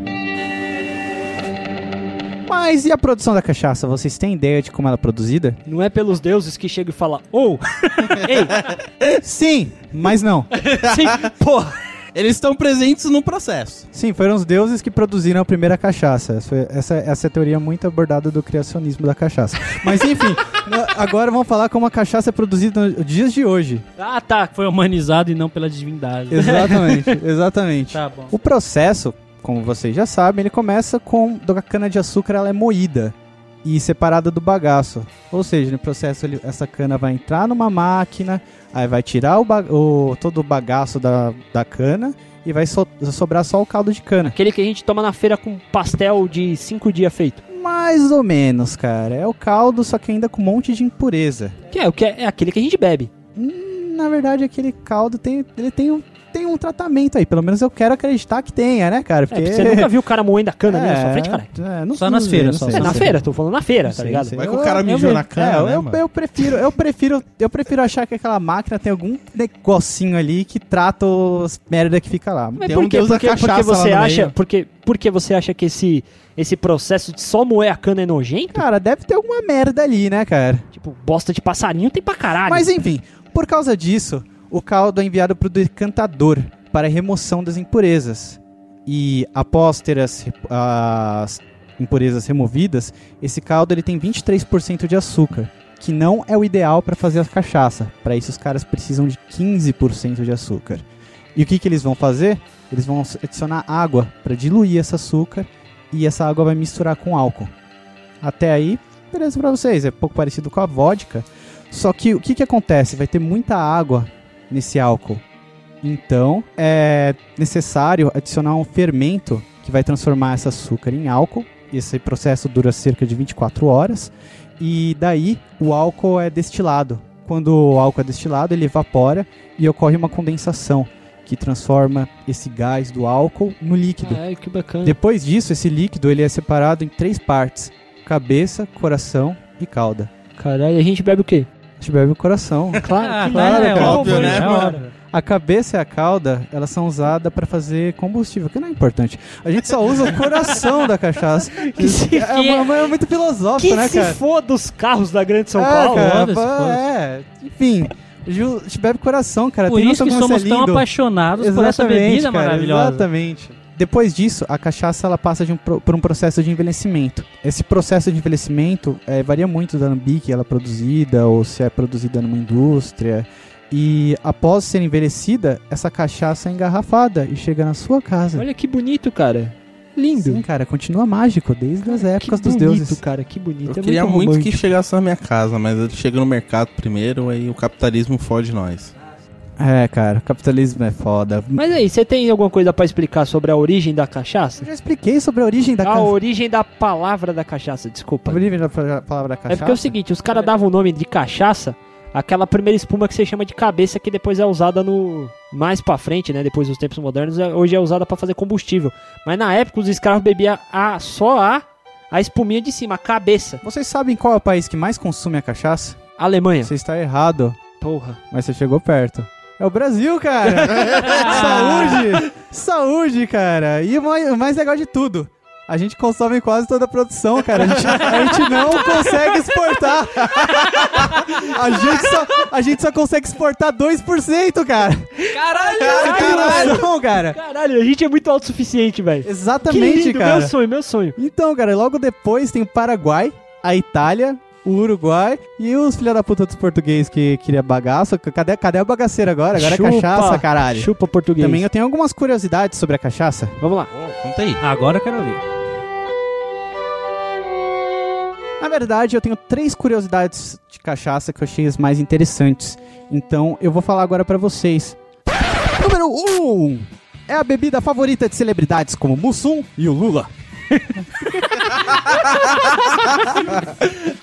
[SPEAKER 1] Mas e a produção da cachaça? Vocês têm ideia de como ela é produzida?
[SPEAKER 3] Não é pelos deuses que chega e fala, ou, ei,
[SPEAKER 1] Sim, mas não.
[SPEAKER 3] sim, porra.
[SPEAKER 2] Eles estão presentes no processo.
[SPEAKER 1] Sim, foram os deuses que produziram a primeira cachaça. Essa, foi- essa, essa é a teoria muito abordada do criacionismo da cachaça. Mas enfim, na- agora vamos falar como a cachaça é produzida nos dias de hoje.
[SPEAKER 3] Ah, tá.
[SPEAKER 5] Foi humanizado e não pela divindade.
[SPEAKER 1] Exatamente, exatamente.
[SPEAKER 5] Tá bom.
[SPEAKER 1] O processo, como vocês já sabem, ele começa com a cana-de-açúcar ela é moída e separada do bagaço. Ou seja, no processo ele- essa cana vai entrar numa máquina, aí vai tirar o, ba- o- todo o bagaço da, da cana e vai so- sobrar só o caldo de cana.
[SPEAKER 3] Aquele que a gente toma na feira com pastel de cinco dias feito.
[SPEAKER 1] Mais ou menos, cara. É o caldo, só que ainda com um monte de impureza.
[SPEAKER 3] Que é, o que é, é aquele que a gente bebe.
[SPEAKER 1] Na verdade, aquele caldo tem, ele tem um, tem um tratamento aí. Pelo menos eu quero acreditar que tenha, né, cara?
[SPEAKER 3] É, porque você nunca viu o cara moendo a cana ali na sua
[SPEAKER 1] É,
[SPEAKER 3] frente, caralho.
[SPEAKER 1] é, não-
[SPEAKER 5] Só
[SPEAKER 1] não
[SPEAKER 5] nas
[SPEAKER 1] sei,
[SPEAKER 5] feiras,
[SPEAKER 1] não
[SPEAKER 5] só,
[SPEAKER 1] sei,
[SPEAKER 3] É,
[SPEAKER 5] só
[SPEAKER 1] não
[SPEAKER 3] na
[SPEAKER 1] sei.
[SPEAKER 3] feira, tô falando na feira,
[SPEAKER 1] Não
[SPEAKER 3] tá
[SPEAKER 1] sei,
[SPEAKER 3] ligado?
[SPEAKER 1] não sei.
[SPEAKER 2] Vai que
[SPEAKER 1] Eu-
[SPEAKER 2] o cara
[SPEAKER 1] eu
[SPEAKER 2] mijou
[SPEAKER 1] ve-
[SPEAKER 2] na cana,
[SPEAKER 1] é,
[SPEAKER 2] né,
[SPEAKER 1] eu,
[SPEAKER 2] mano?
[SPEAKER 1] eu prefiro, eu prefiro, eu prefiro achar que aquela máquina tem algum negocinho ali que trata os merda que fica lá.
[SPEAKER 3] Mas
[SPEAKER 2] Tem
[SPEAKER 3] por
[SPEAKER 2] um
[SPEAKER 3] quê?
[SPEAKER 2] deus da
[SPEAKER 3] Porque, porque
[SPEAKER 2] cachaça lá
[SPEAKER 3] você
[SPEAKER 2] no
[SPEAKER 3] acha,
[SPEAKER 2] meio.
[SPEAKER 3] porque, porque você acha que esse, esse processo de só moer a cana é nojento?
[SPEAKER 1] Cara, deve ter alguma merda ali, né, cara?
[SPEAKER 3] Tipo, bosta de passarinho tem pra caralho.
[SPEAKER 1] Mas enfim, por causa disso, o caldo é enviado para o decantador para a remoção das impurezas. E após ter as, re- as impurezas removidas, esse caldo ele tem 23% de açúcar, que não é o ideal para fazer a cachaça. Para isso, os caras precisam de 15% de açúcar. E o que, que eles vão fazer? Eles vão adicionar água para diluir esse açúcar e essa água vai misturar com álcool. Até aí, beleza para vocês. É um pouco parecido com a vodka, só que o que, que acontece? Vai ter muita água nesse álcool. Então é necessário adicionar um fermento que vai transformar esse açúcar em álcool. Esse processo dura cerca de 24 horas. E daí o álcool é destilado. Quando o álcool é destilado, ele evapora e ocorre uma condensação que transforma esse gás do álcool no líquido.
[SPEAKER 3] Caralho, que bacana.
[SPEAKER 1] Depois disso, esse líquido ele é separado em três partes: cabeça, coração e cauda.
[SPEAKER 3] Caralho, a gente bebe o quê?
[SPEAKER 1] A gente bebe o coração.
[SPEAKER 3] Claro,
[SPEAKER 5] Ah,
[SPEAKER 3] que
[SPEAKER 5] claro,
[SPEAKER 3] nada,
[SPEAKER 5] é
[SPEAKER 3] cara.
[SPEAKER 2] óbvio,
[SPEAKER 3] Pô,
[SPEAKER 2] né,
[SPEAKER 3] é
[SPEAKER 5] mano?
[SPEAKER 3] óbvio.
[SPEAKER 1] A cabeça e a cauda, elas são usadas para fazer combustível, que não é importante. A gente só usa o coração da cachaça.
[SPEAKER 3] Que se,
[SPEAKER 1] É, uma- uma- é muito filosófico,
[SPEAKER 3] que
[SPEAKER 1] né,
[SPEAKER 3] se
[SPEAKER 1] cara?
[SPEAKER 3] foda os carros da Grande
[SPEAKER 1] é,
[SPEAKER 3] São Paulo. né,
[SPEAKER 1] cara,
[SPEAKER 5] foda-se,
[SPEAKER 1] pô,
[SPEAKER 5] foda-se.
[SPEAKER 1] é. Enfim, ju- a gente bebe coração, cara.
[SPEAKER 5] Por
[SPEAKER 1] Tem
[SPEAKER 5] isso que
[SPEAKER 1] noção como
[SPEAKER 5] somos
[SPEAKER 1] é
[SPEAKER 5] tão
[SPEAKER 1] lindo?
[SPEAKER 5] apaixonados por essa bebida
[SPEAKER 1] cara,
[SPEAKER 5] maravilhosa.
[SPEAKER 1] Exatamente. Depois disso, a cachaça ela passa de um pro- por um processo de envelhecimento. Esse processo de envelhecimento eh, varia muito da Alambique, ela é produzida ou se é produzida numa indústria. E após ser envelhecida, essa cachaça é engarrafada e chega na sua casa.
[SPEAKER 3] Olha que bonito, cara. Lindo.
[SPEAKER 1] Sim, cara, continua mágico desde as épocas
[SPEAKER 3] que
[SPEAKER 1] dos
[SPEAKER 3] bonito,
[SPEAKER 1] deuses.
[SPEAKER 3] cara, que bonito.
[SPEAKER 2] Eu
[SPEAKER 3] é
[SPEAKER 2] queria muito,
[SPEAKER 3] romântico.
[SPEAKER 2] que chegasse na minha casa, mas ele chega no mercado primeiro e o capitalismo fode nós.
[SPEAKER 1] É, cara, o capitalismo é foda.
[SPEAKER 3] Mas aí, você tem alguma coisa pra explicar sobre a origem da cachaça?
[SPEAKER 1] Eu já expliquei sobre a origem da
[SPEAKER 3] a
[SPEAKER 1] cachaça.
[SPEAKER 3] origem da palavra da cachaça, desculpa.
[SPEAKER 1] A origem da pra- palavra cachaça.
[SPEAKER 3] É porque é o seguinte, os caras davam o nome de cachaça aquela primeira espuma que você chama de cabeça que depois é usada no mais pra frente, né, depois dos tempos modernos, é- hoje é usada pra fazer combustível. Mas na época os escravos bebiam a só a a espuminha de cima, a cabeça.
[SPEAKER 1] Vocês sabem qual é o país que mais consome a cachaça?
[SPEAKER 3] Alemanha.
[SPEAKER 1] Você está errado.
[SPEAKER 3] Porra.
[SPEAKER 1] Mas você chegou perto. É o Brasil, cara! saúde! Saúde, cara! E o mai- o mais legal de tudo, A gente consome quase toda a produção, cara. A gente, a gente não consegue exportar. A gente só, a gente só consegue exportar 2%, cara.
[SPEAKER 3] Caralho,
[SPEAKER 1] Olha que noção, cara.
[SPEAKER 3] Caralho, a gente é muito autossuficiente, velho.
[SPEAKER 1] Exatamente,
[SPEAKER 3] que lindo,
[SPEAKER 1] cara.
[SPEAKER 3] Meu sonho, meu sonho.
[SPEAKER 1] Então, cara, logo depois tem o Paraguai, a Itália, o Uruguai e os filha da puta dos portugueses que queria bagaço. Cadê, cadê a bagaceira agora? Agora
[SPEAKER 3] Chupa,
[SPEAKER 1] é cachaça, caralho.
[SPEAKER 3] Chupa português.
[SPEAKER 1] Também eu tenho algumas curiosidades sobre a cachaça.
[SPEAKER 3] Vamos lá.
[SPEAKER 2] Conta aí.
[SPEAKER 5] Agora eu quero ouvir.
[SPEAKER 1] Na verdade, eu tenho três curiosidades de cachaça que eu achei as mais interessantes. Então, eu vou falar agora pra vocês. Número 1 um, é a bebida favorita de celebridades como Mussum e o Lula.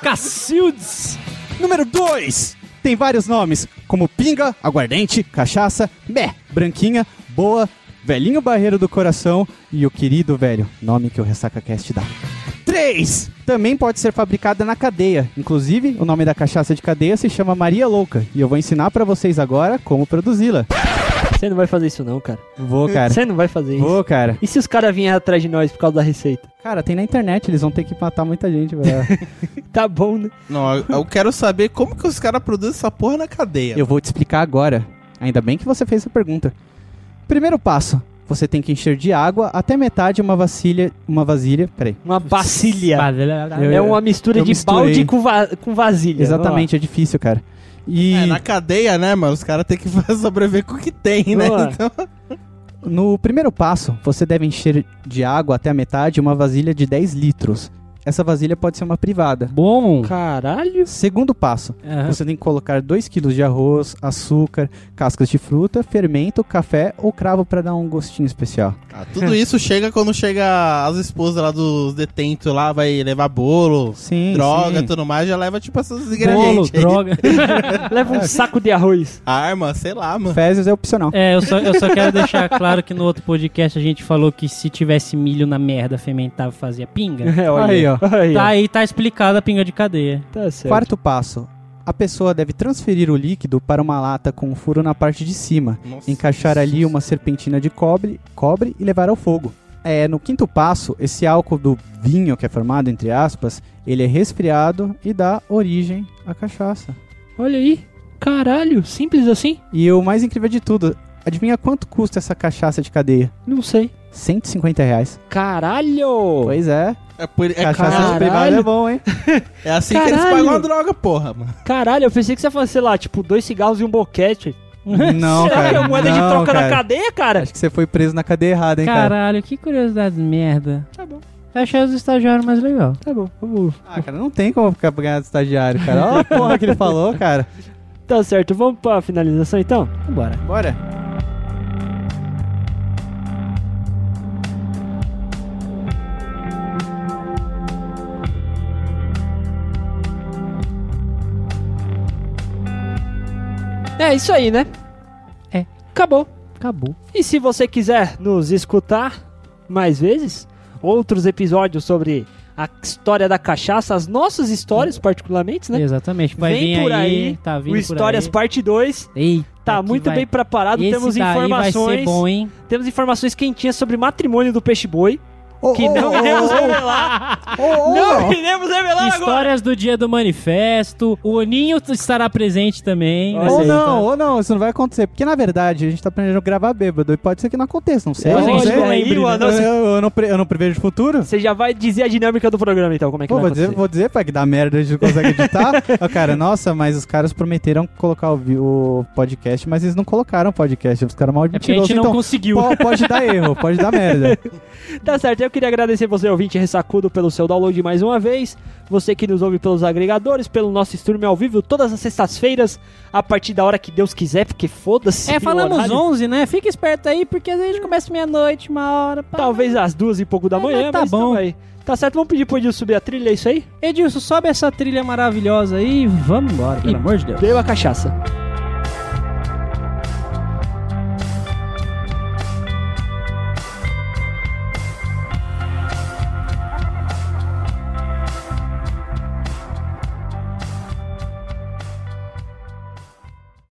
[SPEAKER 3] Cacildes.
[SPEAKER 1] Número 2 tem vários nomes, como pinga, aguardente, cachaça, bé, branquinha, boa, velhinho barreiro do coração e o querido velho, nome que o Ressaca Cast dá. 3. Também pode ser fabricada na cadeia. Inclusive, o nome da cachaça de cadeia se chama Maria Louca e eu vou ensinar pra vocês agora como produzi-la.
[SPEAKER 3] Você não vai fazer isso não, cara.
[SPEAKER 1] Vou, cara.
[SPEAKER 3] Você não vai fazer isso.
[SPEAKER 1] Vou, cara.
[SPEAKER 3] E se os caras vierem atrás de nós por causa da receita?
[SPEAKER 1] Cara, tem na internet, eles vão ter que matar muita gente, velho.
[SPEAKER 3] Tá bom, né?
[SPEAKER 2] Não, eu- eu quero saber como que os caras produzem essa porra na cadeia.
[SPEAKER 1] Eu vou te explicar agora. Ainda bem que você fez a pergunta. Primeiro passo: você tem que encher de água até metade uma vasilha, uma vasilha, peraí.
[SPEAKER 3] Uma bacilha.
[SPEAKER 1] Eu-
[SPEAKER 3] É uma mistura
[SPEAKER 1] eu
[SPEAKER 3] de
[SPEAKER 1] misturei.
[SPEAKER 3] balde com, va com vasilha.
[SPEAKER 1] Exatamente, é difícil, cara. E
[SPEAKER 2] É, na cadeia, né, mano? Os caras têm que sobreviver com o que tem, né?
[SPEAKER 3] Boa.
[SPEAKER 2] Então,
[SPEAKER 1] no primeiro passo, você deve encher de água até a metade uma vasilha de 10 litros. Essa vasilha pode ser uma privada.
[SPEAKER 5] Bom.
[SPEAKER 3] Vamos lá. Caralho.
[SPEAKER 1] Segundo passo,
[SPEAKER 5] Aham.
[SPEAKER 1] você tem que colocar 2 kg de arroz, açúcar, cascas de fruta, fermento, café ou cravo pra dar um gostinho especial.
[SPEAKER 2] ah, tudo isso chega quando chega as esposas lá dos detentos lá, vai levar bolo,
[SPEAKER 1] Sim,
[SPEAKER 2] droga,
[SPEAKER 1] sim.
[SPEAKER 2] tudo mais, já leva tipo essas
[SPEAKER 5] Bolo,
[SPEAKER 2] ingredientes. aí.
[SPEAKER 5] droga.
[SPEAKER 1] É.
[SPEAKER 3] Leva um saco de arroz.
[SPEAKER 2] Arma, sei lá, mano.
[SPEAKER 1] Fezes é opcional.
[SPEAKER 5] É, eu só, eu só quero deixar claro que no outro podcast a gente falou que se tivesse milho na merda fermentava fazia pinga.
[SPEAKER 3] É,
[SPEAKER 1] Aí, ó.
[SPEAKER 3] Aí,
[SPEAKER 5] Tá
[SPEAKER 3] ó.
[SPEAKER 5] aí, tá explicada a pinga de cadeia.
[SPEAKER 3] Tá certo.
[SPEAKER 1] Quarto passo. A pessoa deve transferir o líquido para uma lata com um furo na parte de cima,
[SPEAKER 2] Nossa.
[SPEAKER 1] encaixar ali uma serpentina de cobre, cobre e levar ao fogo. É, no quinto passo, esse álcool do vinho que é formado, entre aspas, ele é resfriado e dá origem à cachaça.
[SPEAKER 3] Olha aí. Caralho, simples assim?
[SPEAKER 1] E o mais incrível de tudo, adivinha quanto custa essa cachaça de cadeia?
[SPEAKER 3] Não sei.
[SPEAKER 1] 150 reais.
[SPEAKER 3] Caralho!
[SPEAKER 1] Pois é,
[SPEAKER 2] É, por, é,
[SPEAKER 1] cachaça
[SPEAKER 3] caralho.
[SPEAKER 1] de privada é bom, hein?
[SPEAKER 2] ca- é assim que eles
[SPEAKER 3] Caralho.
[SPEAKER 2] pagam a droga, porra, mano.
[SPEAKER 3] Caralho, eu pensei que você ia falar, sei lá, tipo, dois cigarros e um boquete.
[SPEAKER 1] Não,
[SPEAKER 3] Será
[SPEAKER 1] cara.
[SPEAKER 3] que é moeda de
[SPEAKER 1] não,
[SPEAKER 3] troca
[SPEAKER 1] cara.
[SPEAKER 3] na cadeia, cara?
[SPEAKER 1] Acho que você foi preso na cadeia errada, hein, cara?
[SPEAKER 5] Caralho, que curiosidade merda.
[SPEAKER 3] Tá bom,
[SPEAKER 5] Eu achei os estagiários mais legal.
[SPEAKER 3] tá bom. Vamos.
[SPEAKER 1] Ah, cara, não tem como ficar ganhando estagiário, cara. Olha a porra que ele falou, cara.
[SPEAKER 3] Tá certo, vamos pra finalização então?
[SPEAKER 5] Vambora.
[SPEAKER 1] Bora.
[SPEAKER 3] É isso aí, né?
[SPEAKER 5] É.
[SPEAKER 3] Acabou.
[SPEAKER 5] Acabou.
[SPEAKER 3] E se você quiser nos escutar mais vezes, outros episódios sobre a história da cachaça, as nossas histórias particularmente, né?
[SPEAKER 5] Exatamente. Vai
[SPEAKER 3] Vem
[SPEAKER 5] vir
[SPEAKER 3] por
[SPEAKER 5] aí,
[SPEAKER 3] aí,
[SPEAKER 5] tá vindo
[SPEAKER 3] O
[SPEAKER 5] por
[SPEAKER 3] Histórias
[SPEAKER 5] aí.
[SPEAKER 3] Parte 2
[SPEAKER 5] Eita,
[SPEAKER 3] tá
[SPEAKER 5] que
[SPEAKER 3] muito
[SPEAKER 5] vai-
[SPEAKER 3] bem preparado,
[SPEAKER 5] Esse
[SPEAKER 3] temos
[SPEAKER 5] daí Vai
[SPEAKER 3] informações,
[SPEAKER 5] ser bom, hein?
[SPEAKER 3] temos informações quentinhas sobre matrimônio do peixe boi que não iremos revelar. não iremos revelar agora.
[SPEAKER 5] Histórias do dia do manifesto. O Ninho estará presente também.
[SPEAKER 3] Olha
[SPEAKER 1] Ou
[SPEAKER 3] aí,
[SPEAKER 1] não, ou não, isso não vai acontecer. Porque, na verdade, a gente tá planejando gravar bêbado. E pode ser que não aconteça, não sei.
[SPEAKER 5] Olha,
[SPEAKER 1] não
[SPEAKER 5] gente,
[SPEAKER 1] sei.
[SPEAKER 5] olha aí,
[SPEAKER 1] Eu-
[SPEAKER 3] mano, você-
[SPEAKER 1] eu, eu não pre, eu não prevejo o futuro.
[SPEAKER 3] Você já vai dizer a dinâmica do programa então, como é que
[SPEAKER 1] Pô,
[SPEAKER 3] vai
[SPEAKER 1] vou dizer,
[SPEAKER 3] acontecer?
[SPEAKER 1] vou dizer, pai, que dá merda, a gente não consegue editar. Ó, cara, nossa, mas os caras prometeram colocar o, vi- o podcast, mas eles não colocaram o podcast. Os caras mal Então,
[SPEAKER 5] É porque a gente não
[SPEAKER 3] Então,
[SPEAKER 5] conseguiu.
[SPEAKER 1] po- pode dar erro, pode dar merda.
[SPEAKER 3] Tá certo, eu queria agradecer você, ouvinte Ressacudo, pelo seu download mais uma vez. Você que nos ouve pelos agregadores, pelo nosso stream ao vivo, todas as sextas-feiras, a partir da hora que Deus quiser, porque foda-se.
[SPEAKER 5] É,
[SPEAKER 3] o
[SPEAKER 5] falamos
[SPEAKER 3] horário.
[SPEAKER 5] 11, né? Fica esperto aí, porque às vezes a gente começa meia-noite, uma hora. pá.
[SPEAKER 3] Talvez às duas e pouco da
[SPEAKER 5] Mas
[SPEAKER 3] manhã,
[SPEAKER 5] tá
[SPEAKER 3] mas
[SPEAKER 5] bom.
[SPEAKER 3] tamo aí. Tá certo, vamos pedir pro Edil subir a trilha, é isso aí?
[SPEAKER 5] Edilson, sobe essa trilha maravilhosa aí e vamos embora, pelo amor de Deus.
[SPEAKER 3] Deu a cachaça.